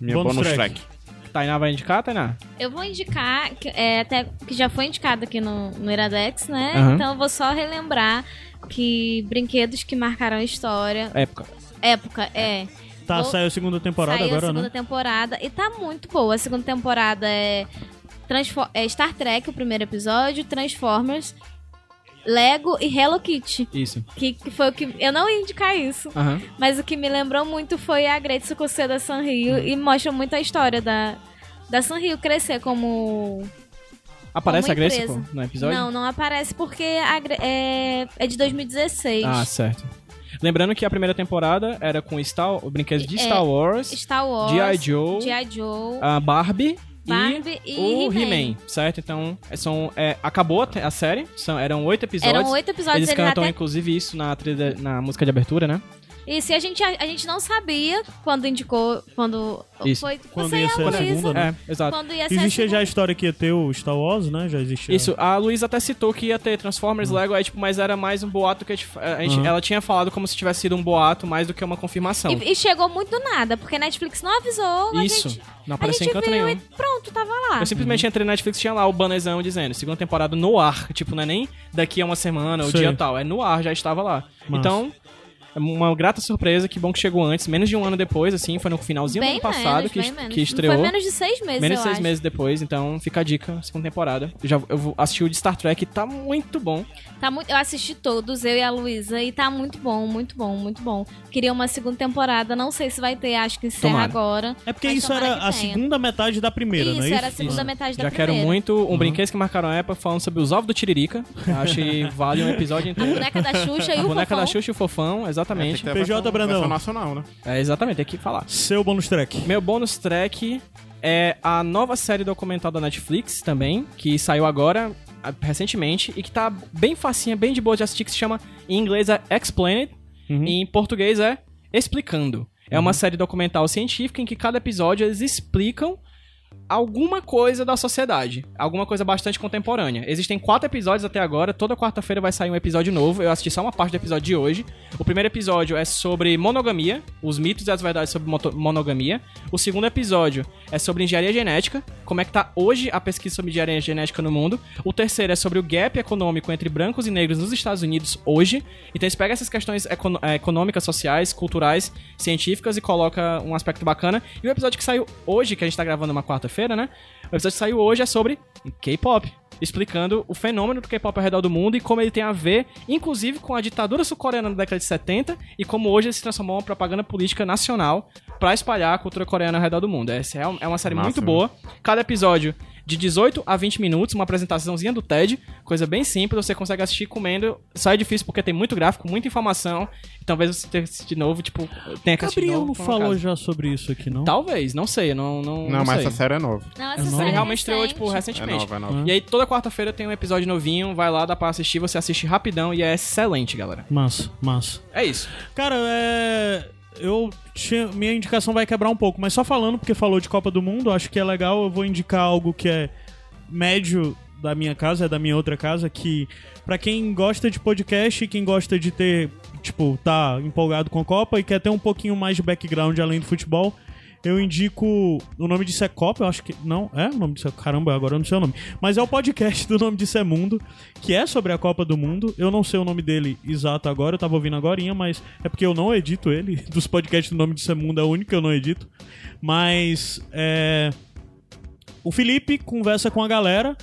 [SPEAKER 4] minha
[SPEAKER 1] Bônus
[SPEAKER 4] bonus,
[SPEAKER 1] track.
[SPEAKER 4] track.
[SPEAKER 2] Tainá vai indicar, Tainá?
[SPEAKER 3] Eu vou indicar, que- é, até que já foi indicado aqui no, no Iradex, né?
[SPEAKER 2] Aham.
[SPEAKER 3] Então eu vou só relembrar que brinquedos que marcaram a história.
[SPEAKER 2] Época.
[SPEAKER 3] Época, é.
[SPEAKER 1] Tá,
[SPEAKER 3] Vou-
[SPEAKER 1] saiu a segunda temporada
[SPEAKER 3] Saiu
[SPEAKER 1] agora,
[SPEAKER 3] a segunda
[SPEAKER 1] né?
[SPEAKER 3] temporada e tá muito boa. A segunda temporada é, Transfor- é Star Trek, o primeiro episódio, Transformers, Lego e Hello Kitty.
[SPEAKER 2] Isso.
[SPEAKER 3] Que, que foi o que. Eu não ia indicar isso,
[SPEAKER 2] Aham.
[SPEAKER 3] mas o que me lembrou muito foi a Gretchen Coceda Sanrio e mostra muito a história da, da Sanrio crescer como
[SPEAKER 2] Aparece
[SPEAKER 3] Como
[SPEAKER 2] a Grace pô,
[SPEAKER 3] empresa.
[SPEAKER 2] no episódio?
[SPEAKER 3] Não, não aparece porque a Gre- é, é de 2016.
[SPEAKER 2] Ah, certo. Lembrando que a primeira temporada era com Star, o brinquedo de
[SPEAKER 3] É,
[SPEAKER 2] Star Wars,
[SPEAKER 3] Star Wars,
[SPEAKER 2] G.I. Joe, Ah,
[SPEAKER 3] G.I. Joe,
[SPEAKER 2] a Barbie,
[SPEAKER 3] Barbie e,
[SPEAKER 2] e o
[SPEAKER 3] He-Man.
[SPEAKER 2] He-Man, certo? Então, é, são, é, acabou a te- a série, são, eram oito episódios.
[SPEAKER 3] Eram oito episódios,
[SPEAKER 2] Eles
[SPEAKER 3] eles
[SPEAKER 2] cantam,
[SPEAKER 3] até...
[SPEAKER 2] inclusive, isso na, trilha- na música de abertura, né?
[SPEAKER 3] E se a gente, a, a gente não sabia quando indicou, quando...
[SPEAKER 2] Isso.
[SPEAKER 3] Foi,
[SPEAKER 1] Quando
[SPEAKER 3] você
[SPEAKER 1] ia
[SPEAKER 3] e
[SPEAKER 1] ser a
[SPEAKER 3] a Luísa,
[SPEAKER 1] segunda, né?
[SPEAKER 2] É, exato.
[SPEAKER 3] Quando ia ser a
[SPEAKER 1] Existia já a
[SPEAKER 3] segunda.
[SPEAKER 1] história que ia ter o Star Wars, né? Já existia.
[SPEAKER 2] Isso, a Luísa até citou que ia ter Transformers Lego, aí, tipo, mas era mais um boato que a gente, a gente-
[SPEAKER 1] Hum. Uhum.
[SPEAKER 2] Ela tinha falado como se tivesse sido um boato mais do que uma confirmação.
[SPEAKER 1] então.
[SPEAKER 3] E, e chegou muito do nada, porque a Netflix não avisou, a
[SPEAKER 2] Isso.
[SPEAKER 3] gente...
[SPEAKER 2] Não
[SPEAKER 3] A
[SPEAKER 2] apareceu
[SPEAKER 3] gente
[SPEAKER 2] em canto
[SPEAKER 3] viu
[SPEAKER 2] nenhum.
[SPEAKER 3] e pronto, tava lá.
[SPEAKER 2] Eu simplesmente entrei na Netflix e tinha lá o bannerzão dizendo segunda temporada no ar. Tipo, não é nem daqui a uma semana ou
[SPEAKER 1] Sim.
[SPEAKER 2] dia tal. É no ar, já estava lá.
[SPEAKER 1] Massa.
[SPEAKER 2] Então, é uma grata surpresa. Que bom que chegou antes. Menos de um ano depois, assim. Foi no finalzinho
[SPEAKER 3] Bem
[SPEAKER 2] do ano passado
[SPEAKER 3] menos,
[SPEAKER 2] que,
[SPEAKER 3] bem menos.
[SPEAKER 2] que estreou.
[SPEAKER 3] Foi menos de seis meses,
[SPEAKER 2] Menos
[SPEAKER 3] eu
[SPEAKER 2] de seis
[SPEAKER 3] acho.
[SPEAKER 2] meses depois. Então, fica a dica. Segunda temporada. Eu já, eu vou assistir o de Star Trek. Tá muito bom.
[SPEAKER 3] Tá muito, eu assisti todos, eu e a Luísa, e tá muito bom, muito bom, muito bom. Queria uma segunda temporada, não sei se vai ter, acho que encerra
[SPEAKER 2] Tomara.
[SPEAKER 3] agora.
[SPEAKER 1] É porque
[SPEAKER 3] Mas
[SPEAKER 1] isso
[SPEAKER 3] tomara
[SPEAKER 1] era
[SPEAKER 3] que
[SPEAKER 1] a
[SPEAKER 3] tenha.
[SPEAKER 1] segunda metade da primeira,
[SPEAKER 3] isso,
[SPEAKER 1] não é
[SPEAKER 3] era a segunda
[SPEAKER 1] Isso.
[SPEAKER 3] metade da
[SPEAKER 2] já quero
[SPEAKER 3] primeira.
[SPEAKER 2] muito um brinquedo que marcaram a época falando sobre os ovos do Tiririca. Eu Acho que vale um episódio
[SPEAKER 3] A
[SPEAKER 2] inteiro.
[SPEAKER 3] boneca da Xuxa e
[SPEAKER 2] A
[SPEAKER 3] o
[SPEAKER 2] boneca da
[SPEAKER 3] Fofão.
[SPEAKER 2] Xuxa e o Fofão, exatamente.
[SPEAKER 4] É,
[SPEAKER 2] tá,
[SPEAKER 4] Tem que ter a
[SPEAKER 1] PJ
[SPEAKER 4] versão-
[SPEAKER 1] Brandão.
[SPEAKER 4] versão nacional, né?
[SPEAKER 2] É, exatamente, tem que falar.
[SPEAKER 1] Seu bônus track.
[SPEAKER 2] Meu bônus track é a nova série documental da Netflix também, que saiu agora, a- recentemente, e que tá bem facinha, bem de boa de assistir, que se chama, em inglês é Explain It,
[SPEAKER 1] Uhum.
[SPEAKER 2] e em português é Explicando. É uma série documental científica em que cada episódio eles explicam alguma coisa da sociedade, alguma coisa bastante contemporânea. Existem quatro episódios até agora, toda quarta-feira vai sair um episódio novo. Eu assisti só uma parte do episódio de hoje. O primeiro episódio é sobre monogamia, os mitos e as verdades sobre moto- monogamia. O segundo episódio é sobre engenharia genética, como é que tá hoje a pesquisa sobre engenharia genética no mundo. O terceiro é sobre o gap econômico entre brancos e negros nos Estados Unidos hoje. Então eles pegam essas questões econo- eh, econômicas, sociais, culturais, científicas e coloca um aspecto bacana. E o episódio que saiu hoje, que a gente tá gravando uma quarta-feira, né? O episódio que saiu hoje é sobre K-pop. Explicando o fenômeno do K-pop ao redor do mundo e como ele tem a ver, inclusive, com a ditadura sul-coreana da década de 70 e como hoje ele se transformou em uma propaganda política nacional pra espalhar a cultura coreana ao redor do mundo. Essa é um- é uma série
[SPEAKER 4] Massa,
[SPEAKER 2] muito
[SPEAKER 4] né?
[SPEAKER 2] boa. Cada episódio de 18 a 20 minutos, uma apresentaçãozinha do TED, coisa bem simples, você consegue assistir comendo. Só é difícil porque tem muito gráfico, muita informação, e talvez você tenha que assistir de novo, tipo, tenha que assistir de
[SPEAKER 1] Gabriel
[SPEAKER 2] novo.
[SPEAKER 1] não
[SPEAKER 2] por um
[SPEAKER 1] falou
[SPEAKER 2] acaso. Tá.
[SPEAKER 1] já sobre isso aqui, não?
[SPEAKER 2] Talvez, não sei, eu não Hum, não,
[SPEAKER 4] Não, mas
[SPEAKER 2] sei.
[SPEAKER 4] essa série é nova.
[SPEAKER 3] Não,
[SPEAKER 1] É
[SPEAKER 3] essa
[SPEAKER 1] nova?
[SPEAKER 3] série
[SPEAKER 2] Ele
[SPEAKER 3] é
[SPEAKER 2] realmente estreou,
[SPEAKER 3] recente.
[SPEAKER 2] tipo,
[SPEAKER 4] É
[SPEAKER 2] recentemente.
[SPEAKER 4] nova, é nova.
[SPEAKER 2] E aí, toda quarta-feira tem um episódio novinho, vai lá, dá pra assistir, você assiste rapidão e é excelente, galera.
[SPEAKER 1] Massa, massa.
[SPEAKER 2] É isso.
[SPEAKER 1] Cara, é. Eu tinha- minha indicação vai quebrar um pouco, mas só falando porque falou de Copa do Mundo, acho que é legal. Eu vou indicar algo que é médio da minha casa, é da minha outra casa, que pra quem gosta de podcast e quem gosta de ter, tipo, tá empolgado com a Copa e quer ter um pouquinho mais de background além do futebol, eu indico o nome disso é Copa, eu acho que não, é o nome disso, é- caramba, agora eu não sei o nome. Mas é o podcast do nome disso é Mundo, que é sobre a Copa do Mundo. Eu não sei o nome dele exato agora, eu tava ouvindo agorinha, mas é porque eu não edito ele. Dos podcasts do nome disso é Mundo é o único que eu não edito. Mas é o Felipe conversa com a galera.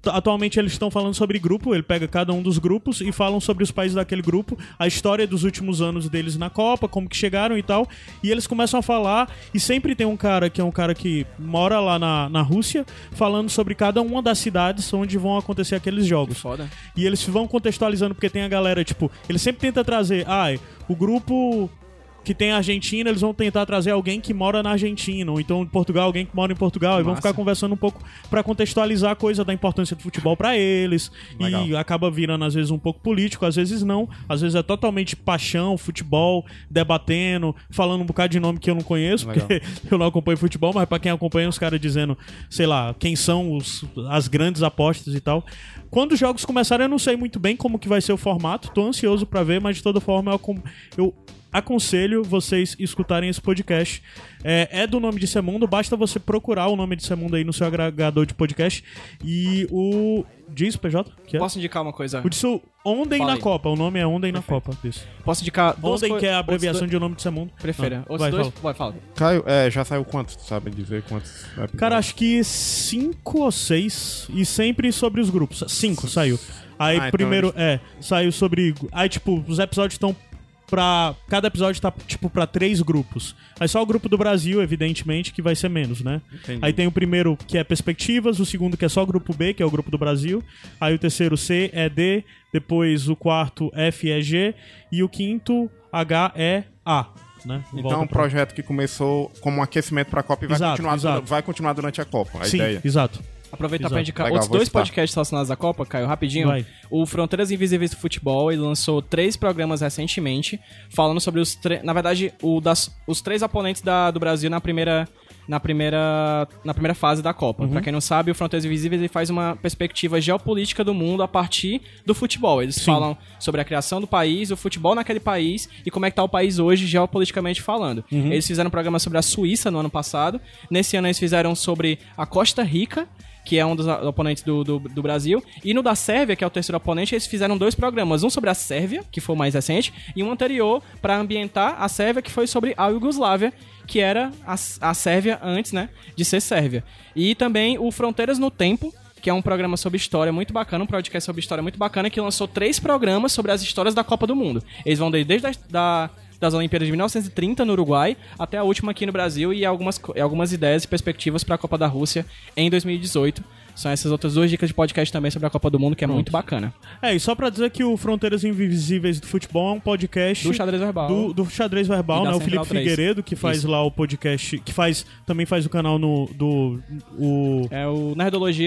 [SPEAKER 1] T- Atualmente eles estão falando sobre grupo, ele pega cada um dos grupos e falam sobre os países daquele grupo, a história dos últimos anos deles na Copa, como que chegaram e tal. E eles começam a falar, e sempre tem um cara que é um cara que mora lá na, na Rússia, falando sobre cada uma das cidades onde vão acontecer aqueles jogos.
[SPEAKER 2] Foda.
[SPEAKER 1] E eles vão contextualizando, porque tem a galera, tipo, eles sempre tentam trazer, ai, o grupo que tem a Argentina, eles vão tentar trazer alguém que mora na Argentina, ou então em Portugal, alguém que mora em Portugal, e vão
[SPEAKER 2] Massa.
[SPEAKER 1] ficar conversando um pouco pra contextualizar a coisa da importância do futebol pra eles. E
[SPEAKER 4] Legal.
[SPEAKER 1] acaba virando, às vezes, um pouco político, às vezes não, às vezes é totalmente paixão, futebol, debatendo, falando um bocado de nome que eu não conheço,
[SPEAKER 4] Legal.
[SPEAKER 1] porque eu não acompanho futebol, mas pra quem acompanha, os caras dizendo, sei lá, quem são os, as grandes apostas e tal. Quando os jogos começarem, eu não sei muito bem como que vai ser o formato, tô ansioso pra ver, mas de toda forma eu, acom- eu aconselho vocês escutarem esse podcast. É, é do Nome de Semundo, basta você procurar o Nome de Semundo aí no seu agregador de podcast e o... Diz, PJ? Que é?
[SPEAKER 2] Posso indicar uma coisa?
[SPEAKER 1] O disso, Ondem
[SPEAKER 2] Fala
[SPEAKER 1] na
[SPEAKER 2] aí.
[SPEAKER 1] Copa, o nome é Ondem na Copa. Isso.
[SPEAKER 2] Posso indicar duas
[SPEAKER 1] Ondem
[SPEAKER 2] coi-
[SPEAKER 1] que é a
[SPEAKER 2] outros
[SPEAKER 1] abreviação
[SPEAKER 2] dois-
[SPEAKER 1] de O Nome de Semundo.
[SPEAKER 2] Prefira.
[SPEAKER 1] Não,
[SPEAKER 2] Outros
[SPEAKER 1] vai,
[SPEAKER 2] dois...
[SPEAKER 1] fala.
[SPEAKER 2] Vai, fala.
[SPEAKER 4] Caio, é, já saiu quantos? Tu sabe dizer quantos? episódios?
[SPEAKER 1] Cara, acho que cinco ou seis. E sempre sobre os grupos. Cinco saiu. Aí
[SPEAKER 4] Ah, então
[SPEAKER 1] primeiro, é, saiu sobre. Aí, tipo, os episódios estão pra. Cada episódio tá, tipo, pra três grupos. Aí só o grupo do Brasil, evidentemente, que vai ser menos, né?
[SPEAKER 4] Entendi.
[SPEAKER 1] Aí tem o primeiro que é perspectivas, o segundo que é só grupo B, que é o grupo do Brasil. Aí o terceiro C é D, depois o quarto F é G e o quinto H é A, né?
[SPEAKER 4] Então é
[SPEAKER 1] Volta
[SPEAKER 4] um
[SPEAKER 1] pra-
[SPEAKER 4] projeto que começou como um aquecimento pra Copa e vai,
[SPEAKER 1] Exato,
[SPEAKER 4] continuar,
[SPEAKER 1] exato.
[SPEAKER 4] vai continuar durante a Copa, a
[SPEAKER 1] Sim,
[SPEAKER 4] ideia.
[SPEAKER 1] exato.
[SPEAKER 2] Aproveitar
[SPEAKER 1] Exato.
[SPEAKER 2] pra indicar
[SPEAKER 4] Legal,
[SPEAKER 2] outros
[SPEAKER 4] vou
[SPEAKER 2] dois
[SPEAKER 4] citar.
[SPEAKER 2] podcasts relacionados à Copa, Caio, rapidinho.
[SPEAKER 1] Vai.
[SPEAKER 2] O Fronteiras Invisíveis do Futebol, ele lançou três programas recentemente, falando sobre os tre- na verdade, o das, os três oponentes da- do Brasil na primeira na primeira na primeira fase da Copa. Pra quem não sabe, o Fronteiras Invisíveis ele faz uma perspectiva geopolítica do mundo a partir do futebol. Eles falam sobre a criação do país, o futebol naquele país e como é que tá o país hoje geopoliticamente falando. Eles fizeram um programa sobre a Suíça no ano passado. Nesse ano eles fizeram sobre a Costa Rica que é um dos a- oponentes do, do, do Brasil. E no da Sérvia, que é o terceiro oponente, eles fizeram dois programas. Um sobre a Sérvia, que foi o mais recente, e um anterior para ambientar a Sérvia, que foi sobre a Iugoslávia, que era a, S- a Sérvia antes, né, de ser Sérvia. E também o Fronteiras no Tempo, que é um programa sobre história muito bacana, um podcast sobre história muito bacana, que lançou três programas sobre as histórias da Copa do Mundo. Eles vão desde as- da, das Olimpíadas de 1930 no Uruguai até a última aqui no Brasil e algumas, co- e algumas ideias e perspectivas para a Copa da Rússia em 2018. São essas outras duas dicas de podcast também sobre a Copa do Mundo, que é muito bacana.
[SPEAKER 1] É, e só pra dizer que o Fronteiras Invisíveis do Futebol é um podcast.
[SPEAKER 2] Do Xadrez Verbal.
[SPEAKER 1] Do, do Xadrez Verbal,
[SPEAKER 2] E da
[SPEAKER 1] né? O
[SPEAKER 2] Central
[SPEAKER 1] Felipe
[SPEAKER 2] 3.
[SPEAKER 1] Figueiredo, que faz
[SPEAKER 2] Isso.
[SPEAKER 1] lá o podcast. Que faz. Também faz o canal no. Do. O.
[SPEAKER 2] É o Nerdologia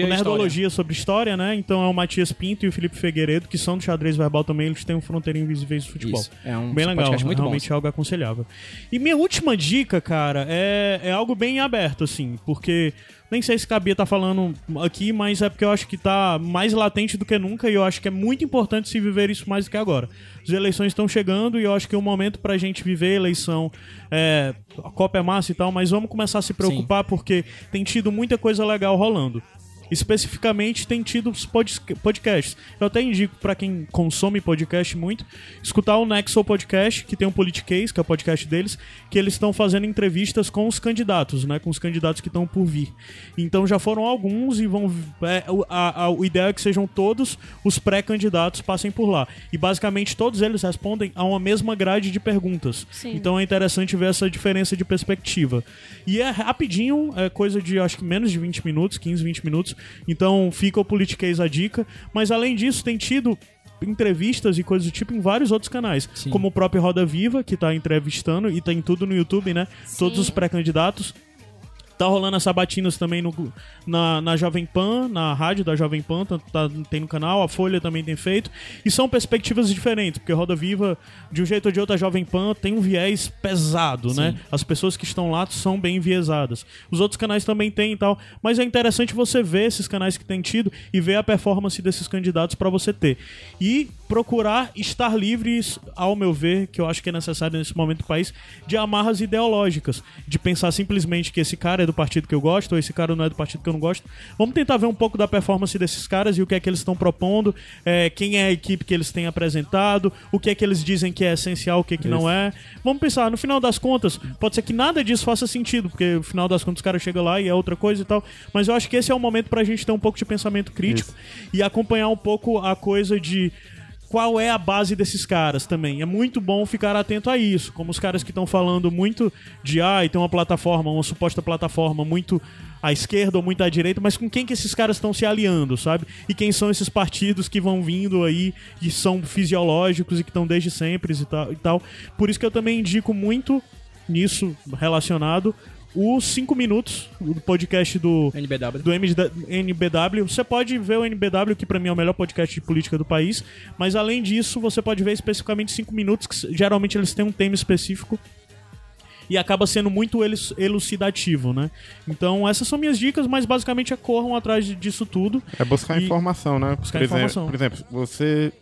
[SPEAKER 1] o
[SPEAKER 2] e História.
[SPEAKER 1] Tipo, Nerdologia sobre História, né? Então é o Matias Pinto e o Felipe Figueiredo, que são do Xadrez Verbal também, eles têm um o Fronteira Invisíveis do Futebol.
[SPEAKER 2] Isso. É um
[SPEAKER 1] bem legal,
[SPEAKER 2] podcast muito bom,
[SPEAKER 1] realmente é
[SPEAKER 2] assim.
[SPEAKER 1] algo aconselhável. E minha última dica, cara, é, é algo bem aberto, assim, porque nem sei se cabia tá falando aqui, mas é porque eu acho que tá mais latente do que nunca e eu acho que é muito importante se viver isso mais do que agora. As eleições estão chegando e eu acho que é o momento pra gente viver a eleição. É, a Copa é massa e tal, mas vamos começar a se preocupar porque tem tido muita coisa legal rolando especificamente tem tido os pod- podcasts. Eu até indico pra quem consome podcast muito, escutar o Nexo Podcast, que tem um Politiquês, que é o podcast deles, que eles estão fazendo entrevistas com os candidatos, né, com os candidatos que estão por vir. Então já foram alguns e vão é, o, a- a- o ideal é que sejam todos os pré-candidatos passem por lá. E basicamente todos eles respondem a uma mesma grade de perguntas.
[SPEAKER 3] Sim.
[SPEAKER 1] Então então é interessante ver essa diferença de perspectiva. E é rapidinho, é coisa de acho que menos de 20 minutos, 15, 20 minutos. Então fica o politiquês a dica. Mas além disso, tem tido entrevistas e coisas do tipo em vários outros canais,
[SPEAKER 2] Sim.
[SPEAKER 1] como o próprio Roda Viva, que tá entrevistando e tem tudo no YouTube, né? Todos os pré-candidatos. Tá rolando as sabatinas também no, na, na Jovem Pan, na rádio da Jovem Pan, tá, tá- tem no canal, a Folha também tem feito. E são perspectivas diferentes, porque Roda Viva, de um jeito ou de outro, a Jovem Pan tem um viés pesado, né? As pessoas que estão lá são bem enviesadas. Os outros canais também têm e tal. Mas é interessante você ver esses canais que tem tido e ver a performance desses candidatos pra você ter. E procurar estar livres, ao meu ver, que eu acho que é necessário nesse momento do país, de amarras ideológicas. De pensar simplesmente que esse cara é do partido que eu gosto ou esse cara não é do partido que eu não gosto. Vamos tentar ver um pouco da performance desses caras e o que é que eles estão propondo, é, quem é a equipe que eles têm apresentado, o que é que eles dizem que é essencial, o que, é que não é. Vamos pensar, no final das contas, pode ser que nada disso faça sentido, porque no final das contas o cara chega lá e é outra coisa e tal. Mas eu acho que esse é o momento pra gente ter um pouco de pensamento crítico e acompanhar um pouco a coisa de qual é a base desses caras também. É muito bom ficar atento a isso. Como os caras que estão falando muito de ah, e tem uma plataforma, uma suposta plataforma muito à esquerda ou muito à direita, mas com quem que esses caras estão se aliando, sabe? E quem são esses partidos que vão vindo aí, que são fisiológicos e que estão desde sempre e tal, e tal. Por isso que eu também indico muito nisso relacionado os 5 minutos do podcast do
[SPEAKER 2] NBW.
[SPEAKER 1] do MD NBW. Você pode ver o NBW, que pra mim é o melhor podcast de política do país, mas além disso, você pode ver especificamente 5 minutos, que s- geralmente eles têm um tema específico e acaba sendo muito elus- elucidativo, né? Então, essas são minhas dicas, mas basicamente é corram atrás de- disso tudo.
[SPEAKER 4] É buscar
[SPEAKER 1] E-
[SPEAKER 4] informação, né?
[SPEAKER 1] Buscar
[SPEAKER 4] por, exemplo,
[SPEAKER 1] informação.
[SPEAKER 4] por exemplo, você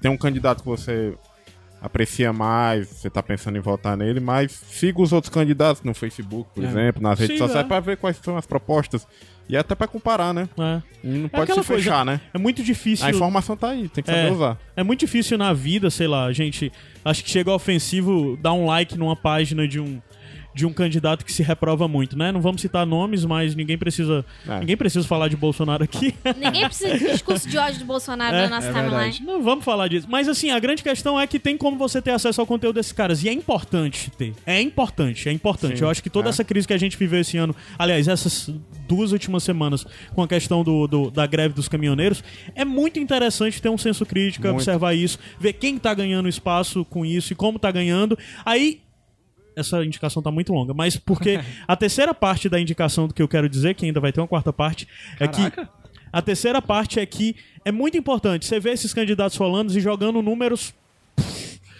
[SPEAKER 4] tem um candidato que você aprecia mais, você tá pensando em votar nele, mas siga os outros candidatos no Facebook, por
[SPEAKER 2] É.
[SPEAKER 4] exemplo, nas redes
[SPEAKER 1] Siga,
[SPEAKER 4] sociais,
[SPEAKER 1] é.
[SPEAKER 4] pra ver quais são as propostas. E até pra comparar, né?
[SPEAKER 1] né?
[SPEAKER 4] E não
[SPEAKER 1] É
[SPEAKER 4] pode se
[SPEAKER 1] aquela coisa,
[SPEAKER 4] fechar, né?
[SPEAKER 1] É muito difícil.
[SPEAKER 4] A informação tá aí, tem que saber
[SPEAKER 1] É.
[SPEAKER 4] usar.
[SPEAKER 1] É muito difícil na vida, sei lá, gente. Acho que chega ofensivo dar um like numa página de um de um candidato que se reprova muito, né? Não vamos citar nomes, mas ninguém precisa,
[SPEAKER 4] É.
[SPEAKER 1] ninguém precisa falar de Bolsonaro aqui.
[SPEAKER 3] Ninguém precisa de discurso de ódio do Bolsonaro
[SPEAKER 1] É,
[SPEAKER 3] na nossa
[SPEAKER 2] é
[SPEAKER 3] timeline.
[SPEAKER 2] verdade.
[SPEAKER 1] Não vamos falar disso. Mas assim, a grande questão é que tem como você ter acesso ao conteúdo desses caras. E é importante ter. É importante, é importante.
[SPEAKER 4] Sim,
[SPEAKER 1] Eu acho que toda
[SPEAKER 4] é.
[SPEAKER 1] essa crise que a gente viveu esse ano, aliás, essas duas últimas semanas, com a questão do, do- da greve dos caminhoneiros, é muito interessante ter um senso crítico,
[SPEAKER 4] Muito.
[SPEAKER 1] observar isso, ver quem tá ganhando espaço com isso e como tá ganhando. Aí essa indicação tá muito longa, mas porque a terceira parte da indicação do que eu quero dizer, que ainda vai ter uma quarta parte, é que a terceira parte é que é muito importante você ver esses candidatos falando e jogando números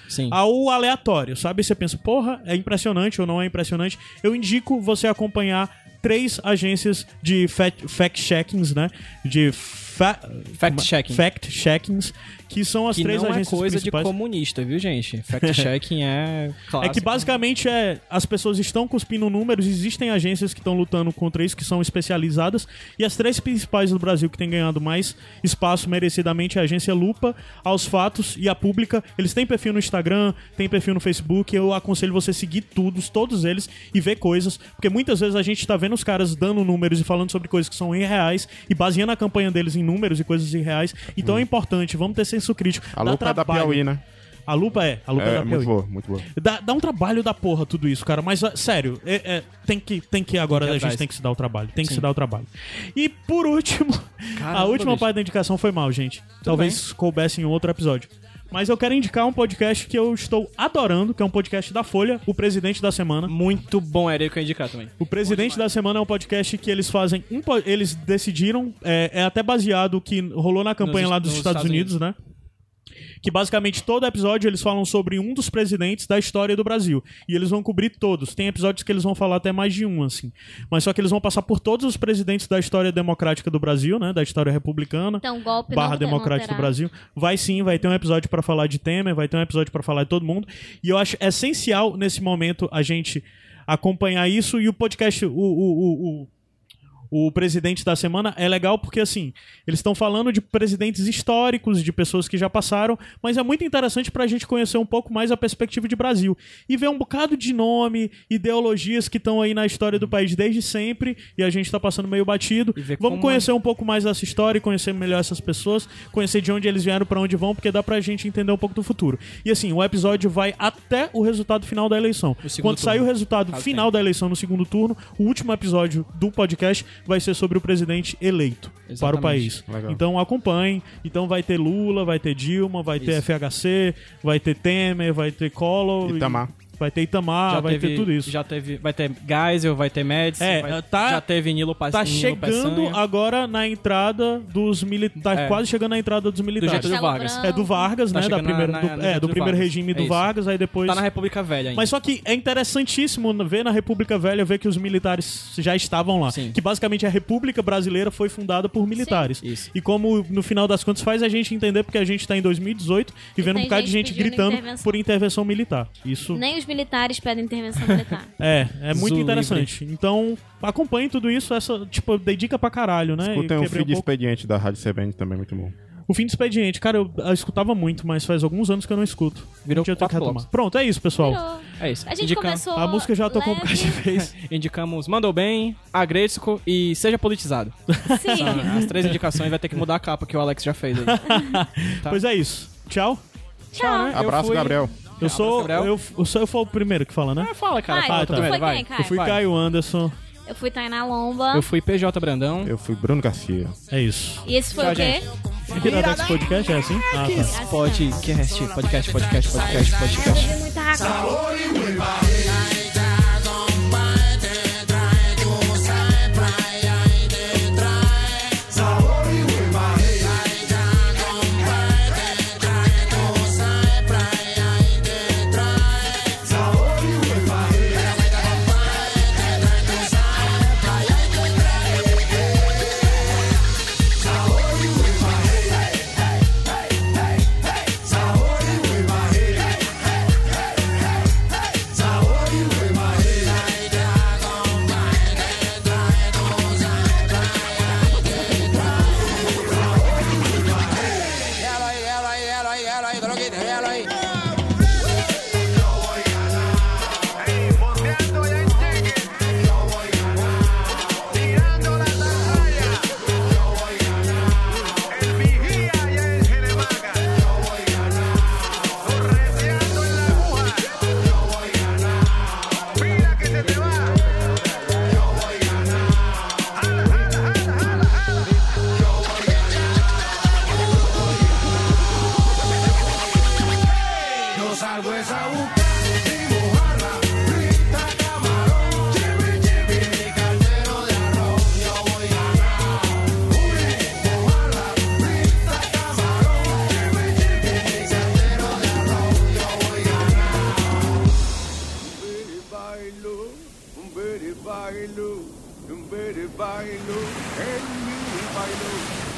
[SPEAKER 2] Sim.
[SPEAKER 1] ao aleatório, sabe? Você pensa, porra, é impressionante ou não é impressionante. Eu indico você acompanhar três agências de fa- fact-checkings, né? De fa-
[SPEAKER 2] Fact-checking.
[SPEAKER 1] fact-checkings, que são as
[SPEAKER 2] Que
[SPEAKER 1] três
[SPEAKER 2] não é
[SPEAKER 1] agências
[SPEAKER 2] coisa
[SPEAKER 1] principais.
[SPEAKER 2] de comunista, viu, gente? Fact-checking é
[SPEAKER 1] É
[SPEAKER 4] né?
[SPEAKER 2] clássico.
[SPEAKER 1] que basicamente é, as pessoas estão cuspindo números, existem agências que estão lutando contra isso, que são especializadas, e as três principais do Brasil que têm ganhado mais espaço merecidamente é a agência Lupa, aos fatos e a pública. Eles têm perfil no Instagram, têm perfil no Facebook. Eu aconselho você seguir todos, todos eles, e ver coisas, porque muitas vezes a gente tá vendo os caras dando números e falando sobre coisas que são irreais e baseando a campanha deles em números e coisas irreais. Então é importante, vamos ter senso crítico.
[SPEAKER 4] A
[SPEAKER 1] Dá
[SPEAKER 4] lupa é da
[SPEAKER 1] trabalho.
[SPEAKER 4] Piauí, né?
[SPEAKER 1] A lupa é, a lupa é,
[SPEAKER 4] É,
[SPEAKER 1] da Piauí.
[SPEAKER 4] muito boa, muito boa.
[SPEAKER 1] Dá, dá um trabalho da porra tudo isso, cara. Mas, ah, sério, é- é, tem, que, tem que agora
[SPEAKER 2] Tem que ir
[SPEAKER 1] a gente
[SPEAKER 2] atrás.
[SPEAKER 1] tem que se dar o trabalho. Tem que
[SPEAKER 2] Sim.
[SPEAKER 1] se dar o trabalho. E por último,
[SPEAKER 2] Caramba,
[SPEAKER 1] a última
[SPEAKER 2] bicho.
[SPEAKER 1] parte da indicação foi mal, gente. Talvez coubesse em outro episódio. Mas eu quero indicar um podcast que eu estou adorando, que é um podcast da Folha, o Presidente da Semana.
[SPEAKER 2] Muito bom, era ele que eu ia indicar também.
[SPEAKER 1] O Presidente da Semana é um podcast que eles fazem. um po- eles decidiram, é, é até baseado o que rolou na campanha
[SPEAKER 2] Nos-
[SPEAKER 1] lá dos
[SPEAKER 2] nos
[SPEAKER 1] Estados,
[SPEAKER 2] Estados
[SPEAKER 1] Unidos, né? Que basicamente todo episódio eles falam sobre um dos presidentes da história do Brasil. E eles vão cobrir todos. Tem episódios que eles vão falar até mais de um, assim. Mas só que eles vão passar por todos os presidentes da história democrática do Brasil, né? Da história republicana
[SPEAKER 3] Então, golpe
[SPEAKER 1] barra
[SPEAKER 3] não,
[SPEAKER 1] democrática
[SPEAKER 3] não
[SPEAKER 1] do
[SPEAKER 3] terá.
[SPEAKER 1] Brasil. Vai sim, vai ter um episódio pra falar de Temer, vai ter um episódio pra falar de todo mundo. E eu acho essencial nesse momento a gente acompanhar isso e o podcast, o, o, o, o, o presidente da semana é legal porque assim eles estão falando de presidentes históricos, de pessoas que já passaram, mas é muito interessante pra gente conhecer um pouco mais a perspectiva de Brasil e ver um bocado de nome, ideologias que estão aí na história do país desde sempre e a gente tá passando meio batido.
[SPEAKER 2] Uhum. E ver
[SPEAKER 1] Vamos
[SPEAKER 2] como-
[SPEAKER 1] conhecer um pouco mais dessa história e conhecer melhor essas pessoas, conhecer de onde eles vieram, pra onde vão, porque dá pra gente entender um pouco do futuro. E assim, o episódio vai até o resultado final da eleição.
[SPEAKER 2] O segundo
[SPEAKER 1] Quando sair o
[SPEAKER 2] turno.
[SPEAKER 1] resultado
[SPEAKER 2] Caso
[SPEAKER 1] final da eleição no segundo turno, o último episódio do podcast vai ser sobre o presidente eleito para o
[SPEAKER 2] Exatamente.
[SPEAKER 1] país.
[SPEAKER 4] Legal.
[SPEAKER 1] Então acompanhem. Então vai ter Lula, vai ter Dilma, vai ter
[SPEAKER 2] Isso.
[SPEAKER 1] FHC, vai ter Temer, vai ter Collor,
[SPEAKER 4] Itamar.
[SPEAKER 1] e- vai ter Itamar, Ah, vai ter tudo isso.
[SPEAKER 2] Já teve, vai ter Geisel, vai ter Médici,
[SPEAKER 1] É,
[SPEAKER 2] vai-
[SPEAKER 1] tá-
[SPEAKER 2] já teve Nilo Paes-
[SPEAKER 1] Tá
[SPEAKER 2] Nilo
[SPEAKER 1] chegando
[SPEAKER 2] Peçanha.
[SPEAKER 1] agora na entrada dos militares. Tá
[SPEAKER 2] É.
[SPEAKER 1] quase chegando na entrada dos militares.
[SPEAKER 2] Getúlio Vargas.
[SPEAKER 1] É do Vargas,
[SPEAKER 2] Tá
[SPEAKER 1] né? Da
[SPEAKER 2] chegando na-
[SPEAKER 1] primeira,
[SPEAKER 2] na-
[SPEAKER 1] do,
[SPEAKER 2] na
[SPEAKER 1] é, do
[SPEAKER 2] Getúlio
[SPEAKER 1] primeiro
[SPEAKER 2] Vargas.
[SPEAKER 1] regime
[SPEAKER 2] É
[SPEAKER 1] do
[SPEAKER 2] isso.
[SPEAKER 1] Vargas, aí depois.
[SPEAKER 2] Tá na República Velha ainda.
[SPEAKER 1] Mas só que é interessantíssimo ver na República Velha ver que os militares já estavam lá.
[SPEAKER 2] Sim.
[SPEAKER 1] Que basicamente a República Brasileira foi fundada por militares.
[SPEAKER 2] Isso.
[SPEAKER 1] E como no final das contas faz a gente entender, porque a gente tá em 2018 e, vendo um
[SPEAKER 3] tem
[SPEAKER 1] bocado de
[SPEAKER 3] gente
[SPEAKER 1] gente
[SPEAKER 3] pedindo
[SPEAKER 1] gritando
[SPEAKER 3] intervenção.
[SPEAKER 1] por intervenção militar. Isso
[SPEAKER 3] Nem os militares pedem intervenção militar.
[SPEAKER 1] é, é muito
[SPEAKER 2] Zu
[SPEAKER 1] interessante. Então, acompanhe tudo isso, essa, tipo, dedica pra caralho, né? E
[SPEAKER 4] Escutem o
[SPEAKER 1] quebrei
[SPEAKER 4] feed
[SPEAKER 1] um pouco.
[SPEAKER 4] expediente da Rádio CBN também, muito bom.
[SPEAKER 1] O fim do expediente, cara, eu, eu escutava muito, mas faz alguns anos que eu não escuto.
[SPEAKER 2] Virou
[SPEAKER 1] um dia eu tenho que
[SPEAKER 2] quatro
[SPEAKER 1] retomar.
[SPEAKER 2] blocos.
[SPEAKER 1] Pronto, é isso, pessoal.
[SPEAKER 2] É isso.
[SPEAKER 3] A gente
[SPEAKER 2] Indica-
[SPEAKER 3] começou.
[SPEAKER 1] A música já tocou um
[SPEAKER 3] leve.
[SPEAKER 1] bocado de vez.
[SPEAKER 2] Indicamos Mandou Bem, Agresco e Seja Politizado.
[SPEAKER 3] Sim.
[SPEAKER 2] As três indicações vai ter que mudar a capa que o Alex já fez aí. Tá.
[SPEAKER 1] Pois é isso. Tchau.
[SPEAKER 2] Eu
[SPEAKER 3] Tchau.
[SPEAKER 4] Abraço,
[SPEAKER 2] fui-
[SPEAKER 4] Gabriel.
[SPEAKER 1] Eu
[SPEAKER 2] Abraço,
[SPEAKER 1] sou,
[SPEAKER 2] Gabriel.
[SPEAKER 1] eu, eu sou. Eu fui o primeiro que fala, né?
[SPEAKER 2] Ah, fala, cara.
[SPEAKER 3] Vai,
[SPEAKER 2] fala
[SPEAKER 1] tu
[SPEAKER 2] tu primeiro,
[SPEAKER 3] foi
[SPEAKER 2] vai.
[SPEAKER 3] quem, Caio?
[SPEAKER 1] Eu fui
[SPEAKER 2] Vai.
[SPEAKER 1] Caio Anderson.
[SPEAKER 3] Eu fui Tainá Lomba.
[SPEAKER 2] Eu fui PJ Brandão.
[SPEAKER 4] Eu fui Bruno Garcia.
[SPEAKER 1] É isso.
[SPEAKER 3] E esse foi
[SPEAKER 2] Tchau,
[SPEAKER 3] o quê?
[SPEAKER 2] gente.
[SPEAKER 1] Iradex Podcast é assim? Ah, tá.
[SPEAKER 2] Podcast, podcast, podcast, podcast, podcast.
[SPEAKER 3] Bebi muita água.
[SPEAKER 6] Yo salgo esa busca. bailo, un bailo, un bailo, en mi bailo.